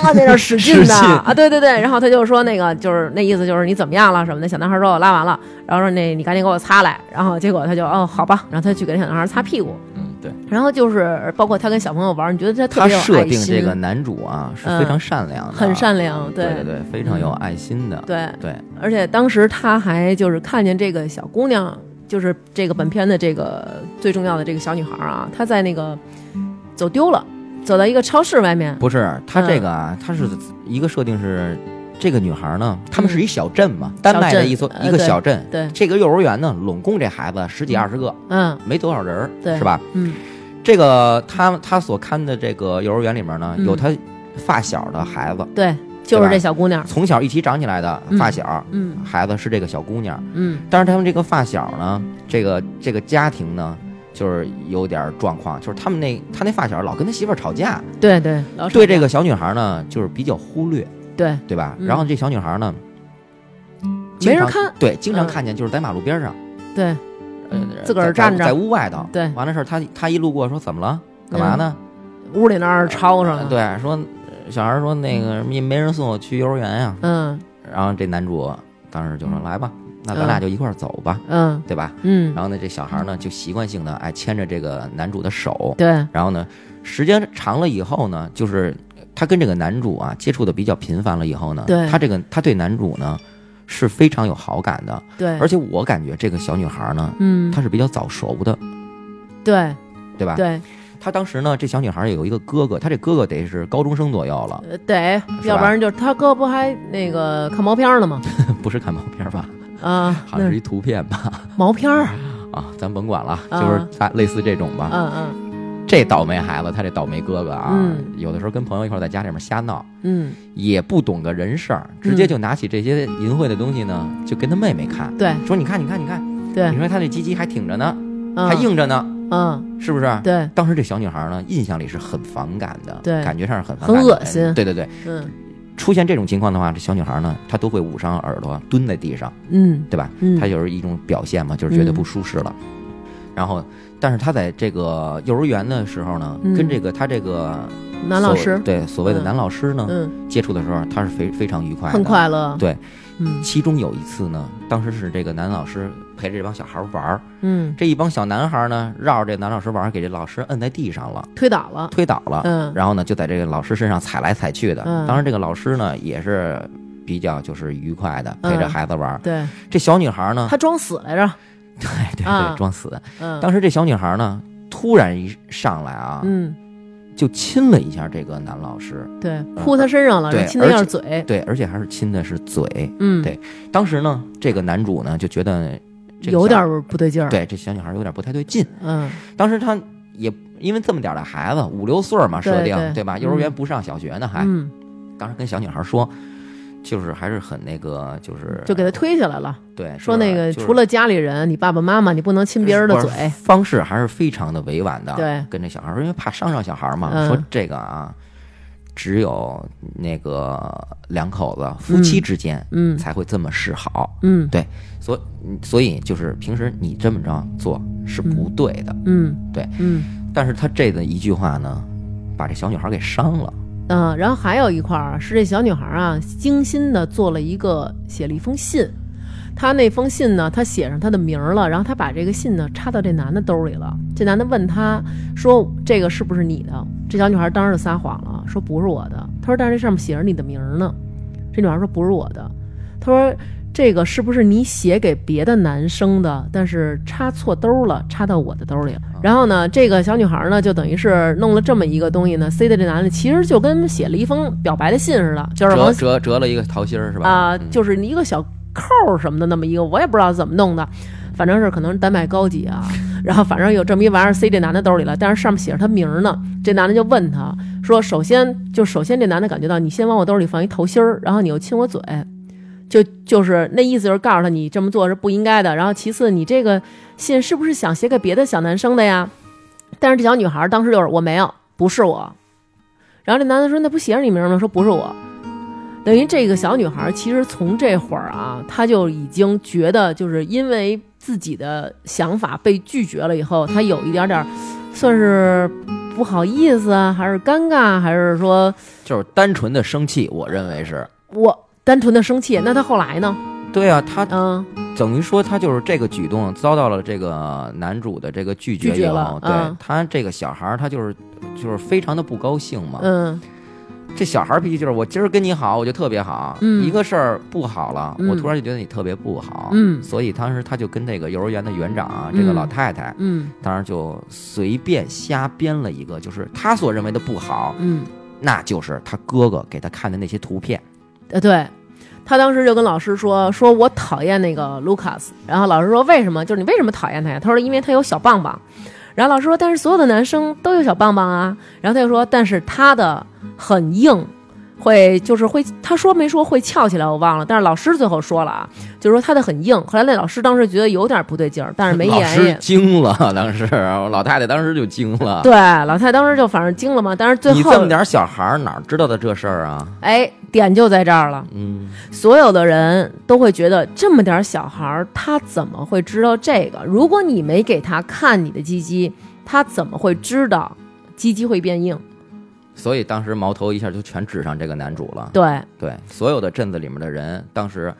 Speaker 3: 啊，在那儿使劲
Speaker 2: 使
Speaker 3: 呢
Speaker 2: 劲
Speaker 3: 啊，对对对，然后他就说那个就是那意思就是你怎么样了什么的，小男孩说我拉完了，然后说那你赶紧给我擦来，然后结果他就哦好吧，然后他去给那小男孩擦屁股，
Speaker 2: 嗯，对，
Speaker 3: 然后就是包括他跟小朋友玩，你觉得他特
Speaker 2: 他
Speaker 3: 别有
Speaker 2: 设
Speaker 3: 爱
Speaker 2: 定
Speaker 3: 心，嗯
Speaker 2: 这个男主啊是非常善良的，
Speaker 3: 很善良，
Speaker 2: 对
Speaker 3: 对嗯
Speaker 2: 对，非常有爱心的，
Speaker 3: 对
Speaker 2: 对，
Speaker 3: 而且当时他还就是看见这个小姑娘，就是这个本片的这个最重要的这个小女孩啊，她在那个走丢了，走到一个超市外面，
Speaker 2: 不是他这
Speaker 3: 嗯
Speaker 2: 个啊，他是一个设定是这个女孩呢，他们是一小镇嘛，丹麦的一所
Speaker 3: 嗯小镇呃
Speaker 2: 一个小镇，
Speaker 3: 对，
Speaker 2: 这个幼儿园呢，拢共这孩子十几二十个，
Speaker 3: 嗯
Speaker 2: 没多少人儿，
Speaker 3: 对
Speaker 2: 是吧？
Speaker 3: 嗯
Speaker 2: 这个他他所看的这个幼儿园里面呢，
Speaker 3: 嗯
Speaker 2: 有他发小的孩子，
Speaker 3: 对，就
Speaker 2: 对
Speaker 3: 是
Speaker 2: 吧
Speaker 3: 这小姑娘，
Speaker 2: 从小一起长起来的发小。
Speaker 3: 嗯
Speaker 2: 孩子是这个小姑娘，
Speaker 3: 嗯
Speaker 2: 但是他们这个发小呢，这个这个家庭呢，就是有点状况，就是他们那他那发小老跟他媳妇儿吵架，
Speaker 3: 对对，老
Speaker 2: 对这个小女孩呢，就是比较忽略，
Speaker 3: 对
Speaker 2: 对吧？
Speaker 3: 嗯
Speaker 2: 然后这小女孩呢，
Speaker 3: 没
Speaker 2: 经
Speaker 3: 人
Speaker 2: 常
Speaker 3: 看，
Speaker 2: 对，经常
Speaker 3: 嗯
Speaker 2: 看见就是在马路边上，
Speaker 3: 对
Speaker 2: 呃，
Speaker 3: 自个儿
Speaker 2: 在
Speaker 3: 站着
Speaker 2: 在屋外头，
Speaker 3: 对
Speaker 2: 嗯完了事儿，他他一路过说怎么了？
Speaker 3: 嗯
Speaker 2: 干嘛呢？
Speaker 3: 屋里那儿吵上
Speaker 2: 呃
Speaker 3: 了，，
Speaker 2: 对，说呃小孩说那个没没人送我去幼儿园呀、
Speaker 3: 嗯
Speaker 2: 然后这男主当时就说来吧，那咱俩就一块儿走吧，
Speaker 3: 嗯
Speaker 2: 对吧？
Speaker 3: 嗯，
Speaker 2: 然后呢，这小孩呢就习惯性的哎牵着这个男主的手，
Speaker 3: 对，
Speaker 2: 然后呢，时间长了以后呢，就是他跟这个男主啊接触的比较频繁了以后呢，
Speaker 3: 对
Speaker 2: 他这个他对男主呢是非常有好感的，
Speaker 3: 对
Speaker 2: 而，且我感觉这个小女孩呢，
Speaker 3: 嗯，
Speaker 2: 她是比较早熟的，
Speaker 3: 对
Speaker 2: 对吧？
Speaker 3: 对
Speaker 2: 她当时呢，这小女孩也有一个哥哥，她这哥哥得是高中生左右了，
Speaker 3: 呃得，要不然就是他哥不还那个看毛片儿呢吗？
Speaker 2: 不是看毛片 吧？
Speaker 3: 啊，
Speaker 2: 好像
Speaker 3: 那
Speaker 2: 是一图片吧？
Speaker 3: 毛片儿，
Speaker 2: 啊，咱甭管了，
Speaker 3: 啊
Speaker 2: 就是大类似这种吧。
Speaker 3: 嗯嗯
Speaker 2: 这倒霉孩子，他这倒霉哥哥啊，
Speaker 3: 嗯
Speaker 2: 有的时候跟朋友一块儿在家里面瞎闹，
Speaker 3: 嗯，
Speaker 2: 也不懂个人事儿，直接就拿起这些淫秽的东西呢，就跟他妹妹看，
Speaker 3: 对
Speaker 2: 说你看，你看，你看，
Speaker 3: 对
Speaker 2: 你，说他这鸡鸡还挺着呢，
Speaker 3: 嗯
Speaker 2: 还硬着呢，
Speaker 3: 嗯，
Speaker 2: 是不是？
Speaker 3: 对，
Speaker 2: 当时这小女孩呢，印象里是很反感的，
Speaker 3: 对
Speaker 2: 感觉上是很反
Speaker 3: 很
Speaker 2: 感的
Speaker 3: 恶心
Speaker 2: 对对对，
Speaker 3: 嗯
Speaker 2: 出现这种情况的话，这小女孩呢，她都会捂上耳朵蹲在地上，
Speaker 3: 嗯
Speaker 2: 对吧？
Speaker 3: 嗯，
Speaker 2: 她就是一种表现嘛，就是觉得
Speaker 3: 嗯
Speaker 2: 不舒适了。然后，但是她在这个幼儿园的时候呢，
Speaker 3: 嗯
Speaker 2: 跟这个她这个
Speaker 3: 男老
Speaker 2: 所
Speaker 3: 师，
Speaker 2: 对所谓的
Speaker 3: 嗯
Speaker 2: 男老师呢、
Speaker 3: 嗯，
Speaker 2: 接触的时候，她是非非常愉快，
Speaker 3: 很。快乐，
Speaker 2: 对，
Speaker 3: 嗯
Speaker 2: 其中有一次呢，当时是这个男老师陪着这帮小孩玩儿，
Speaker 3: 嗯，
Speaker 2: 这一帮小男孩呢绕着这男老师玩儿，给这老师摁在地上了，
Speaker 3: 推倒了，
Speaker 2: 推倒了，
Speaker 3: 嗯
Speaker 2: 然后呢就在这个老师身上踩来踩去的。
Speaker 3: 嗯
Speaker 2: 当然，这个老师呢也是比较就是愉快的，
Speaker 3: 嗯
Speaker 2: 陪着孩子玩儿。
Speaker 3: 对
Speaker 2: 这小女孩呢，
Speaker 3: 他装死来着，
Speaker 2: 对 对
Speaker 3: 啊
Speaker 2: 对，装死。
Speaker 3: 嗯，
Speaker 2: 当时这小女孩呢，突然一上来啊，
Speaker 3: 嗯
Speaker 2: 就亲了一下这个男老师，
Speaker 3: 对，扑他身上了，
Speaker 2: 啊对
Speaker 3: 然后亲他一下嘴，
Speaker 2: 对，而且还是亲的是嘴。
Speaker 3: 嗯，
Speaker 2: 对当时呢，这个男主呢就觉得这个
Speaker 3: 有
Speaker 2: 小
Speaker 3: 点儿不对劲儿，，
Speaker 2: 对这小女孩有点不太对劲。
Speaker 3: 嗯
Speaker 2: 当时他也因为这么点儿的孩子，五六岁儿嘛，设定
Speaker 3: 对对
Speaker 2: 吧？
Speaker 3: 嗯
Speaker 2: 哎幼儿园不上小学呢，还、
Speaker 3: 嗯
Speaker 2: 当时跟小女孩说，就是还是很那个，就是
Speaker 3: 就给他推下来了。
Speaker 2: 对
Speaker 3: 说那个除
Speaker 2: 了
Speaker 3: 了家里人，你爸爸妈妈，你不能亲别人的嘴。
Speaker 2: 方式还是非常的委婉的，
Speaker 3: 对
Speaker 2: 跟这小孩儿，因为怕伤着小孩儿嘛，
Speaker 3: 嗯
Speaker 2: 说这个啊，只有那个两口子夫妻之间
Speaker 3: 嗯
Speaker 2: 才会这么示好，
Speaker 3: 嗯
Speaker 2: 所所以就是平时你这么着做是不对的，
Speaker 3: 嗯，
Speaker 2: 对
Speaker 3: 嗯。
Speaker 2: 但是他这的一句话呢，把这小女孩给伤了，
Speaker 3: 嗯，然后还有一块儿是这小女孩儿啊，精心的做了一个写了一封信，她那封信呢，她写上她的名儿了，然后她把这个信呢插到这男的兜里了。这男的问她说：“这个是不是你的？”这小女孩儿当时就撒谎了，说不是我的。她说：“但是这上面写着你的名儿呢。”这女孩儿说：“不是我的。”她说：“这个是不是你写给别的男生的？但是插错兜了，插到我的兜里了。然后呢，这个小女孩呢，就等于是弄了这么一个东西呢，塞在这男的，其实就跟写了一封表白的信似的，就是
Speaker 2: 折
Speaker 3: 往
Speaker 2: 折折了一个桃心儿是吧？
Speaker 3: 啊、
Speaker 2: 嗯
Speaker 3: 就是一个小扣儿什么的那么一个，我也不知道怎么弄的，反正是可能是丹麦高级啊，然后反正有这么一玩意儿塞这男的兜里了，但是上面写着他名儿呢。这男的就问他说：“首先就首先这男的感觉到你先往我兜里放一头芯儿，然后你又亲我嘴，就就是那意思就是告诉他你这么做是不应该的。然后其次你这个信是不是想写给别的小男生的呀？但是这小女孩当时就是我没有，不是我。然后这男的说那不写着你名儿吗？说不是我。等于这个小女孩其实从这会儿啊，她就已经觉得就是因为自己的想法被拒绝了以后，她有一点点儿算是不好意思啊，还是尴尬，还是说
Speaker 2: 就是单纯的生气，我认为是。
Speaker 3: 我单纯的生气？那她后来呢？
Speaker 2: 对啊，他
Speaker 3: 嗯，
Speaker 2: 等于说他就是这个举动遭到了这个男主的这个拒绝
Speaker 3: 拒绝
Speaker 2: 以
Speaker 3: 了
Speaker 2: 后，对、
Speaker 3: 嗯
Speaker 2: 他这个小孩儿，他就是就是非常的不高兴嘛。
Speaker 3: 嗯
Speaker 2: 这小孩儿脾气就是我今儿跟你好，我就特别好，
Speaker 3: 嗯
Speaker 2: 一个事儿不好了，
Speaker 3: 嗯
Speaker 2: 我突然就觉得你特别不好，
Speaker 3: 嗯
Speaker 2: 所以当时他就跟这个幼儿园的园长啊，这个
Speaker 3: 嗯
Speaker 2: 老太太，
Speaker 3: 嗯
Speaker 2: 当时就随便瞎编了一个，就是他所认为的不好，
Speaker 3: 嗯，
Speaker 2: 那就是他哥哥给他看的那些图片。
Speaker 3: 呃，对。她当时就跟老师说：“说我讨厌那个卢卡斯。”然后老师说：“为什么？就是你为什么讨厌他呀？”他说：“因为他有小棒棒。”然后老师说：“但是所有的男生都有小棒棒啊。”然后他就说：“但是他的很硬，会就是会，他说没说会翘起来，我忘了。但是老师最后说了啊，就是说他的很硬。后来那老师当时觉得有点不对劲儿，但是没
Speaker 2: 老
Speaker 3: 言
Speaker 2: 师
Speaker 3: 语。
Speaker 2: 惊了，当时 老太太当时就惊了。
Speaker 3: 对，老太太当时就反正惊了嘛。但是最
Speaker 2: 你
Speaker 3: 后
Speaker 2: 这么点儿小孩儿哪知道的这事儿啊？
Speaker 3: 哎，点就在这儿了。
Speaker 2: 嗯，
Speaker 3: 所有的人都会觉得这么点儿小孩儿，他怎么会知道这个？如果你没给他看你的鸡鸡，他怎么会知道鸡鸡会变硬？
Speaker 2: 所以当时矛头一下就全指上这个男主了。
Speaker 3: 对，
Speaker 2: 对，所有的镇子里面的人，当时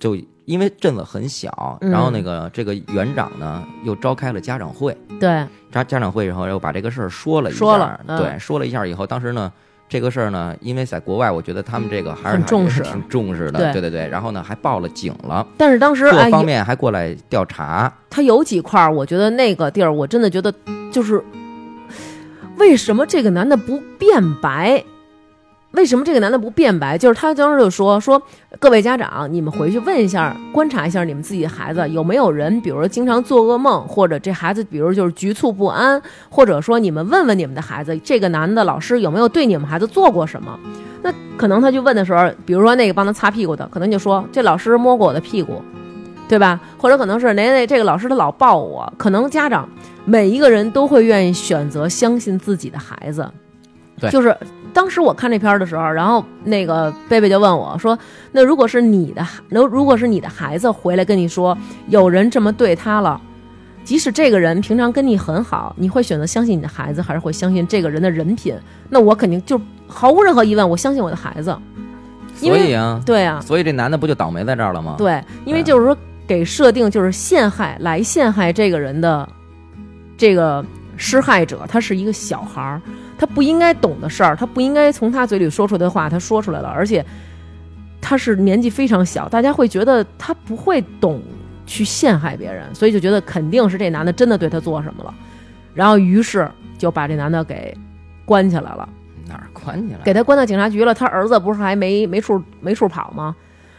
Speaker 2: 就因为镇子很小，
Speaker 3: 嗯
Speaker 2: 然后那个这个园长呢又召开了家长会，
Speaker 3: 对，
Speaker 2: 家家长会以后又把这个事儿说了一下，
Speaker 3: 说了嗯
Speaker 2: 对，说了一下以后，当时呢。这个事儿呢，因为在国外，我觉得他们这个还是
Speaker 3: 很重视
Speaker 2: 挺重视的，
Speaker 3: 对
Speaker 2: 对对对。然后呢，还报了警了，
Speaker 3: 但是当时哎
Speaker 2: 各，方面还过来调查。
Speaker 3: 他有几块儿，我觉得那个地儿，我真的觉得就是为什么这个男的不变白？为什么这个男的不变白？就是他当时就说说，各位家长，你们回去问一下，观察一下你们自己的孩子有没有人，比如说经常做噩梦，或者这孩子比如就是局促不安，或者说你们问问你们的孩子，这个男的老师有没有对你们孩子做过什么？那可能他去问的时候，比如说那个帮他擦屁股的，可能就说这老师摸过我的屁股，对吧？或者可能是哪哪这个老师他老抱我，可能家长每一个人都会愿意选择相信自己的孩子。
Speaker 2: 对
Speaker 3: 就是当时我看这片儿的时候，然后那个贝贝就问我说：“那如果是你的，那如果是你的孩子回来跟你说有人这么对他了，即使这个人平常跟你很好，你会选择相信你的孩子，还是会相信这个人的人品？那我肯定就毫无任何疑问，我相信我的孩子。因
Speaker 2: 所
Speaker 3: 为
Speaker 2: 以啊，
Speaker 3: 对啊，
Speaker 2: 所以这男的不就倒霉在这儿了吗？
Speaker 3: 对，因为
Speaker 2: 对
Speaker 3: 就是说给设定就是陷害来陷害这个人的这个施害者，他是一个小孩儿，他不应该懂的事儿，他不应该从他嘴里说出来的话，他说出来了，而且他是年纪非常小，大家会觉得他不会懂去陷害别人，所以就觉得肯定是这男的真的对他做什么了，然后于是就把这男的给关起来了。
Speaker 2: 哪儿关你了？
Speaker 3: 给他关到警察局了。他儿子不是还没没处没处跑吗？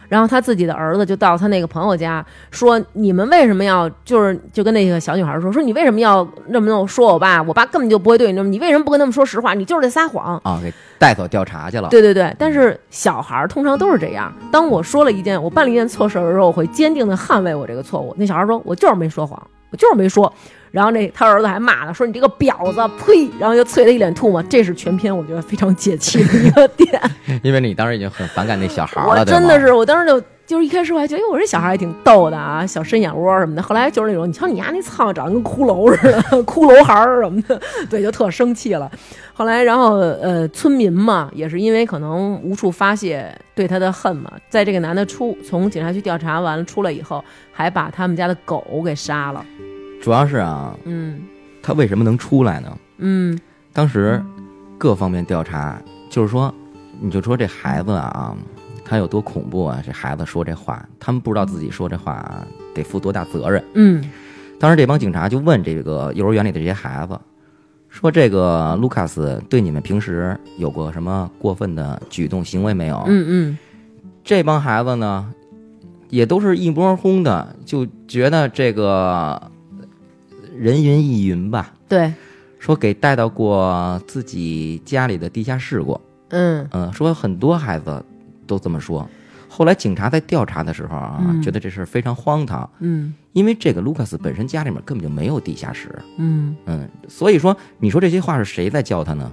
Speaker 3: 然后他自己的儿子就到他那个朋友家说：“你们为什么要就是就跟那个小女孩说说你为什么要那么弄说我爸？我爸根本就不会对你那么，你为什么不跟他们说实话？你就是在撒谎。”
Speaker 2: 啊，给带走调查去了。
Speaker 3: 对对对，但是小孩儿通常都是这样。当我说了一件我办了一件错事儿的时候，我会坚定的捍卫我这个错误。那小孩儿说：“我就是没说谎，我就是没说。”然后那他儿子还骂他，说：“你这个婊子，呸！”然后就啐他一脸吐沫。这是全篇我觉得非常解气的一个 点。
Speaker 2: 因为你当时已经很反感那小孩
Speaker 3: 我
Speaker 2: 了，对
Speaker 3: 真
Speaker 2: 吗
Speaker 3: 的是，我当时就就是一开始我还觉得，哎，我这小孩还挺逗的啊，小深眼窝什么的。后来就是那种，你瞧你丫那苍蝇长得跟骷髅似的， 骷髅孩儿什么的，对，就特生气了。后来，然后呃，村民嘛，也是因为可能无处发泄对他的恨嘛，在这个男的出从警察局调查完了出来以后，还把他们家的狗给杀了。
Speaker 2: 主要是啊，
Speaker 3: 嗯
Speaker 2: 他为什么能出来呢？
Speaker 3: 嗯
Speaker 2: 当时各方面调查，就是说，你就说这孩子啊，他有多恐怖啊！这孩子说这话，他们不知道自己说这话啊，得负多大责任。
Speaker 3: 嗯
Speaker 2: 当时这帮警察就问这个幼儿园里的这些孩子，说这个卢卡斯对你们平时有过什么过分的举动行为没有？
Speaker 3: 嗯嗯
Speaker 2: 这帮孩子呢，也都是一窝蜂的，就觉得这个呃人云亦云吧，
Speaker 3: 对，
Speaker 2: 说给带到过自己家里的地下室过。
Speaker 3: 嗯
Speaker 2: 嗯，说很多孩子都这么说。后来警察在调查的时候啊，
Speaker 3: 嗯
Speaker 2: 觉得这事儿非常荒唐，
Speaker 3: 嗯
Speaker 2: 因为这个卢卡斯本身家里面根本就没有地下室，
Speaker 3: 嗯，
Speaker 2: 嗯，所以说你说这些话是谁在教他呢？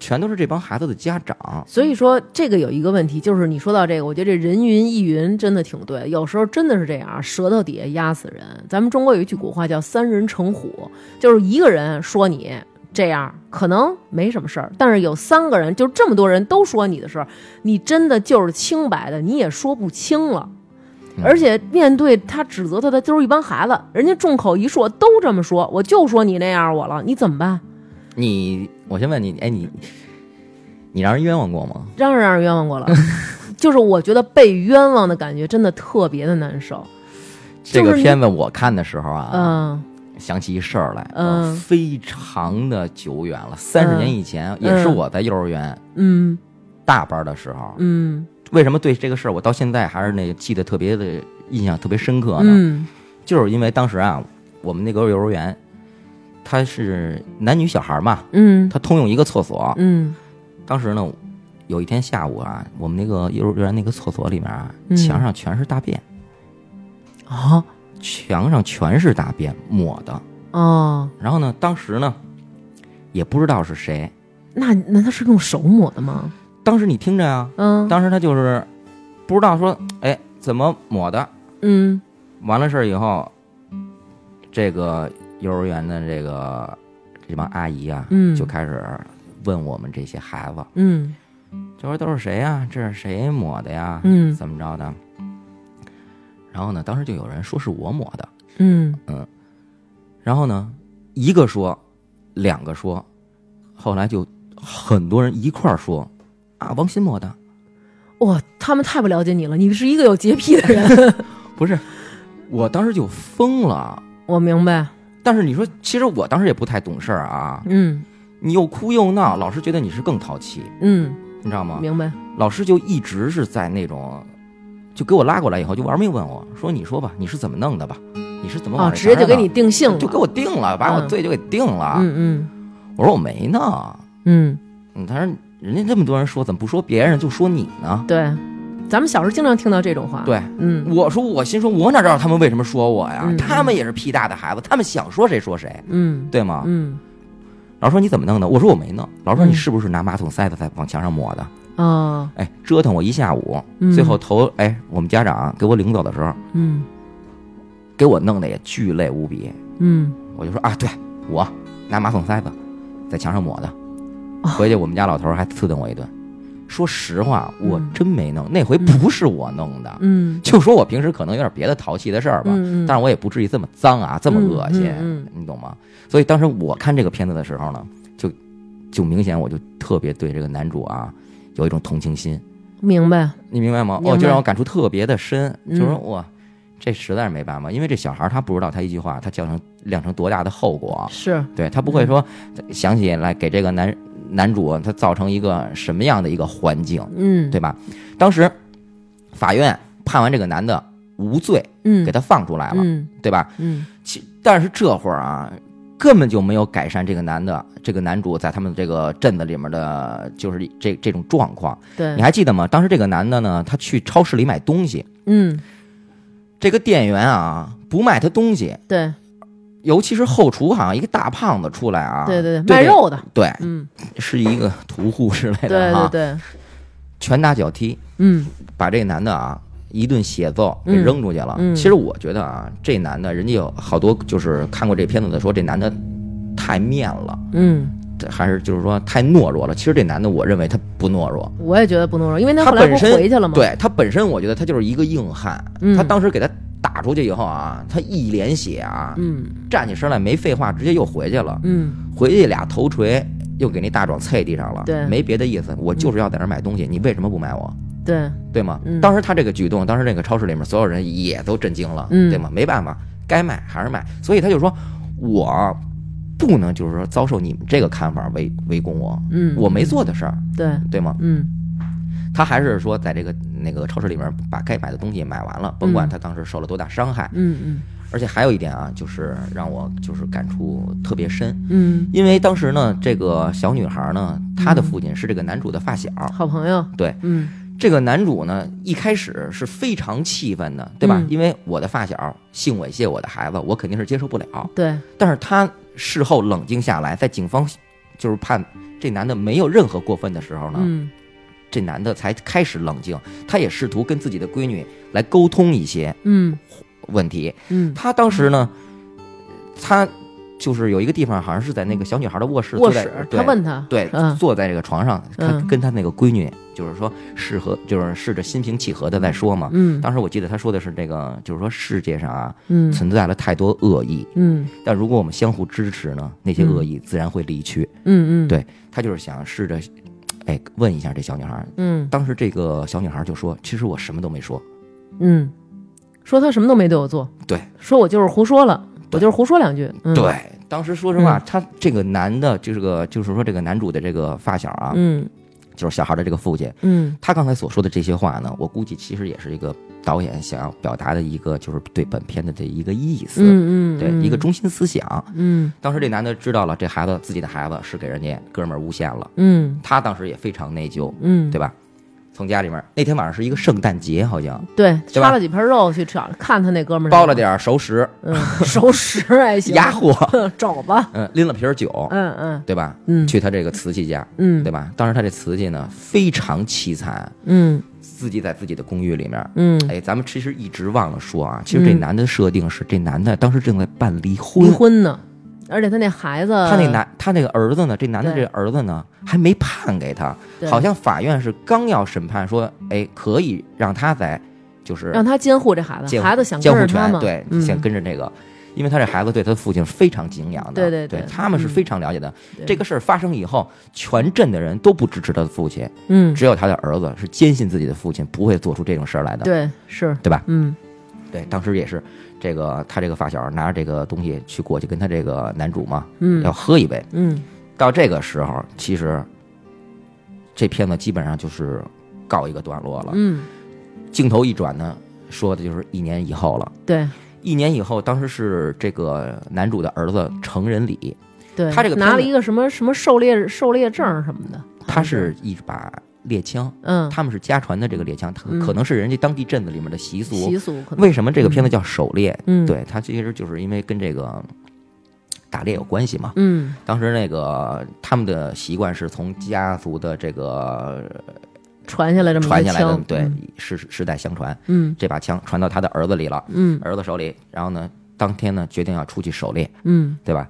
Speaker 2: 全都是这帮孩子的家长。
Speaker 3: 所以说，这个有一个问题，就是你说到这个，我觉得这人云亦云真的挺对，有时候真的是这样啊，舌头底下压死人。咱们中国有一句古话叫“三人成虎”，就是一个人说你这样可能没什么事儿，但是有三个人，就这么多人都说你的时候，你真的就是清白的，你也说不清了。而且面对他指责他的都是一帮孩子，人家众口一说都这么说，我就说你那样我了，你怎么办？
Speaker 2: 你，我先问你，哎，你你让人冤枉过吗？
Speaker 3: 让人让人冤枉 过了。就是我觉得被冤枉的感觉真的特别的难受。
Speaker 2: 这
Speaker 3: 就
Speaker 2: 个
Speaker 3: 是你
Speaker 2: 片子我看的时候啊，
Speaker 3: 嗯
Speaker 2: 想起一事儿来，
Speaker 3: 嗯
Speaker 2: 呃非常的久远了，三十
Speaker 3: 嗯
Speaker 2: 年以前，也是我在幼儿园
Speaker 3: 嗯
Speaker 2: 大班的时候。
Speaker 3: 嗯
Speaker 2: 为什么对这个事儿我到现在还是那个记得特别的印象特别深刻呢？
Speaker 3: 嗯
Speaker 2: 就是因为当时啊，我们那个幼儿园，它是男女小孩嘛，
Speaker 3: 嗯
Speaker 2: 它通用一个厕所，
Speaker 3: 嗯
Speaker 2: 当时呢，有一天下午啊，我们那个幼儿园那个厕所里面啊，
Speaker 3: 嗯
Speaker 2: 墙上全是大便，
Speaker 3: 啊
Speaker 2: 墙上全是大便抹的。
Speaker 3: 哦，
Speaker 2: 然后呢，当时呢，也不知道是谁。
Speaker 3: 那难道是用手抹的吗？
Speaker 2: 当时你听着啊，
Speaker 3: 嗯
Speaker 2: 当时他就是不知道说，哎，怎么抹的？
Speaker 3: 嗯
Speaker 2: 完了事儿以后，这个幼儿园的这个这帮阿姨啊，
Speaker 3: 嗯
Speaker 2: 就开始问我们这些孩子，
Speaker 3: 嗯
Speaker 2: 就说都是谁呀、这是谁抹的呀？
Speaker 3: 嗯
Speaker 2: 怎么着的？然后呢，当时就有人说是我抹的，
Speaker 3: 嗯
Speaker 2: 然后呢，一个说，两个说，后来就很多人一块儿说，啊，王鑫抹的，
Speaker 3: 哇，他们太不了解你了，你是一个有洁癖的 人。
Speaker 2: 不是，我当时就疯了。
Speaker 3: 我明白，
Speaker 2: 但是你说，其实我当时也不太懂事儿啊，
Speaker 3: 嗯
Speaker 2: 你又哭又闹，老师觉得你是更淘气，
Speaker 3: 嗯，
Speaker 2: 你知道吗？
Speaker 3: 明白，
Speaker 2: 老师就一直是在那种，就给我拉过来以后就玩命问我说：“你说吧，你是怎么弄的吧？你是怎么往
Speaker 3: 哦，
Speaker 2: 这
Speaker 3: 直接
Speaker 2: 墙
Speaker 3: 就给
Speaker 2: 上
Speaker 3: 你定性了，
Speaker 2: 就给我定了，把我
Speaker 3: 嗯
Speaker 2: 罪就给定了。
Speaker 3: 嗯
Speaker 2: 我说我没呢。
Speaker 3: 嗯嗯，
Speaker 2: 嗯他说人家这么多人说，怎么不说别人就说你呢？
Speaker 3: 对，咱们小时候经常听到这种话，，
Speaker 2: 对，
Speaker 3: 嗯
Speaker 2: 我说我心说，我哪知道他们为什么说我呀？
Speaker 3: 嗯
Speaker 2: 他们也是屁大的孩子，他们想说谁说谁，
Speaker 3: 嗯
Speaker 2: 对吗？
Speaker 3: 嗯
Speaker 2: 老师说你怎么弄的？我说我没弄。老师说
Speaker 3: 嗯
Speaker 2: 你是不是拿马桶塞子在往墙上抹的？
Speaker 3: 哦，
Speaker 2: 哎，折腾我一下午，
Speaker 3: 嗯
Speaker 2: 最后头哎，我们家长给我领走的时候，
Speaker 3: 嗯
Speaker 2: 给我弄得也巨累无比。
Speaker 3: 嗯。
Speaker 2: 我就说啊，对我拿马桶塞子在墙上抹的
Speaker 3: 哦，
Speaker 2: 回去我们家老头儿还刺瞪我一顿。说实话，我
Speaker 3: 嗯
Speaker 2: 真没弄，那回不是我弄的，
Speaker 3: 嗯，
Speaker 2: 就说我平时可能有点别的淘气的事儿吧，
Speaker 3: 嗯嗯
Speaker 2: 但是我也不至于这么脏啊，这么恶心，
Speaker 3: 嗯嗯
Speaker 2: 你懂吗？所以当时我看这个片子的时候呢，就就明显我就特别对这个男主啊有一种同情心，
Speaker 3: 明白，
Speaker 2: 你明白吗？
Speaker 3: 明白
Speaker 2: 哦，就让我感触特别的深，
Speaker 3: 嗯
Speaker 2: 就说哇，这实在是没办法，因为这小孩儿他不知道他一句话他酿成酿成多大的后果，
Speaker 3: 是，嗯
Speaker 2: 对他不会说想起来给这个男男主啊他造成一个什么样的一个环境，
Speaker 3: 嗯，
Speaker 2: 对吧？当时法院判完这个男的无罪，
Speaker 3: 嗯，
Speaker 2: 给他放出来了，
Speaker 3: 嗯
Speaker 2: 对吧？
Speaker 3: 嗯
Speaker 2: 其但是这会儿啊，根本就没有改善这个男的，这个男主在他们这个镇子里面的，就是这这种状况。
Speaker 3: 对
Speaker 2: 你，还记得吗？当时这个男的呢，他去超市里买东西，
Speaker 3: 嗯
Speaker 2: 这个店员啊不卖他东西，
Speaker 3: 对
Speaker 2: 尤其是后厨，好像一个大胖子出来啊，
Speaker 3: 对对对，
Speaker 2: 对
Speaker 3: 卖肉的，
Speaker 2: 对，
Speaker 3: 嗯
Speaker 2: 是一个屠户之类
Speaker 3: 对
Speaker 2: 的哈，
Speaker 3: 对对，
Speaker 2: 拳打脚踢，
Speaker 3: 嗯
Speaker 2: 把这男的啊一顿血揍给
Speaker 3: 嗯
Speaker 2: 扔出去了。
Speaker 3: 嗯
Speaker 2: 其实我觉得啊，这男的人家有好多就是看过这片子的说，这男的太面了，
Speaker 3: 嗯，
Speaker 2: 这还是就是说太懦弱了。其实这男的，我认为他不懦弱。
Speaker 3: 我也觉得不懦弱，因为
Speaker 2: 他
Speaker 3: 后来
Speaker 2: 本
Speaker 3: 不
Speaker 2: 身
Speaker 3: 是回去了吗？
Speaker 2: 对他本身，我觉得他就是一个硬汉。
Speaker 3: 嗯
Speaker 2: 他当时给他打出去以后啊，他一脸血啊，
Speaker 3: 嗯
Speaker 2: 站起身来没废话，直接又回去了。
Speaker 3: 嗯
Speaker 2: 回去俩头锤又给那大壮踹地上了。
Speaker 3: 对
Speaker 2: 没别的意思，我就是要在那儿买东西，你为什么不买我？
Speaker 3: 对，
Speaker 2: 对吗？
Speaker 3: 嗯
Speaker 2: 当时他这个举动，当时那个超市里面所有人也都震惊了，
Speaker 3: 嗯
Speaker 2: 对吗？没办法，该卖还是卖，所以他就说，我不能就是说遭受你们这个看法围围攻我，
Speaker 3: 嗯
Speaker 2: 我没做的事儿，
Speaker 3: 对，
Speaker 2: 对吗？
Speaker 3: 嗯
Speaker 2: 他还是说在这个那个超市里面把该买的东西买完了，甭管他当时受了多大伤害。
Speaker 3: 嗯
Speaker 2: 而且还有一点啊，就是让我就是感触特别深，
Speaker 3: 嗯嗯，
Speaker 2: 因为当时呢，这个小女孩呢，她的父亲是这个男主的发小，
Speaker 3: 好朋友，
Speaker 2: 对，
Speaker 3: 嗯
Speaker 2: 这个男主呢，一开始是非常气愤的，对吧？
Speaker 3: 嗯
Speaker 2: 因为我的发小性猥亵我的孩子，我肯定是接受不了。
Speaker 3: 对，
Speaker 2: 但是他事后冷静下来，在警方就是判这男的没有任何过分的时候呢，
Speaker 3: 嗯
Speaker 2: 这男的才开始冷静。他也试图跟自己的闺女来沟通一些
Speaker 3: 嗯
Speaker 2: 问题。
Speaker 3: 嗯，
Speaker 2: 他当时呢，他就是有一个地方，好像是在那个小女孩的卧室，
Speaker 3: 卧
Speaker 2: 坐在
Speaker 3: 室，
Speaker 2: 对
Speaker 3: 他问他，
Speaker 2: 对，
Speaker 3: 嗯
Speaker 2: 坐在这个床上，他
Speaker 3: 嗯
Speaker 2: 跟他那个闺女，就是说适合，就是试着心平气和的在说嘛。
Speaker 3: 嗯
Speaker 2: 当时我记得他说的是这个，就是说世界上啊
Speaker 3: 嗯
Speaker 2: 存在了太多恶意，
Speaker 3: 嗯
Speaker 2: 但如果我们相互支持呢，那些恶意自然会离去。
Speaker 3: 嗯嗯，
Speaker 2: 对他就是想试着，哎，问一下这小女孩。
Speaker 3: 嗯
Speaker 2: 当时这个小女孩就说：“其实我什么都没说。
Speaker 3: 嗯，说他什么都没对我做，
Speaker 2: 对，
Speaker 3: 说我就是胡说了，
Speaker 2: 对
Speaker 3: 我就是胡说两句，嗯，
Speaker 2: 对，当时说实话，他这个男的，就是个，就是说这个男主的这个发小啊，
Speaker 3: 嗯
Speaker 2: 就是小孩的这个父亲，
Speaker 3: 嗯
Speaker 2: 他刚才所说的这些话呢，我估计其实也是一个导演想要表达的一个，就是对本片的这一个意思，
Speaker 3: 嗯嗯，
Speaker 2: 对、
Speaker 3: 嗯
Speaker 2: 一个，中心思想。
Speaker 3: 嗯
Speaker 2: 当时这男的知道了这孩子自己的孩子是给人家哥们儿诬陷了，
Speaker 3: 嗯
Speaker 2: 他当时也非常内疚，
Speaker 3: 嗯，
Speaker 2: 对吧？从家里面那天晚上是一个圣诞节，好像
Speaker 3: 对，
Speaker 2: 对吧
Speaker 3: 插了几盆肉去找看他那哥们儿，
Speaker 2: 包了，点儿熟食，
Speaker 3: 嗯， 熟食还行，
Speaker 2: 压货，
Speaker 3: 找吧，
Speaker 2: 嗯，拎了瓶儿酒，
Speaker 3: 嗯嗯
Speaker 2: 对吧？
Speaker 3: 嗯
Speaker 2: 去他这个瓷器家，
Speaker 3: 嗯
Speaker 2: 对吧？当时他这瓷器呢非常凄惨，
Speaker 3: 嗯
Speaker 2: 自己在自己的公寓里面，
Speaker 3: 嗯，
Speaker 2: 哎，咱们其实一直忘了说啊，其实这
Speaker 3: 嗯
Speaker 2: 男的设定是、这男的当时正在办离婚，
Speaker 3: 离婚呢，而且他那孩子，
Speaker 2: 他那男他那个儿子呢，这男的
Speaker 3: 对
Speaker 2: 这儿子呢还没判给他，
Speaker 3: 对
Speaker 2: 好像法院是刚要审判说，哎，可以让他在就是
Speaker 3: 让他监护这孩子，
Speaker 2: 监
Speaker 3: 孩子想
Speaker 2: 监
Speaker 3: 跟
Speaker 2: 护
Speaker 3: 着他
Speaker 2: 权，
Speaker 3: 嘛，
Speaker 2: 对，
Speaker 3: 嗯
Speaker 2: 想跟着这个。因为他这孩子对他父亲非常敬仰的，
Speaker 3: 对对
Speaker 2: 对
Speaker 3: 对
Speaker 2: 他们是
Speaker 3: 嗯
Speaker 2: 非常了解的。
Speaker 3: 对
Speaker 2: 这个事儿发生以后，全镇的人都不支持他的父亲，
Speaker 3: 嗯，
Speaker 2: 只有他的儿子是坚信自己的父亲不会做出这种事儿来的，
Speaker 3: 对，是，
Speaker 2: 对吧？
Speaker 3: 嗯
Speaker 2: 对，当时也是这个他这个发小拿着这个东西去过去跟他这个男主嘛，
Speaker 3: 嗯
Speaker 2: 要喝一杯。
Speaker 3: 嗯
Speaker 2: 到这个时候，其实这片子基本上就是告一个段落了。
Speaker 3: 嗯，
Speaker 2: 镜头一转呢，说的就是一年以后了。
Speaker 3: 对
Speaker 2: 一年以后，当时是这个男主的儿子成人礼，
Speaker 3: 对，
Speaker 2: 他这个片
Speaker 3: 拿了
Speaker 2: 子
Speaker 3: 一个什么什么狩猎狩猎证儿什么的，
Speaker 2: 他是一把猎枪，
Speaker 3: 嗯
Speaker 2: 他们是家传的这个猎枪，他
Speaker 3: 嗯
Speaker 2: 可能是人家当地镇子里面的习俗。
Speaker 3: 习俗可能，
Speaker 2: 为什么这个片子叫狩猎？
Speaker 3: 嗯
Speaker 2: 对，它其实就是因为跟这个打猎有关系嘛。
Speaker 3: 嗯
Speaker 2: 当时那个他们的习惯是从家族的这个
Speaker 3: 传下来这么一个
Speaker 2: 传下来的，
Speaker 3: 枪
Speaker 2: 对，世世代相传，
Speaker 3: 嗯
Speaker 2: 这把枪传到他的儿子里了，
Speaker 3: 嗯
Speaker 2: 儿子手里，然后呢，当天呢决定要出去狩猎，
Speaker 3: 嗯，
Speaker 2: 对吧？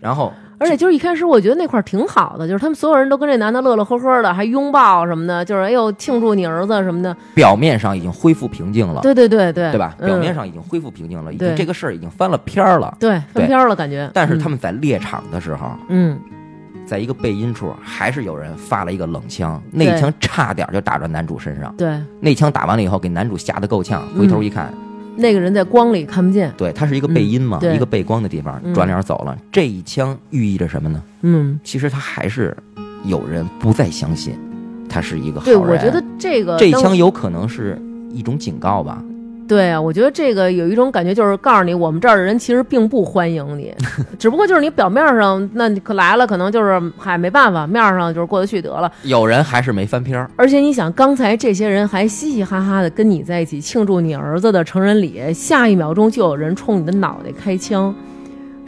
Speaker 2: 然后
Speaker 3: 而且就是一开始我觉得那块儿挺好的，就是他们所有人都跟这男的乐乐呵呵的，还拥抱什么的，就是哎呦庆祝你儿子什么的，
Speaker 2: 表面上已经恢复平静了，
Speaker 3: 对对对对，
Speaker 2: 啊对吧？
Speaker 3: 嗯
Speaker 2: 表面上已经恢复平静了，已经
Speaker 3: 对
Speaker 2: 这个事儿已经翻了篇儿了。
Speaker 3: 对翻
Speaker 2: 对
Speaker 3: 篇儿了感觉，
Speaker 2: 但是
Speaker 3: 嗯
Speaker 2: 他们在猎场的时候，
Speaker 3: 嗯
Speaker 2: 在一个背阴处，还是有人发了一个冷枪，那一
Speaker 3: 对
Speaker 2: 枪差点就打到男主身上。
Speaker 3: 对
Speaker 2: 那枪打完了以后，给男主吓得够呛，回
Speaker 3: 嗯
Speaker 2: 头一看，
Speaker 3: 那个人在光里看不见，
Speaker 2: 对，它是一个背阴嘛
Speaker 3: 嗯，对
Speaker 2: 一个背光的地方，
Speaker 3: 嗯
Speaker 2: 转脸走了。这一枪寓意着什么呢？
Speaker 3: 嗯，
Speaker 2: 其实他还是有人不再相信他是一个好
Speaker 3: 对，
Speaker 2: 人。
Speaker 3: 我觉得这个
Speaker 2: 这一
Speaker 3: 当
Speaker 2: 枪有可能是一种警告吧。
Speaker 3: 对啊，我觉得这个有一种感觉，就是告诉你，我们这儿的人其实并不欢迎 你，只不过就是你表面上，那你可来了，可能就是嗨没办法，面儿上就是过得去得了。
Speaker 2: 有人还是没翻篇儿，
Speaker 3: 而且你想，刚才这些人还嘻嘻哈哈的跟你在一起庆祝你儿子的成人礼，下一秒钟就有人冲你的脑袋开枪，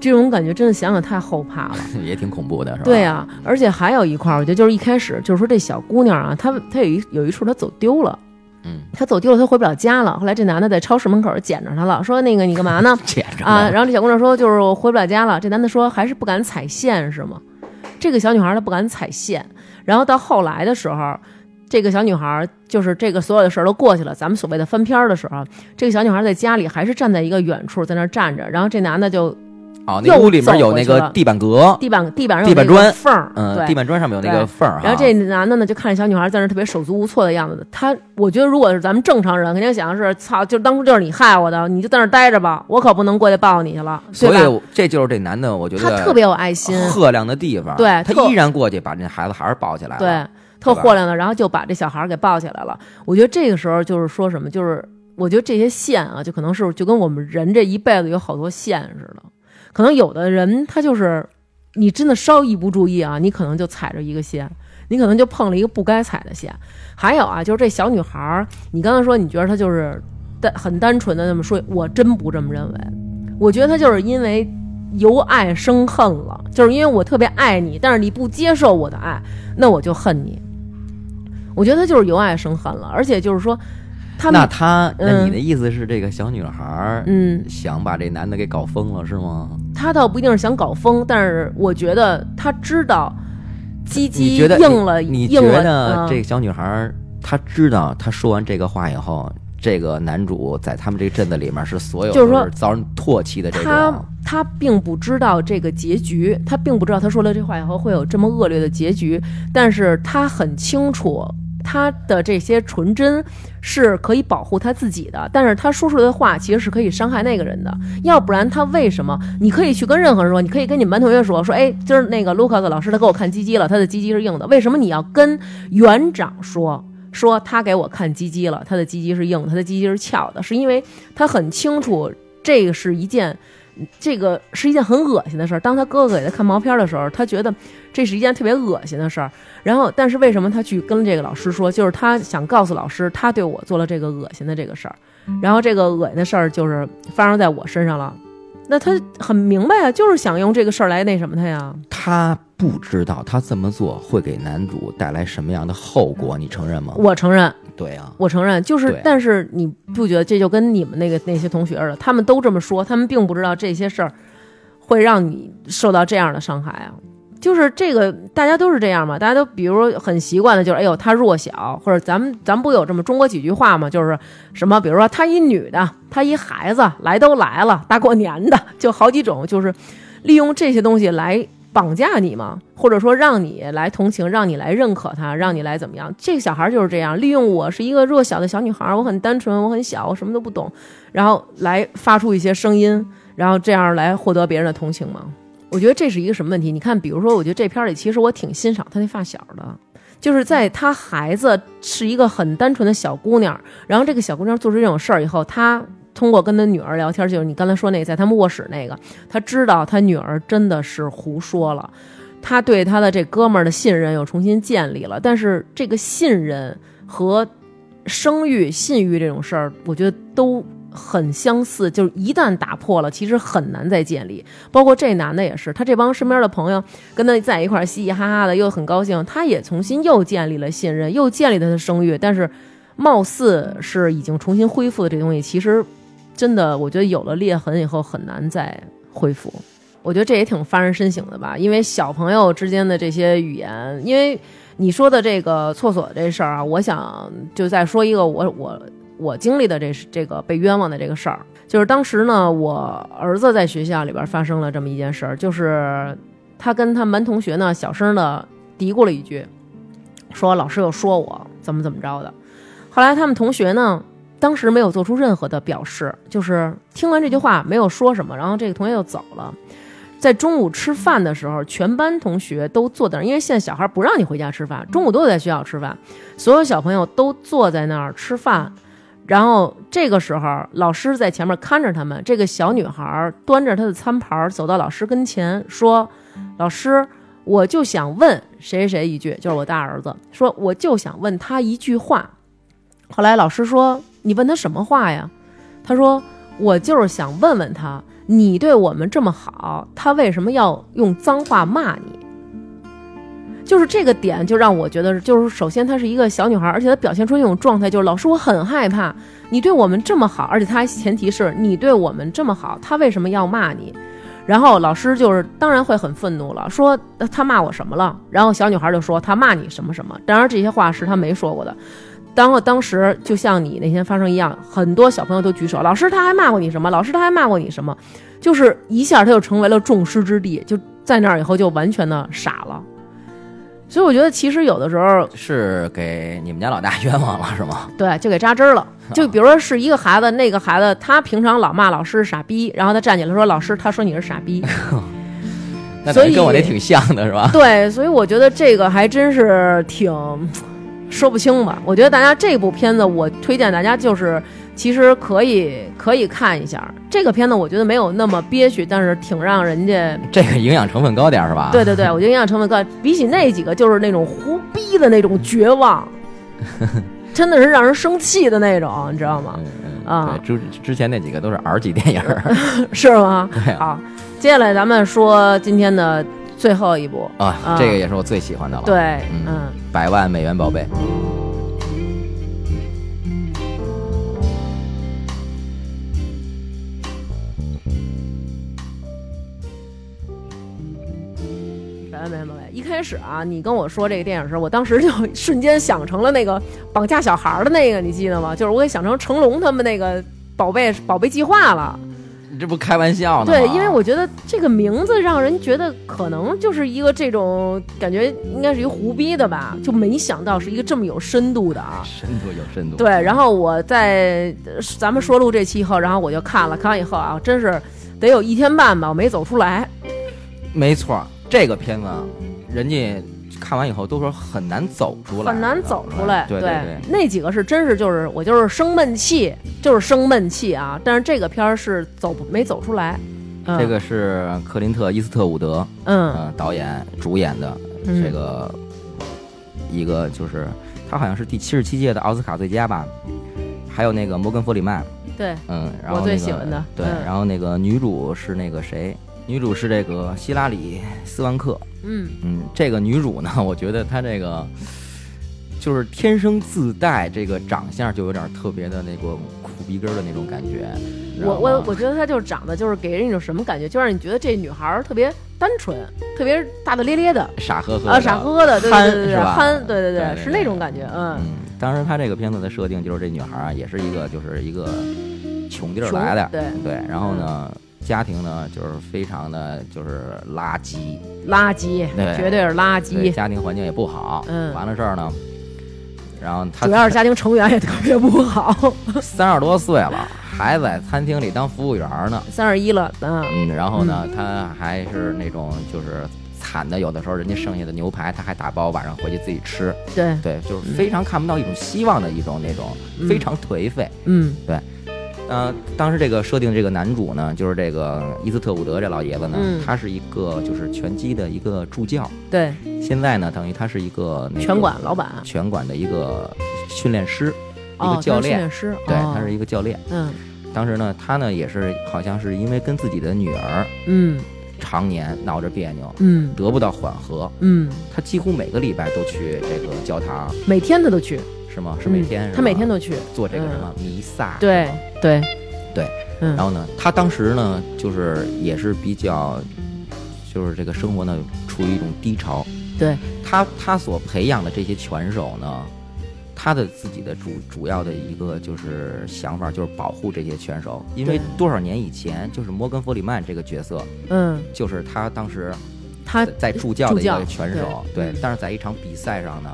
Speaker 3: 这种感觉真的想想太后怕了。
Speaker 2: 也挺恐怖的，是吧？
Speaker 3: 对啊，而且还有一块儿，我觉得就是一开始就是说这小姑娘啊，她她有一有一处她走丢了。
Speaker 2: 嗯，
Speaker 3: 她走丢了，她回不了家了。后来这男的在超市门口捡着她了，说那个你干嘛呢？
Speaker 2: 捡着呢
Speaker 3: 啊，然后这小姑娘说就是我回不了家了。这男的说还是不敢踩线是吗？这个小女孩她不敢踩线，然后到后来的时候，这个小女孩就是这个所有的事儿都过去了，咱们所谓的翻篇儿的时候，这个小女孩在家里还是站在一个远处在那儿站着，然后这男的就
Speaker 2: 哦，那
Speaker 3: 又
Speaker 2: 屋里面
Speaker 3: 走
Speaker 2: 有
Speaker 3: 过
Speaker 2: 那
Speaker 3: 去
Speaker 2: 个
Speaker 3: 了
Speaker 2: 地板格，
Speaker 3: 地板地板上
Speaker 2: 地
Speaker 3: 有
Speaker 2: 板
Speaker 3: 那个
Speaker 2: 砖
Speaker 3: 缝儿，
Speaker 2: 嗯，
Speaker 3: 对
Speaker 2: 地板啊砖上面有那个
Speaker 3: 对
Speaker 2: 缝儿哈。
Speaker 3: 然后这男的呢，就看着小女孩在那儿特别手足无措的样子。他，我觉得如果是咱们正常人，肯定想的是，操，就当初就是你害我的，你就在那儿待着吧，我可不能过去抱你去了，
Speaker 2: 所
Speaker 3: 对吧？
Speaker 2: 以这就是这男的，我觉得
Speaker 3: 他特别有爱心，
Speaker 2: 赫亮的地方。
Speaker 3: 对
Speaker 2: 他
Speaker 3: 特
Speaker 2: 依然过去把这孩子还是抱起来了。
Speaker 3: 对，
Speaker 2: 对
Speaker 3: 特
Speaker 2: 吧
Speaker 3: 豁亮的，然后就把这小孩儿给抱起来了。我觉得这个时候就是说什么，就是我觉得这些线啊，就可能是就跟我们人这一辈子有好多线似的，可能有的人他就是你真的稍一不注意啊，你可能就踩着一个线。你可能就碰了一个不该踩的线，还有啊，就是这小女孩儿，你刚才说你觉得她就是单很单纯的那么说，我真不这么认为，我觉得她就是因为由爱生恨了，就是因为我特别爱你，但是你不接受我的爱，那我就恨你。我觉得他就是由爱生恨了，而且就是说，他
Speaker 2: 那
Speaker 3: 们
Speaker 2: 他，那你
Speaker 3: 嗯
Speaker 2: 的意思是这个小女孩儿
Speaker 3: 嗯，
Speaker 2: 想把这男的给搞疯了是吗？
Speaker 3: 他倒不一定是想搞疯，但是我觉得他知道鸡鸡
Speaker 2: 你觉得你
Speaker 3: 硬了，
Speaker 2: 你觉
Speaker 3: 硬
Speaker 2: 得
Speaker 3: 了，
Speaker 2: 这个
Speaker 3: 嗯、
Speaker 2: 小女孩儿她知道她说完这个话以后，这个男主在他们这个镇子里面是所有
Speaker 3: 就是说
Speaker 2: 都遭人唾弃的这
Speaker 3: 他
Speaker 2: 种。
Speaker 3: 他并不知道这个结局，他并不知道他说了这话以后会有这么恶劣的结局，但是他很清楚。他的这些纯真是可以保护他自己的，但是他说出来的话其实是可以伤害那个人的。要不然他为什么？你可以去跟任何人说，你可以跟你们班同学说，说哎，今儿那个 Lucas 老师他给我看鸡鸡了，他的鸡鸡是硬的。为什么你要跟园长说？说他给我看鸡鸡了，他的鸡鸡是硬的，他的鸡鸡是翘的，是因为他很清楚这个是一件，这个是一件很恶心的事儿。当他哥哥给他看毛片儿的时候，他觉得这是一件特别恶心的事儿。然后，但是为什么他去跟这个老师说？就是他想告诉老师，他对我做了这个恶心的这个事儿。然后这个恶心的事儿就是发生在我身上了。那他很明白啊，就是想用这个事儿来那什么他呀。
Speaker 2: 他不知道他这么做会给男主带来什么样的后果，你承认吗？
Speaker 3: 我承认，
Speaker 2: 对啊，
Speaker 3: 我承认，就是
Speaker 2: 对，
Speaker 3: 但是你不觉得这就跟你们那个那些同学似的，他们都这么说，他们并不知道这些事儿会让你受到这样的伤害啊。就是这个，大家都是这样嘛，大家都比如说很习惯的，就是哎呦他弱小，或者咱们咱们不有这么中国几句话嘛，就是什么，比如说她一女的，她一孩子，来都来了，大过年的，就好几种，就是利用这些东西来绑架你嘛，或者说让你来同情，让你来认可他，让你来怎么样？这个小孩就是这样，利用我是一个弱小的小女孩，我很单纯，我很小，我什么都不懂，然后来发出一些声音，然后这样来获得别人的同情嘛。我觉得这是一个什么问题？你看，比如说，我觉得这片儿里其实我挺欣赏他那发小的，就是在他孩子是一个很单纯的小姑娘，然后这个小姑娘做出这种事儿以后，她通过跟她女儿聊天，就是你刚才说那个在他们卧室那个，她知道她女儿真的是胡说了，她对她的这哥们儿的信任又重新建立了，但是这个信任和生育、信育这种事儿，我觉得都。很相似，就是一旦打破了，其实很难再建立。包括这男的也是，他这帮身边的朋友跟他在一块儿嘻嘻哈哈的，又很高兴，他也重新又建立了信任，又建立了他的生育，但是貌似是已经重新恢复的这东西，其实真的，我觉得有了裂痕以后很难再恢复。我觉得这也挺发人深省的吧，因为小朋友之间的这些语言，因为你说的这个厕所这事儿啊，我想就再说一个我我我经历的这是这个被冤枉的这个事儿，就是当时呢，我儿子在学校里边发生了这么一件事儿，就是他跟他们班同学呢小声的嘀咕了一句，说老师又说我怎么怎么着的，后来他们同学呢，当时没有做出任何的表示，就是听完这句话没有说什么，然后这个同学就走了。在中午吃饭的时候，全班同学都坐在那儿，因为现在小孩不让你回家吃饭，中午都得在学校吃饭，所有小朋友都坐在那儿吃饭。然后这个时候，老师在前面看着他们。这个小女孩端着她的餐盘走到老师跟前，说：“老师，我就想问谁谁谁一句，就是我大儿子，说我就想问他一句话。”后来老师说：“你问他什么话呀？”他说：“我就是想问问他，你对我们这么好，他为什么要用脏话骂你？”就是这个点，就让我觉得是，就是首先她是一个小女孩，而且她表现出那种状态，就是老师我很害怕，你对我们这么好，而且她还前提是你对我们这么好，他为什么要骂你？然后老师就是当然会很愤怒了，说呃他骂我什么了？然后小女孩就说他骂你什么什么。然而这些话是他没说过的。当当时就像你那天发生一样，很多小朋友都举手，老师他还骂过你什么？老师他还骂过你什么？就是一下他就成为了众矢之的，就在那儿以后就完全的傻了。所以我觉得，其实有的时候，
Speaker 2: 是给你们家老大冤枉了是 吗？
Speaker 3: 对，就给扎针儿了。就比如说是一个孩子，那个孩子他平常老骂老师是傻逼，然后他站起来说：“老师，他说你是傻逼。
Speaker 2: 那等
Speaker 3: 所以
Speaker 2: 于跟我那挺像的是” 吧？
Speaker 3: 对，所以我觉得这个还真是挺说不清吧。我觉得大家这部片子，我推荐大家就是其实可以可以看一下这个片子，我觉得没有那么憋屈，但是挺让人家
Speaker 2: 这个营养成分高点儿是吧？
Speaker 3: 对对对，我觉得营养成分高，比起那几个就是那种胡逼的那种 绝望，真的是让人生气的那种，你知道吗？
Speaker 2: 嗯，嗯
Speaker 3: 啊
Speaker 2: 对，之之前那几个都是 R 级电影 儿
Speaker 3: 是吗？
Speaker 2: 对啊
Speaker 3: 好，接下来咱们说今天的最后一部，
Speaker 2: 啊，这个也是我最喜欢的了。
Speaker 3: 对，
Speaker 2: 嗯
Speaker 3: 嗯，
Speaker 2: 百万美元宝贝，
Speaker 3: 没没没没。一开始啊，你跟我说这个电影时，候，我当时就 瞬间想成了那个绑架小孩儿的那个，你记得吗？就是我给想成成龙他们那个宝贝宝贝计划了。
Speaker 2: 你这不开玩笑呢吗？
Speaker 3: 对，因为我觉得这个名字让人觉得可能就是一个这种感觉，应该是一胡逼的吧，就没想到是一个这么有深度的啊。
Speaker 2: 深度有深度。
Speaker 3: 对，然后我在呃咱们说录这期以后，然后我就看了，看完以后啊，真是得有一天半吧，我没走出来。
Speaker 2: 没错儿，这个片子啊人家看完以后都说很难走出来，嗯
Speaker 3: 很难走出来。
Speaker 2: 对对，
Speaker 3: 那几个是真是就是我就是生闷气，就是生闷气啊！但是这个片儿是走不没走出来。嗯、
Speaker 2: 这个是克林特·伊斯特伍德
Speaker 3: 嗯
Speaker 2: 嗯导演主演的
Speaker 3: 嗯
Speaker 2: 这个一个就是他好像是第七十七届的奥斯卡最佳吧，还有那个摩根·弗里曼，
Speaker 3: 对
Speaker 2: 嗯，然后
Speaker 3: 我最
Speaker 2: 那个
Speaker 3: 喜欢的
Speaker 2: 对，
Speaker 3: 嗯
Speaker 2: 然后那个女主是那个谁？女主是这个希拉里·斯万克，
Speaker 3: 嗯
Speaker 2: 嗯，这个女主呢， 我觉得她这个就是天生自带这个长相，就有点特别的那个苦逼根儿的那种感觉。你知
Speaker 3: 我
Speaker 2: 道
Speaker 3: 我
Speaker 2: 吗
Speaker 3: 我觉得她就是长得就是给人一种什么感觉，就让你觉得这女孩儿特别单纯，特别大大咧咧的
Speaker 2: 傻呵呵的
Speaker 3: 啊，傻呵呵的，对对对对
Speaker 2: 憨是
Speaker 3: 对，
Speaker 2: 吧
Speaker 3: 憨，对对
Speaker 2: 对对对
Speaker 3: 是那种感觉，嗯，
Speaker 2: 嗯，当时她这个片子的设定就是这女孩儿啊，也是一个就是一个穷地儿
Speaker 3: 穷
Speaker 2: 来的，
Speaker 3: 对，
Speaker 2: 对，然后呢，家庭呢就是非常的就是垃圾，
Speaker 3: 垃圾，
Speaker 2: 对
Speaker 3: 绝对是垃
Speaker 2: 对，
Speaker 3: 圾。
Speaker 2: 家庭环境也不好，
Speaker 3: 嗯
Speaker 2: 完了事儿呢，然后她
Speaker 3: 主要是家庭成员也特别不好，
Speaker 2: 三十多岁了，还在餐厅里当服务员儿呢。
Speaker 3: 三十一了，嗯，
Speaker 2: 嗯，然后呢，他还是那种就是惨的，有的时候人家剩下的牛排他还打包晚上回去自己吃，
Speaker 3: 对，
Speaker 2: 对，就是非常看不到一种希望的一种那种
Speaker 3: 嗯
Speaker 2: 非常颓废。
Speaker 3: 嗯
Speaker 2: 呃，当时这个设定这个男主呢，就是这个伊斯特伍德这老爷子呢，
Speaker 3: 嗯
Speaker 2: 他是一个就是拳击的一个助教，
Speaker 3: 对，
Speaker 2: 现在呢等于他是一个那个
Speaker 3: 拳馆老板，
Speaker 2: 拳馆的一个训练师，一
Speaker 3: 哦，
Speaker 2: 个教
Speaker 3: 他是训
Speaker 2: 练，
Speaker 3: 练师，
Speaker 2: 对，
Speaker 3: 哦、
Speaker 2: 他是一个教练。
Speaker 3: 嗯
Speaker 2: 当时呢，他呢也是好像是因为跟自己的女儿
Speaker 3: 嗯
Speaker 2: 常年闹着别扭，
Speaker 3: 嗯
Speaker 2: 得不到缓和，
Speaker 3: 嗯，
Speaker 2: 他几乎每个礼拜都去这个教堂，
Speaker 3: 每天他都去，
Speaker 2: 是吗？是每天是
Speaker 3: 嗯
Speaker 2: 吧？
Speaker 3: 他每天都去，
Speaker 2: 做这个什么弥撒？
Speaker 3: 对
Speaker 2: 是吗。
Speaker 3: 对
Speaker 2: 对，
Speaker 3: 嗯
Speaker 2: 然后呢，他当时呢，就是也是比较，就是这个生活呢处于一种低潮。
Speaker 3: 对，
Speaker 2: 他他所培养的这些拳手呢，他的自己的主主要的一个就是想法就是保护这些拳手，因为
Speaker 3: 对
Speaker 2: 多少年以前，就是摩根弗里曼这个角色，
Speaker 3: 嗯，
Speaker 2: 就是他当时
Speaker 3: 他
Speaker 2: 在助教的一
Speaker 3: 助
Speaker 2: 个
Speaker 3: 教
Speaker 2: 拳手，对
Speaker 3: 对嗯，
Speaker 2: 但是在一场比赛上呢，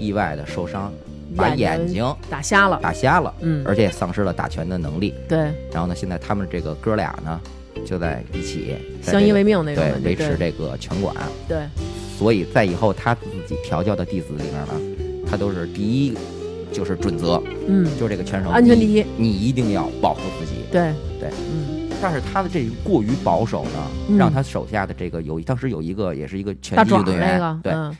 Speaker 2: 意外的受伤，把眼睛
Speaker 3: 打瞎了，
Speaker 2: 打瞎了，
Speaker 3: 嗯，
Speaker 2: 而且也丧失了打拳的能力。
Speaker 3: 对，
Speaker 2: 然后呢，现在他们这个哥俩呢，就在一起，在
Speaker 3: 相
Speaker 2: 这
Speaker 3: 依
Speaker 2: 个
Speaker 3: 为命那种
Speaker 2: 对
Speaker 3: 感觉，
Speaker 2: 维持这个拳馆。
Speaker 3: 对
Speaker 2: 所以在以后他自己调教的弟子里面呢，他都是第一就是准则，
Speaker 3: 嗯，
Speaker 2: 就是这个全程
Speaker 3: 安全第一，
Speaker 2: 你一定要保护自己。
Speaker 3: 对
Speaker 2: 对，
Speaker 3: 嗯，
Speaker 2: 但是他的这过于保守呢，
Speaker 3: 嗯
Speaker 2: 让他手下的这个有当时有一个也是一个拳
Speaker 3: 大
Speaker 2: 击
Speaker 3: 爪
Speaker 2: 运
Speaker 3: 儿
Speaker 2: 动
Speaker 3: 那
Speaker 2: 员，
Speaker 3: 个，
Speaker 2: 对，
Speaker 3: 嗯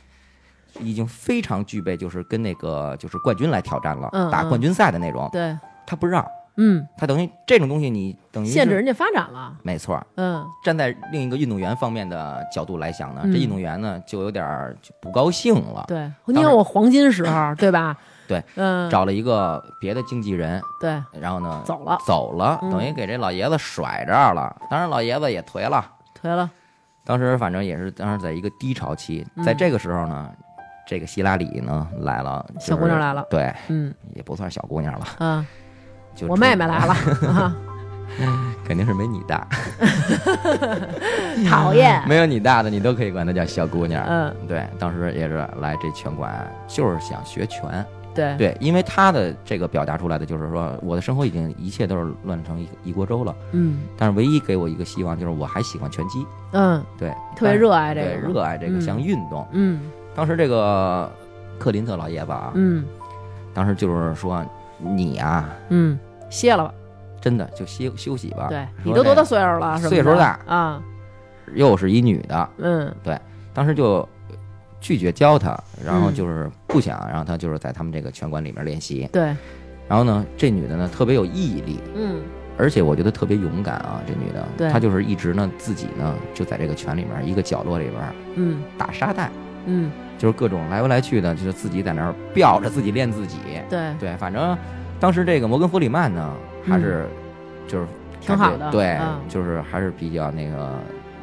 Speaker 2: 已经非常具备就是跟那个就是冠军来挑战了，
Speaker 3: 嗯
Speaker 2: 打
Speaker 3: 嗯
Speaker 2: 冠军赛的那种，
Speaker 3: 对，
Speaker 2: 他不让，
Speaker 3: 嗯，
Speaker 2: 他等于这种东西你等于是
Speaker 3: 限制，人家发展了，
Speaker 2: 没错儿。
Speaker 3: 嗯
Speaker 2: 站在另一个运动员方面的角度来想呢，
Speaker 3: 嗯
Speaker 2: 这运动员呢就有点儿就不高兴了，
Speaker 3: 对，你有我黄金时候，对吧？
Speaker 2: 对，
Speaker 3: 嗯，
Speaker 2: 找了一个别的经纪人，
Speaker 3: 对，
Speaker 2: 然后呢
Speaker 3: 走了，
Speaker 2: 走了，
Speaker 3: 嗯
Speaker 2: 等于给这老爷子甩这儿了。当然老爷子也颓了，
Speaker 3: 颓了，
Speaker 2: 当时反正也是当时在一个低潮期
Speaker 3: 嗯，
Speaker 2: 在这个时候呢，这个希拉里呢来了，就是
Speaker 3: 小姑娘来了
Speaker 2: 对，
Speaker 3: 嗯
Speaker 2: 也不算小姑娘了，
Speaker 3: 啊，
Speaker 2: 就，
Speaker 3: 我妹妹来了，啊
Speaker 2: 肯定是没你大，
Speaker 3: 讨厌，
Speaker 2: 没有你大的你都可以管她叫小姑娘。
Speaker 3: 嗯，
Speaker 2: 对，当时也是来这拳馆，就是想学拳。
Speaker 3: 对，
Speaker 2: 对，因为她的这个表达出来的就是说，我的生活已经一切都是乱成一一锅粥了，
Speaker 3: 嗯
Speaker 2: 但是唯一给我一个希望就是我还喜欢拳击，
Speaker 3: 嗯，
Speaker 2: 对，
Speaker 3: 特别热爱这个
Speaker 2: 对，热爱这个
Speaker 3: 嗯
Speaker 2: 项运动。
Speaker 3: 嗯
Speaker 2: 当时这个克林特老爷子啊，
Speaker 3: 嗯
Speaker 2: 当时就是说你啊，
Speaker 3: 嗯，歇了吧，
Speaker 2: 真的就休休息吧。
Speaker 3: 对
Speaker 2: 啊说
Speaker 3: 你都多大岁数了？什么的
Speaker 2: 岁数大
Speaker 3: 啊，
Speaker 2: 这又是一女的，
Speaker 3: 嗯
Speaker 2: 当时就拒绝教她，然后
Speaker 3: 嗯
Speaker 2: 就是不想让她就是在他们这个拳馆里面练习。
Speaker 3: 对，
Speaker 2: 然后呢，这女的呢特别有毅力，
Speaker 3: 嗯
Speaker 2: 而且我觉得特别勇敢啊，这女
Speaker 3: 对
Speaker 2: 的，她就是一直呢自己呢就在这个拳里面一个角落里边
Speaker 3: 嗯
Speaker 2: 打沙袋，
Speaker 3: 嗯，
Speaker 2: 就是各种来回来去的，就是自己在那儿吊着自己练自己。
Speaker 3: 对，
Speaker 2: 对，反正当时这个摩根弗里曼呢，还是就是
Speaker 3: 嗯挺好的
Speaker 2: 对
Speaker 3: 嗯，
Speaker 2: 就是还是比较那个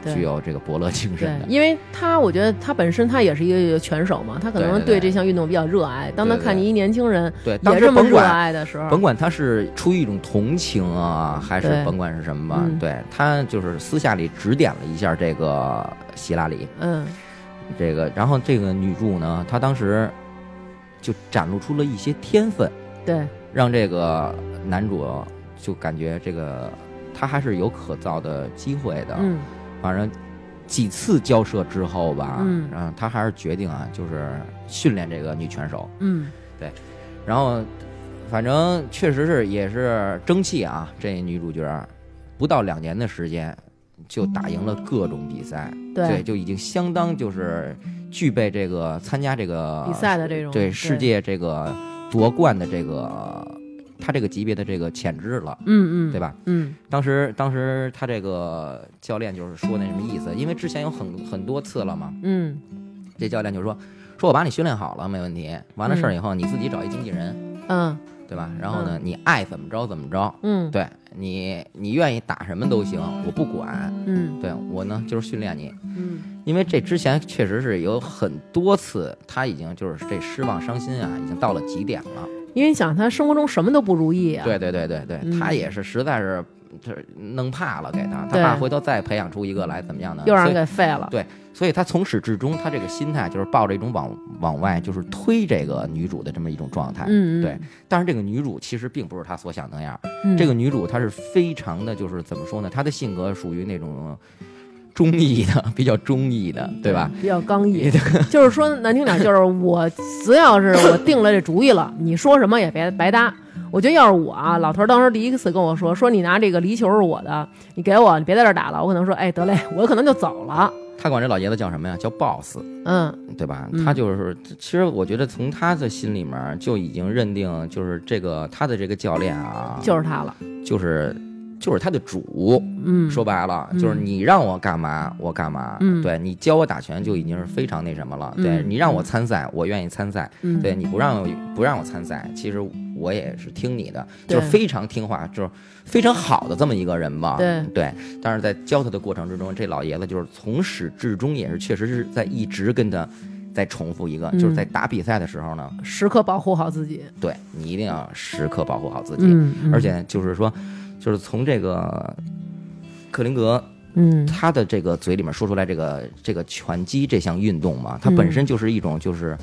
Speaker 3: 对
Speaker 2: 具有这个伯乐精
Speaker 3: 对
Speaker 2: 神，的。
Speaker 3: 因为他，我觉得他本身他也是一个拳手嘛，他可能
Speaker 2: 对对
Speaker 3: 对
Speaker 2: 对
Speaker 3: 这项运动比较热爱。当他
Speaker 2: 对对
Speaker 3: 看你一年轻人
Speaker 2: 对，当
Speaker 3: 也
Speaker 2: 时
Speaker 3: 这么
Speaker 2: 甭
Speaker 3: 热
Speaker 2: 管
Speaker 3: 爱的时候
Speaker 2: 甭，管他是出于一种同情啊，还是
Speaker 3: 对
Speaker 2: 甭管是什么吧
Speaker 3: 嗯，
Speaker 2: 对他就是私下里指点了一下这个希拉里，
Speaker 3: 嗯
Speaker 2: 这个，然后这个女助呢，她当时就展露出了一些天分，
Speaker 3: 对，
Speaker 2: 让这个男主就感觉这个他还是有可造的机会的。
Speaker 3: 嗯
Speaker 2: 反正几次交涉之后吧，
Speaker 3: 嗯
Speaker 2: 然后他还是决定啊，就是训练这个女拳手。
Speaker 3: 嗯
Speaker 2: 然后，反正确实是也是争气啊，这女主角不到两年的时间就打赢了各种比赛，对，
Speaker 3: 嗯对，
Speaker 2: 就已经相当就是具备这个参加这个
Speaker 3: 比赛的这种
Speaker 2: 啊对世，界这个夺冠的这个他这个级别的这个潜质了，
Speaker 3: 嗯嗯，
Speaker 2: 对
Speaker 3: 吧？
Speaker 2: 吧？
Speaker 3: 嗯
Speaker 2: 当时当时他这个教练就是说那什么意思，因为之前有很很多次了嘛，
Speaker 3: 嗯
Speaker 2: 这教练就说说我把你训练好了没问题，完了事儿以后你自己找一经纪人，
Speaker 3: 嗯
Speaker 2: 对吧？然后呢，你爱怎么着怎么着，
Speaker 3: 嗯
Speaker 2: 对你你愿意打什么都行，我不管，
Speaker 3: 嗯
Speaker 2: 对我呢就是训练你，
Speaker 3: 嗯，
Speaker 2: 因为这之前确实是有很多次他已经就是这失望伤心啊，已经到了极点了。
Speaker 3: 因为你想他生活中什么都不如意啊，
Speaker 2: 对对对对对，他
Speaker 3: 嗯
Speaker 2: 也是实在是就是弄怕了给他，他
Speaker 3: 对
Speaker 2: 怕回头再培养出一个来怎么样呢？
Speaker 3: 又让
Speaker 2: 啊所
Speaker 3: 人
Speaker 2: 以
Speaker 3: 给废了。
Speaker 2: 所以他从始至终，他这个心态就是抱着一种往往外就是推这个女主的这么一种状态。
Speaker 3: 嗯，嗯
Speaker 2: 对，但是这个女主其实并不是他所想那样，
Speaker 3: 嗯
Speaker 2: 这个女主她是非常的，就是怎么说呢？她的性格属于那种忠义的， 比较忠义的，对吧？？
Speaker 3: 比较刚毅， 就是说难听点，就是我只要是我定了这主意了，你说什么也别白搭。我觉得要是我啊，老头儿当时第一次跟我说，说你拿这个离球是我的，你给我，你别在这儿打了。我可能说，哎，得嘞，我可能就走了。
Speaker 2: 她管这老爷子叫什么呀？叫 boss，
Speaker 3: 嗯
Speaker 2: 对吧？
Speaker 3: 嗯
Speaker 2: 他就是，其实我觉得从他的心里面就已经认定，就是这个他的这个教练啊，，
Speaker 3: 就是他了。
Speaker 2: 就是就是他的主。
Speaker 3: 嗯，
Speaker 2: 说白了，就是
Speaker 3: 嗯
Speaker 2: 你让我干嘛，我干嘛。
Speaker 3: 嗯
Speaker 2: 对你教我打拳就已经是非常那什么了。对
Speaker 3: 嗯
Speaker 2: 你让我参赛，我愿意参赛。
Speaker 3: 嗯
Speaker 2: 对你不让我不让我参赛，其实我也是听你的，
Speaker 3: 对
Speaker 2: 就是非常听话，就是非常好的这么一个人吧。
Speaker 3: 对
Speaker 2: 但是在教他的过程之中，这老爷子就是从始至终也是确实是在一直跟他在重复一个，
Speaker 3: 嗯
Speaker 2: 就是在打比赛的时候呢，
Speaker 3: 时刻保护好自己。
Speaker 2: 对你一定要时刻保护好自己，
Speaker 3: 嗯，嗯
Speaker 2: 而且就是说，就是从这个克林格
Speaker 3: 嗯
Speaker 2: 他的这个嘴里面说出来这个这个拳击这项运动嘛，它本
Speaker 3: 嗯
Speaker 2: 身就是一种就是。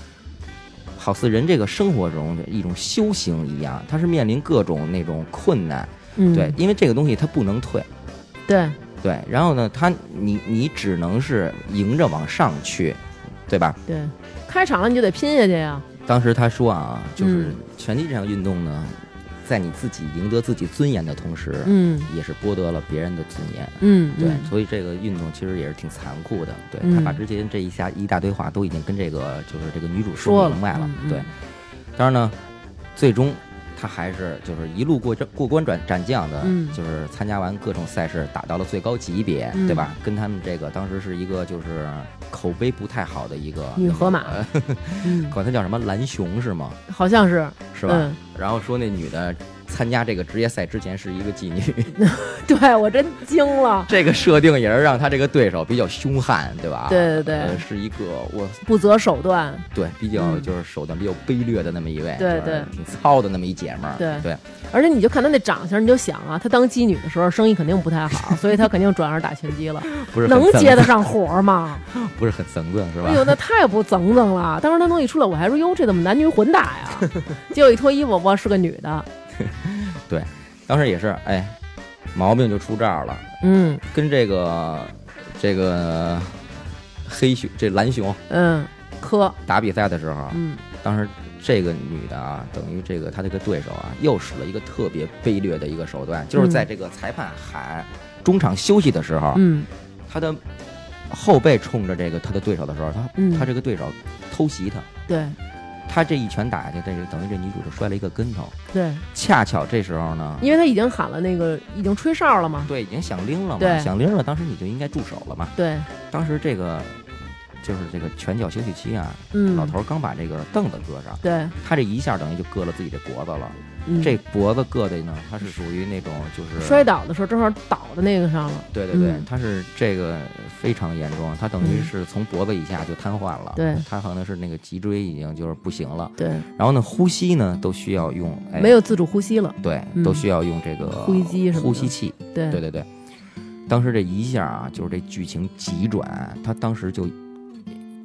Speaker 2: 好似人这个生活中的一种修行一样，它是面临各种那种困难，
Speaker 3: 嗯
Speaker 2: 对，因为这个东西它不能退，
Speaker 3: 对
Speaker 2: 对，然后呢，它你你只能是迎着往上去，对吧？
Speaker 3: 对，开场了你就得拼下去呀。
Speaker 2: 当时他说啊，就是
Speaker 3: 嗯
Speaker 2: 拳击这项运动呢，在你自己赢得自己尊严的同时，
Speaker 3: 嗯
Speaker 2: 也是剥夺了别人的尊严。
Speaker 3: 嗯，
Speaker 2: 对，
Speaker 3: 嗯
Speaker 2: 所以这个运动其实也是挺残酷的。对、
Speaker 3: 嗯
Speaker 2: 他把之前这一下一大堆话都已经跟这个就是这个女主
Speaker 3: 说了
Speaker 2: 明白了。
Speaker 3: 嗯嗯
Speaker 2: 对，当然呢，最终他还是就是一路过这过关斩斩将的，
Speaker 3: 嗯
Speaker 2: 就是参加完各种赛事，打到了最高级别，
Speaker 3: 嗯
Speaker 2: 对吧？跟他们这个当时是一个就是口碑不太好的一个
Speaker 3: 女河 马
Speaker 2: 呃
Speaker 3: 嗯，
Speaker 2: 管她叫什么蓝熊是吗？
Speaker 3: 好像是，
Speaker 2: 是吧？
Speaker 3: 嗯，
Speaker 2: 然后说那女的参加这个职业赛之前是一个妓女。
Speaker 3: 对我真惊了，
Speaker 2: 这个设定也是让他这个对手比较凶悍，对吧？
Speaker 3: 对对对
Speaker 2: 呃是一个我
Speaker 3: 不择手段，
Speaker 2: 对比较
Speaker 3: 嗯
Speaker 2: 就是手段比较卑劣的那么一位，
Speaker 3: 对
Speaker 2: 就是
Speaker 3: 对
Speaker 2: 挺糙的那么一姐们儿，
Speaker 3: 对
Speaker 2: 对
Speaker 3: 而且你就看她那长相，你就想啊，她当妓女的时候生意肯定不太好，所以她肯定转而打拳击了，
Speaker 2: 不是很
Speaker 3: 能
Speaker 2: 憎
Speaker 3: 接得上活吗？
Speaker 2: 恨， 不是很层次是吧
Speaker 3: 哎？呦，那太不整整了！当时她弄一出来，我还说哟，这怎么男女混打呀？ 结果一脱衣服，我是个女的，
Speaker 2: 当时也是，哎，毛病就出这儿了，
Speaker 3: 嗯
Speaker 2: 跟这个这个呃黑熊这蓝熊
Speaker 3: 嗯，磕，
Speaker 2: 打比赛的时候，啊
Speaker 3: 嗯
Speaker 2: 当时这个女的啊，等于这个她这个对手啊，又使了一个特别卑劣的一个手段，就是在这个裁判喊中场休息的时候，啊
Speaker 3: 嗯
Speaker 2: 他的后背冲着这个他的对手的时候，他、
Speaker 3: 嗯
Speaker 2: 他这个对手偷袭他，
Speaker 3: 对
Speaker 2: 他这一拳打下去，这个等于这女主就摔了一个跟头。
Speaker 3: 对，
Speaker 2: 恰巧这时候呢，
Speaker 3: 因为她已经喊了那个，已经吹哨了嘛，
Speaker 2: 对已经想拎了嘛，
Speaker 3: 对
Speaker 2: 想拎了，当时你就应该住手了嘛。
Speaker 3: 对，
Speaker 2: 当时这个就是这个拳脚休息期啊，
Speaker 3: 嗯，
Speaker 2: 老头儿刚把这个凳子搁上，
Speaker 3: 对，
Speaker 2: 他这一下等于就硌了自己这脖子了。
Speaker 3: 嗯
Speaker 2: 这脖子硌的呢，他是属于那种就是
Speaker 3: 摔，倒的时候正好倒在那个上了，
Speaker 2: 对对对
Speaker 3: 嗯，
Speaker 2: 他是这个非常严重，他等于
Speaker 3: 嗯
Speaker 2: 是从脖子以下就瘫痪了。
Speaker 3: 对
Speaker 2: 他可能是那个脊椎已经就是不行了，
Speaker 3: 对，
Speaker 2: 然后呢，呼吸呢都需要用，哎、
Speaker 3: 没有自主呼吸了，
Speaker 2: 对，
Speaker 3: 嗯
Speaker 2: 都需要用这个
Speaker 3: 呼吸机什么的
Speaker 2: 呼吸器。
Speaker 3: 对
Speaker 2: 对对对，当时这一下啊，就是这剧情急转，他当时就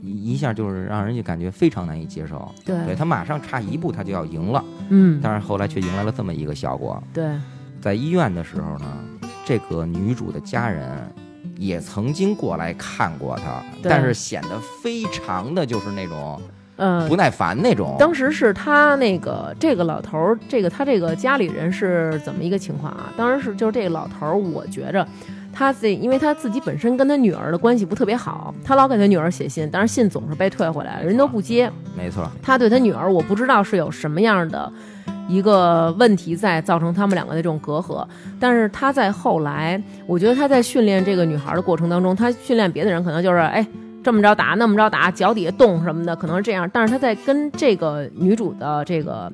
Speaker 2: 一一下就是让人家感觉非常难以接受。对
Speaker 3: 对，
Speaker 2: 他马上差一步他就要赢了，
Speaker 3: 嗯，
Speaker 2: 但是后来却迎来了这么一个效果。
Speaker 3: 对，
Speaker 2: 在医院的时候呢，这个女主的家人。也曾经过来看过她，
Speaker 3: 对
Speaker 2: 但是显得非常的就是那种
Speaker 3: 嗯
Speaker 2: 不。耐烦那种。
Speaker 3: 当时是他那个这个老头儿，这个他这个家里人是怎么一个情况啊？当时是就是这个老头儿，我觉着他自己，因为他自己本身跟他女儿的关系不特别好，他老给他女儿写信，但是信总是被退回来，人都不接。
Speaker 2: 没错，
Speaker 3: 他对他女儿，我不知道是有什么样的一个问题在造成他们两个的这种隔阂。但是他在后来，我觉得他在训练这个女孩的过程当中，他训练别的人可能就是哎。这么着打，那么着打，脚底下动什么的，可能是这样。但是他在跟这个女主的这个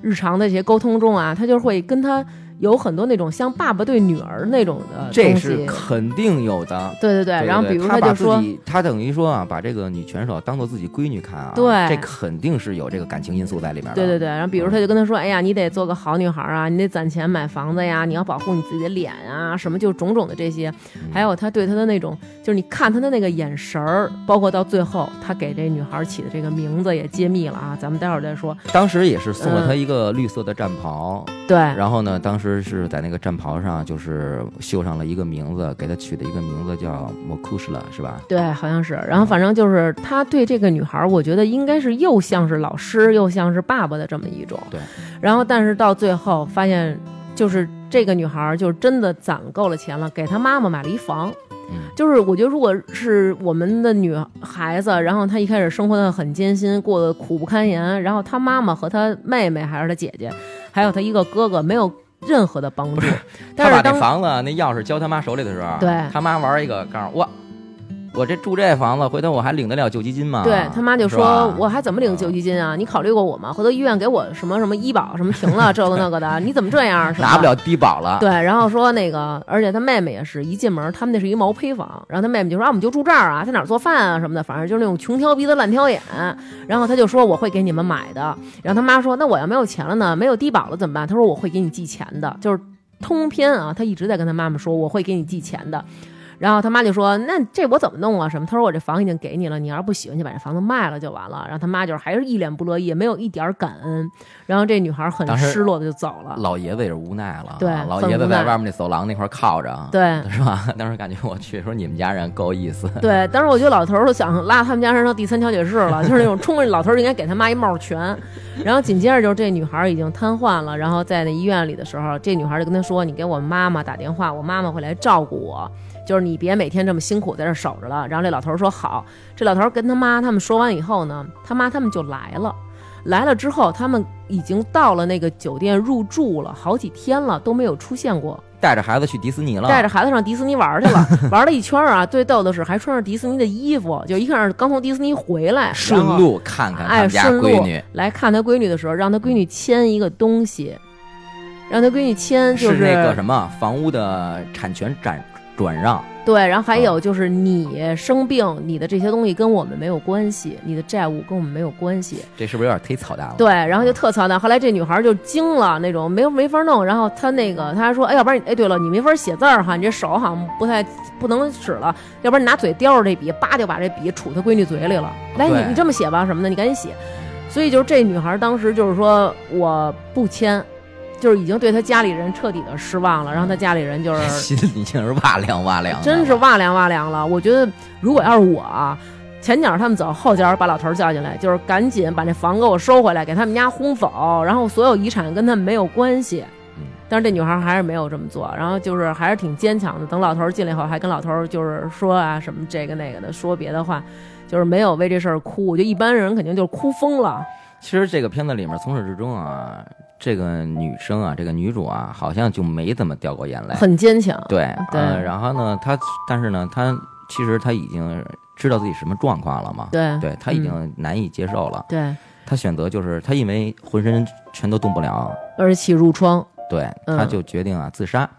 Speaker 3: 日常的这些沟通中啊，他就会跟她有很多那种像爸爸对女儿那种的
Speaker 2: 这
Speaker 3: 东
Speaker 2: 是
Speaker 3: 西
Speaker 2: 肯定有的。
Speaker 3: 对对对。
Speaker 2: 对
Speaker 3: 然后
Speaker 2: 对
Speaker 3: 比如
Speaker 2: 他把
Speaker 3: 就
Speaker 2: 自
Speaker 3: 说，
Speaker 2: 己，他等于说啊，把这个女拳手当做自己闺女看啊，
Speaker 3: 对
Speaker 2: 这肯定是有这个感情因素在里面的。
Speaker 3: 对对对，然后比如他就跟他说：“哎呀，你得做个好女孩啊，你得攒钱买房子呀，你要保护你自己的脸啊，什么就种种的这些。”
Speaker 2: 嗯
Speaker 3: 还有他对他的那种，就是你看他的那个眼神儿，包括到最后他给这女孩起的这个名字也揭秘了啊，咱们待会儿再说。
Speaker 2: 当时也是送了
Speaker 3: 嗯
Speaker 2: 她一个绿色的战袍，
Speaker 3: 对，
Speaker 2: 然后呢，当时是在那个战袍上就是绣上了一个名字，给她取的一个名字叫莫库什拉，是吧？
Speaker 3: 对，好像是。然后反正就是他对这个女孩儿，我觉得应该是又像是老师，又像是爸爸的这么一种。
Speaker 2: 对。
Speaker 3: 然后，但是到最后发现，就是这个女孩儿就是真的攒够了钱了，给她妈妈买了一房。
Speaker 2: 嗯
Speaker 3: 就是我觉得，如果是我们的女孩子，然后她一开始生活的很艰辛，过得苦不堪言，然后她妈妈和她妹妹还是她姐姐，还有她一个哥哥，没有任何的帮助。但
Speaker 2: 她
Speaker 3: 是
Speaker 2: 把
Speaker 3: 当
Speaker 2: 那房子那钥匙交她妈手里的时候，
Speaker 3: 对
Speaker 2: 她妈玩一个，告诉我，我这住这房子，回头我还领得了救济金吗？
Speaker 3: 对他妈就是说
Speaker 2: 吧：“
Speaker 3: 我还怎么领救济金啊？你考虑过我吗？回头医院给我什么什么医保什么停了，这个那个的，你怎么这样？什么的
Speaker 2: 拿不了低保了。
Speaker 3: 对，然后说那个，而且他妹妹也是一进门，他们那是一毛坯房，然后他妹妹就说啊，我们就住这儿啊，在哪儿做饭啊什么的，反正就是那种穷挑鼻子烂挑眼。然后他就说我会给你们买的，然后他妈说那我要没有钱了呢，没有低保了怎么办？他说我会给你寄钱的，就是通篇啊，他一直在跟他妈妈说我会给你寄钱的。然后他妈就说：“那这我怎么弄啊？什么？”他说：“我这房已经给你了，你要是不喜欢，就把这房子卖了就完了。”然后他妈就是还是一脸不乐意，没有一点儿感恩。然后这女孩很
Speaker 2: 当时
Speaker 3: 失落的就走了。
Speaker 2: 老爷子也是无奈了，
Speaker 3: 对
Speaker 2: 老
Speaker 3: 很
Speaker 2: 爷子
Speaker 3: 无
Speaker 2: 在
Speaker 3: 奈
Speaker 2: 外面那走廊那块儿靠着，
Speaker 3: 对
Speaker 2: 是吧？当时感觉我去，说你们家人够意思，
Speaker 3: 对，当时我觉得老头儿都想拉他们家人上第三调解室了，就是那种冲着老头儿应该给他妈一帽拳。然后紧接着就是这女孩儿已经瘫痪了，然后在那医院里的时候，这女孩儿就跟他说：“你给我妈妈打电话，我妈妈会来照顾我，就是你别每天这么辛苦在这儿守着了。”然后这老头儿说：“好。”这老头儿跟他妈他们说完以后呢，他妈他们就来了。来了之后，他们已经到了那个酒店入住了，好几天了都没有出现过。
Speaker 2: 带着孩子去迪士尼了，
Speaker 3: 带着孩子上迪士尼玩儿去了， 玩了一圈儿啊。最逗的是，还穿着迪士尼的衣服，就一看是刚从迪士尼回来，
Speaker 2: 顺
Speaker 3: 然后
Speaker 2: 路看看他
Speaker 3: 哎
Speaker 2: 们家
Speaker 3: 顺路
Speaker 2: 闺女，
Speaker 3: 来看他闺女的时候，让他闺女签一个东西，让他闺女签就是
Speaker 2: 那个什么房屋的产权转转让，
Speaker 3: 对，然后还
Speaker 2: 嗯
Speaker 3: 有就是你生病，你的这些东西跟我们没有关系，你的债务跟我们没有关系。
Speaker 2: 这是不是有点忒操蛋了？嗯
Speaker 3: 对，然后就特操蛋。后来这女孩就惊了，那种没有没法弄。然后她那个她还说，哎，要不然你哎，对了，你没法写字儿哈，你这手好像不太不能使了，要不然你拿嘴叼着这笔，叭就把这笔杵她闺女嘴里了。来，
Speaker 2: 对
Speaker 3: 你你这么写吧，什么的，你赶紧写。所以就是这女孩当时就是说我不签，就是已经对她家里人彻底的失望了，然后她家里人就是
Speaker 2: 心里竟是哇凉哇凉的，
Speaker 3: 真是哇凉哇凉了。我觉得如果要是我啊，前脚他们走，后脚把老头儿叫进来，就是赶紧把这房给我收回来，给他们家轰走，然后所有遗产跟他们没有关系
Speaker 2: 嗯。
Speaker 3: 但是这女孩还是没有这么做，然后就是还是挺坚强的。等老头儿进来以后，还跟老头儿就是说啊什么这个那个的，说别的话，就是没有为这事儿哭。我觉得一般人肯定就是哭疯了。
Speaker 2: 其实这个片子里面从始至终啊，这个女生啊，这个女主啊，好像就没怎么掉过眼泪。
Speaker 3: 很坚强，
Speaker 2: 对，
Speaker 3: 对
Speaker 2: 呃，然后呢，她但是呢，她其实她已经知道自己什么状况了嘛，
Speaker 3: 对
Speaker 2: 对她已
Speaker 3: 嗯
Speaker 2: 经难以接受了。
Speaker 3: 对，
Speaker 2: 她选择就是她因为浑身全都动不了，
Speaker 3: 而且褥疮，
Speaker 2: 对，
Speaker 3: 嗯
Speaker 2: 她就决定啊自杀。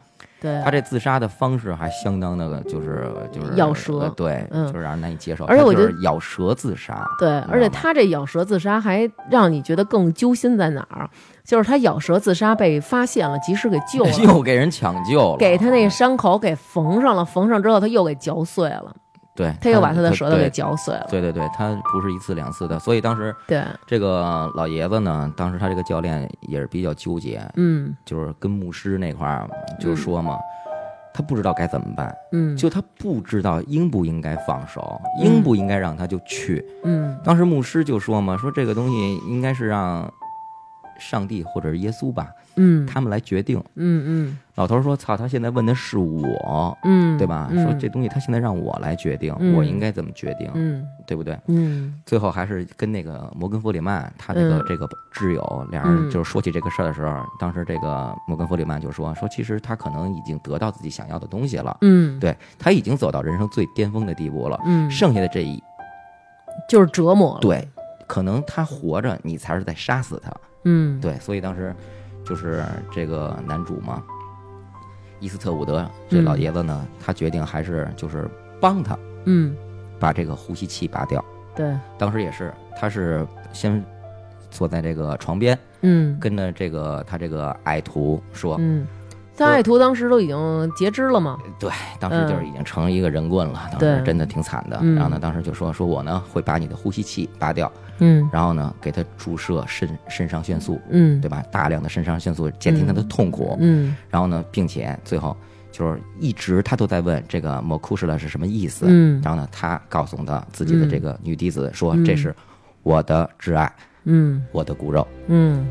Speaker 3: 对，
Speaker 2: 她这自杀的方式还相当的，就是就是
Speaker 3: 咬舌
Speaker 2: 呃对，
Speaker 3: 嗯
Speaker 2: 就是让人难以接受。
Speaker 3: 而且
Speaker 2: 她
Speaker 3: 我
Speaker 2: 就
Speaker 3: 觉得哎
Speaker 2: 是咬舌自杀，
Speaker 3: 对，而且
Speaker 2: 吗
Speaker 3: 他这咬舌自杀还让你觉得更揪心在哪儿？就是他咬舌自杀被发现了，及时给救了，
Speaker 2: 又给人抢救了，
Speaker 3: 给他那伤口给缝上了，缝上之后他又给嚼碎了，
Speaker 2: 对，
Speaker 3: 他又把他的舌头
Speaker 2: 对
Speaker 3: 给嚼碎了。
Speaker 2: 对对对，他不是一次两次的，所以当时
Speaker 3: 对，
Speaker 2: 这个老爷子呢，当时他这个教练也是比较纠结，
Speaker 3: 嗯
Speaker 2: 就是跟牧师那块儿就说嘛，他不知道该怎么办，
Speaker 3: 嗯，
Speaker 2: 就他不知道应不应该放手，应不应该让他就去。
Speaker 3: 嗯
Speaker 2: 当时牧师就说嘛，说这个东西应该是让上帝或者是耶稣吧，
Speaker 3: 嗯
Speaker 2: 他们来决定。
Speaker 3: 嗯
Speaker 2: 老头儿说：“操，他现在问的是我。”
Speaker 3: 嗯，
Speaker 2: 对吧？
Speaker 3: 嗯
Speaker 2: 说这东西他现在让我来决定，
Speaker 3: 嗯
Speaker 2: 我应该怎么决定，
Speaker 3: 嗯
Speaker 2: 对不对？
Speaker 3: 嗯
Speaker 2: 最后还是跟那个摩根弗里曼他那个、
Speaker 3: 嗯
Speaker 2: 这个挚友俩人
Speaker 3: 嗯
Speaker 2: 就是说起这个事儿的时候，当时这个摩根弗里曼就说说其实他可能已经得到自己想要的东西了，
Speaker 3: 嗯
Speaker 2: 对他已经走到人生最巅峰的地步了，
Speaker 3: 嗯，哦
Speaker 2: 剩下的这一
Speaker 3: 就是折磨了。，
Speaker 2: 对，可能他活着你才是在杀死他，
Speaker 3: 嗯
Speaker 2: 对，所以当时就是这个男主嘛，伊斯特伍德这老爷子呢，他决定还是就是帮他
Speaker 3: 嗯
Speaker 2: 把这个呼吸器拔掉，
Speaker 3: 对，
Speaker 2: 当时也是他是先坐在这个床边。
Speaker 3: 嗯
Speaker 2: 跟着这个他这个爱徒说，
Speaker 3: 嗯，但爱徒当时都已经截肢了嘛，
Speaker 2: 对，当时就是已经成一个人棍了，当时
Speaker 3: 对
Speaker 2: 真的挺惨的。
Speaker 3: 嗯
Speaker 2: 然后呢，当时就说说我呢会把你的呼吸器拔掉，
Speaker 3: 嗯
Speaker 2: 然后呢给他注射肾肾上腺素，
Speaker 3: 嗯
Speaker 2: 对吧？大量的肾上腺素减轻他的痛苦。
Speaker 3: 嗯
Speaker 2: 然后呢，并且最后就是一直他都在问这个莫库什勒是什么意思。
Speaker 3: 嗯
Speaker 2: 然后呢，他告诉他自己的这个女弟子说，
Speaker 3: 嗯
Speaker 2: 这是我的挚爱，
Speaker 3: 嗯
Speaker 2: 我的骨肉。
Speaker 3: 嗯。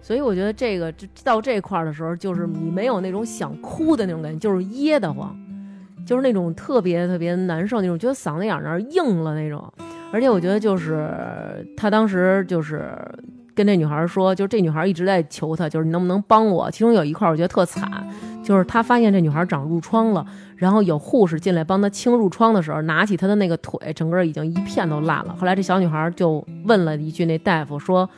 Speaker 3: 所以我觉得这个这到这块儿的时候，就是你没有那种想哭的那种感觉，就是噎得慌，就是那种特别特别难受那种，觉得嗓子眼儿那儿硬了那种。而且我觉得就是他当时就是跟这女孩说，就这女孩一直在求他，就是你能不能帮我？其中有一块儿我觉得特惨，就是他发现这女孩长褥疮了，然后有护士进来帮她清褥疮的时候，拿起她的那个腿，整个已经一片都烂了。后来这小女孩就问了一句那大夫说。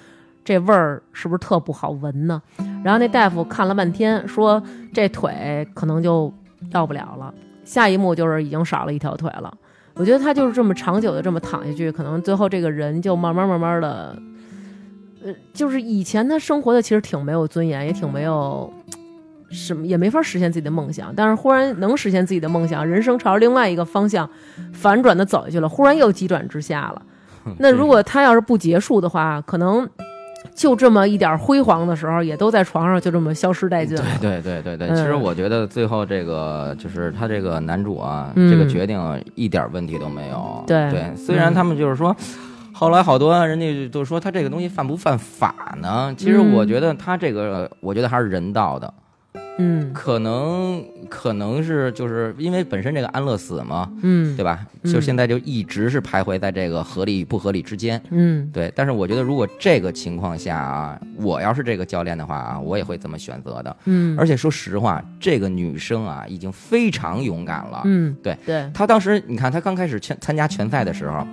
Speaker 3: 这味儿是不是特不好闻呢？然后那大夫看了半天，说这腿可能就要不了了。下一幕就是已经少了一条腿了。我觉得他就是这么长久的这么躺下去，可能最后这个人就慢慢慢慢的，呃，就是以前他生活的其实挺没有尊严，也挺没有什么，也没法实现自己的梦想。但是忽然能实现自己的梦想，人生朝着另外一个方向反转的走下去了，忽然又急转直下了。那如
Speaker 2: 嗯
Speaker 3: 果他要是不结束的话，可能就这么一点辉煌的时候，也都在床上就这么消失殆尽了。
Speaker 2: 对对对对，
Speaker 3: 嗯
Speaker 2: 其实我觉得最后这个就是他这个男主啊，
Speaker 3: 嗯
Speaker 2: 这个决定一点问题都没有。
Speaker 3: 对嗯
Speaker 2: 虽然他们就是说。后来好多人家就说他这个东西犯不犯法呢？其实
Speaker 3: 嗯
Speaker 2: 我觉得他这个，我觉得还是人道的，
Speaker 3: 嗯
Speaker 2: 可能可能是就是因为本身这个安乐死嘛，
Speaker 3: 嗯
Speaker 2: 对吧？
Speaker 3: 嗯
Speaker 2: 就现在就一直是徘徊在这个合理与不合理之间。
Speaker 3: 嗯
Speaker 2: 对，但是我觉得如果这个情况下啊，我要是这个教练的话啊，我也会这么选择的。
Speaker 3: 嗯
Speaker 2: 而且说实话，这个女生啊，已经非常勇敢了。
Speaker 3: 嗯，
Speaker 2: 啊对
Speaker 3: 对，
Speaker 2: 她当时，你看她刚开始参参加拳赛的时候，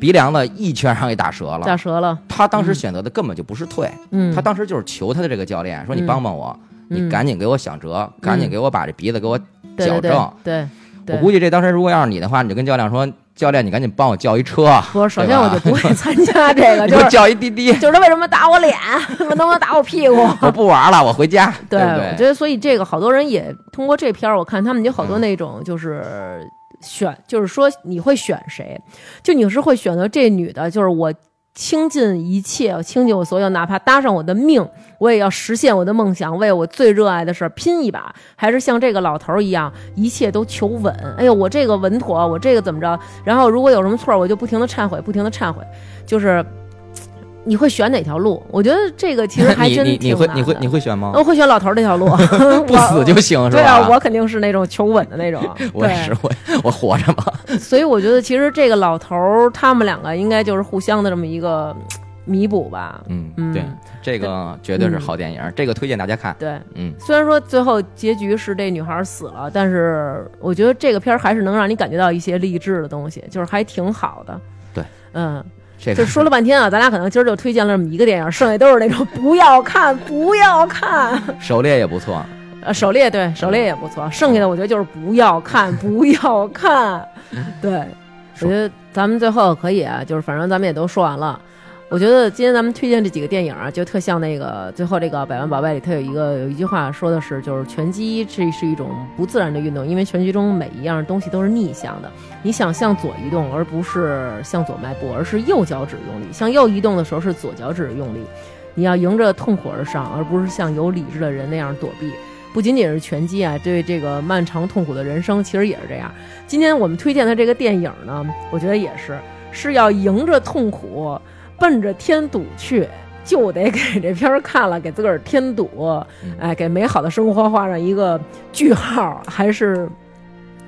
Speaker 2: 鼻梁子一拳让给打折
Speaker 3: 打
Speaker 2: 了。
Speaker 3: 折了。
Speaker 2: 她当时选择的根本就不是退，
Speaker 3: 嗯，
Speaker 2: 她当时就是求她的这个教练说：“你
Speaker 3: 嗯
Speaker 2: 帮帮我，你赶紧给我想辙，赶紧给我把这鼻子给我
Speaker 3: 对
Speaker 2: 矫
Speaker 3: 对对
Speaker 2: 正。
Speaker 3: 对，对
Speaker 2: 我估计这当时如果要是你的话，你就跟教练说：“教练，你赶紧帮我叫一车，
Speaker 3: 不是，首
Speaker 2: 对
Speaker 3: 先
Speaker 2: 吧
Speaker 3: 我就不会参加这个，
Speaker 2: 你给
Speaker 3: 啊就
Speaker 2: 我
Speaker 3: 是
Speaker 2: 叫一滴 滴，
Speaker 3: 就是他为什么打我脸，能不能打我屁股？
Speaker 2: 我不玩了，我回家。”对不
Speaker 3: 我觉得所以这个好多人也通过这片儿，我看他们有好多
Speaker 2: 嗯
Speaker 3: 那种就是选，就是说你会选谁，就你是会选择这女的，就是我。倾尽一切，我倾尽我所有，哪怕搭上我的命，我也要实现我的梦想，为我最热爱的事儿拼一把。还是像这个老头儿一样，一切都求稳。哎呦，我这个稳妥，我这个怎么着？然后如果有什么错儿，我就不停的忏悔，不停的忏悔。就是你会选哪条路？我觉得这个其实还
Speaker 2: 你
Speaker 3: 真
Speaker 2: 你你
Speaker 3: 挺
Speaker 2: 会
Speaker 3: 难
Speaker 2: 你会
Speaker 3: 的
Speaker 2: 你会选吗？
Speaker 3: 我会嗯选老头儿那条路，
Speaker 2: 啊
Speaker 3: 啊
Speaker 2: 不死就行
Speaker 3: 我
Speaker 2: 是吧？。
Speaker 3: 对啊，我肯定是那种求稳的那种
Speaker 2: 我也是我我活着嘛。
Speaker 3: 对，所以我觉得其实这个老头儿他们两个应该就是互相的这么一个嗯弥补吧。
Speaker 2: 嗯
Speaker 3: 嗯
Speaker 2: 对，这个绝对是好电影，这个推荐大家看。
Speaker 3: 对，
Speaker 2: 嗯，
Speaker 3: 虽然说最后结局是这女孩儿死了，但是我觉得这个片儿还是能让你感觉到一些励志的东西，就是还挺好的。
Speaker 2: 对，
Speaker 3: 嗯，
Speaker 2: 这
Speaker 3: 就
Speaker 2: 个
Speaker 3: 说了半天啊，咱俩可能今儿就推荐了这么一个电影，剩下都是那种不要看，不要看。
Speaker 2: 狩猎也不错。
Speaker 3: 呃，狩猎对，狩猎也不错。剩下的我觉得就是不要看，不要看。对，我
Speaker 2: 说
Speaker 3: 觉得咱们最后可以啊，就是反正咱们也都说完了。我觉得今天咱们推荐这几个电影啊，就特像那个最后这个《百万宝贝》里，它有一个有一句话说的是，就是拳击这是一种不自然的运动，因为拳击中每一样东西都是逆向的。你想向左移动，而不是向左迈步，而是右脚趾用力；向右移动的时候是左脚趾用力。你要迎着痛苦而上，而不是像有理智的人那样躲避。不仅仅是拳击啊，对这个漫长痛苦的人生其实也是这样。今天我们推荐的这个电影呢，我觉得也是是要迎着痛苦，奔着添堵去，就得给这片儿看了，给自个儿添堵，
Speaker 2: 嗯
Speaker 3: 哎，给美好的生活画上一个句号，还是。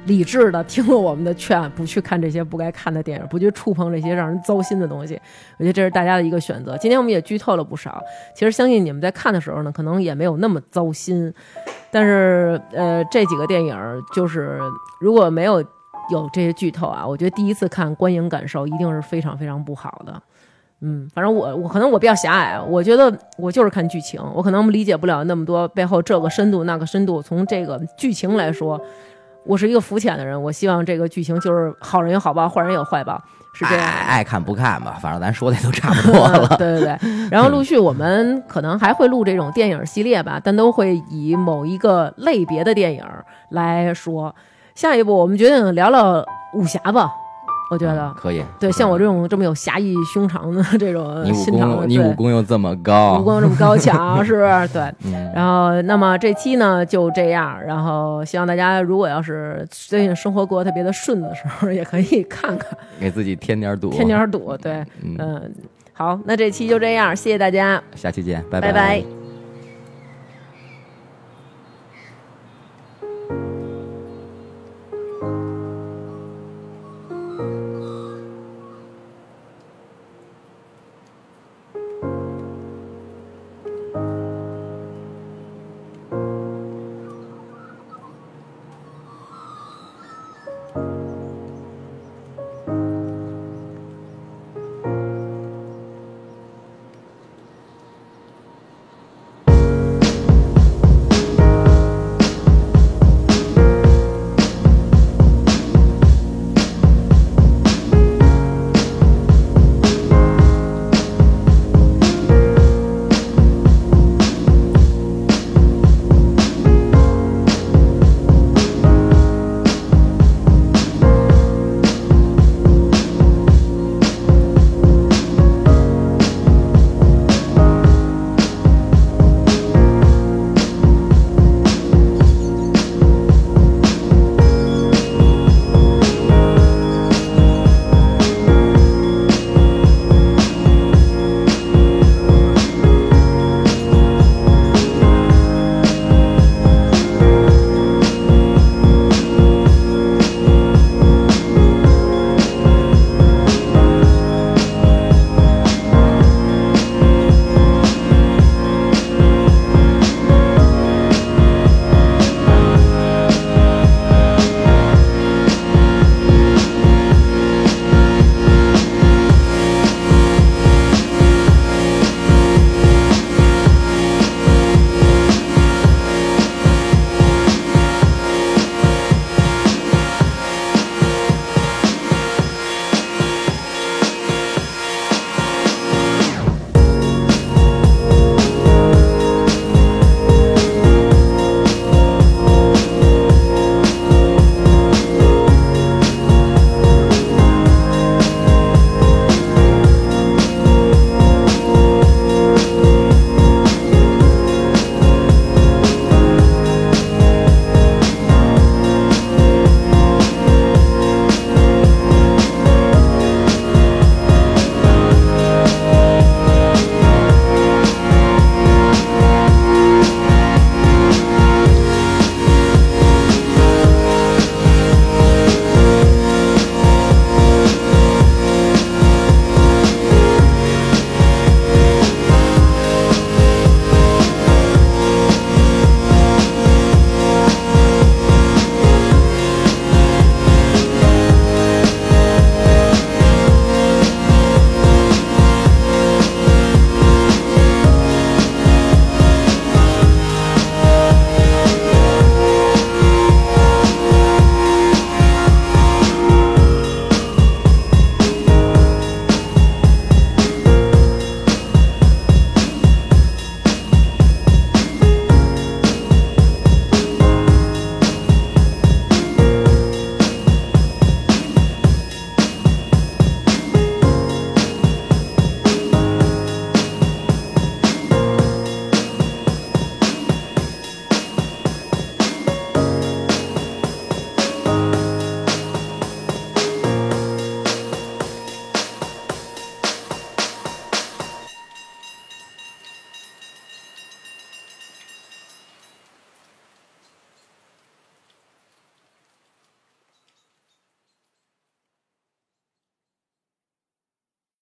Speaker 3: 理智的听了我们的劝，不去看这些不该看的电影，不去触碰这些让人糟心的东西，我觉得这是大家的一个选择。今天我们也剧透了不少，其实相信你们在看的时候呢，可能也没有那么糟心，但是呃，这几个电影儿就是如果没有有这些剧透啊，我觉得第一次看观影感受一定是非常非常不好的。嗯，反正我我可能我比较狭隘，啊我觉得我就是看剧情，我可能理解不了那么多背后这个深度那个深度。从这个剧情来说，我是一个肤浅的人，我希望这个剧情就是好人有好报，坏人有坏报，是这样的。
Speaker 2: 爱爱看不看吧，反正咱说的都差 不多了。
Speaker 3: 嗯对对 对，然后陆续我们可能还会录这种电影系列吧，但都会以某一个类别的电影来说。下一步我们决定聊聊武侠吧，我觉得
Speaker 2: 嗯。可以。
Speaker 3: 对，像我这种这么有侠义胸肠的这种
Speaker 2: 你武
Speaker 3: 心肠的，
Speaker 2: 功，你武
Speaker 3: 对
Speaker 2: 功又这么
Speaker 3: 武
Speaker 2: 高，
Speaker 3: 功这么 高强，是不是？对，
Speaker 2: 嗯，
Speaker 3: 然后，那么这期呢就这样。然后，希望大家如果要是最近生活过得特别的顺的时候，也可以看看
Speaker 2: 给自己添点堵，
Speaker 3: 添点儿堵。对，
Speaker 2: 啊嗯，
Speaker 3: 嗯，
Speaker 2: 好，那这期就这样，谢谢大家，
Speaker 3: 下期见，
Speaker 2: 拜
Speaker 3: 拜
Speaker 2: 拜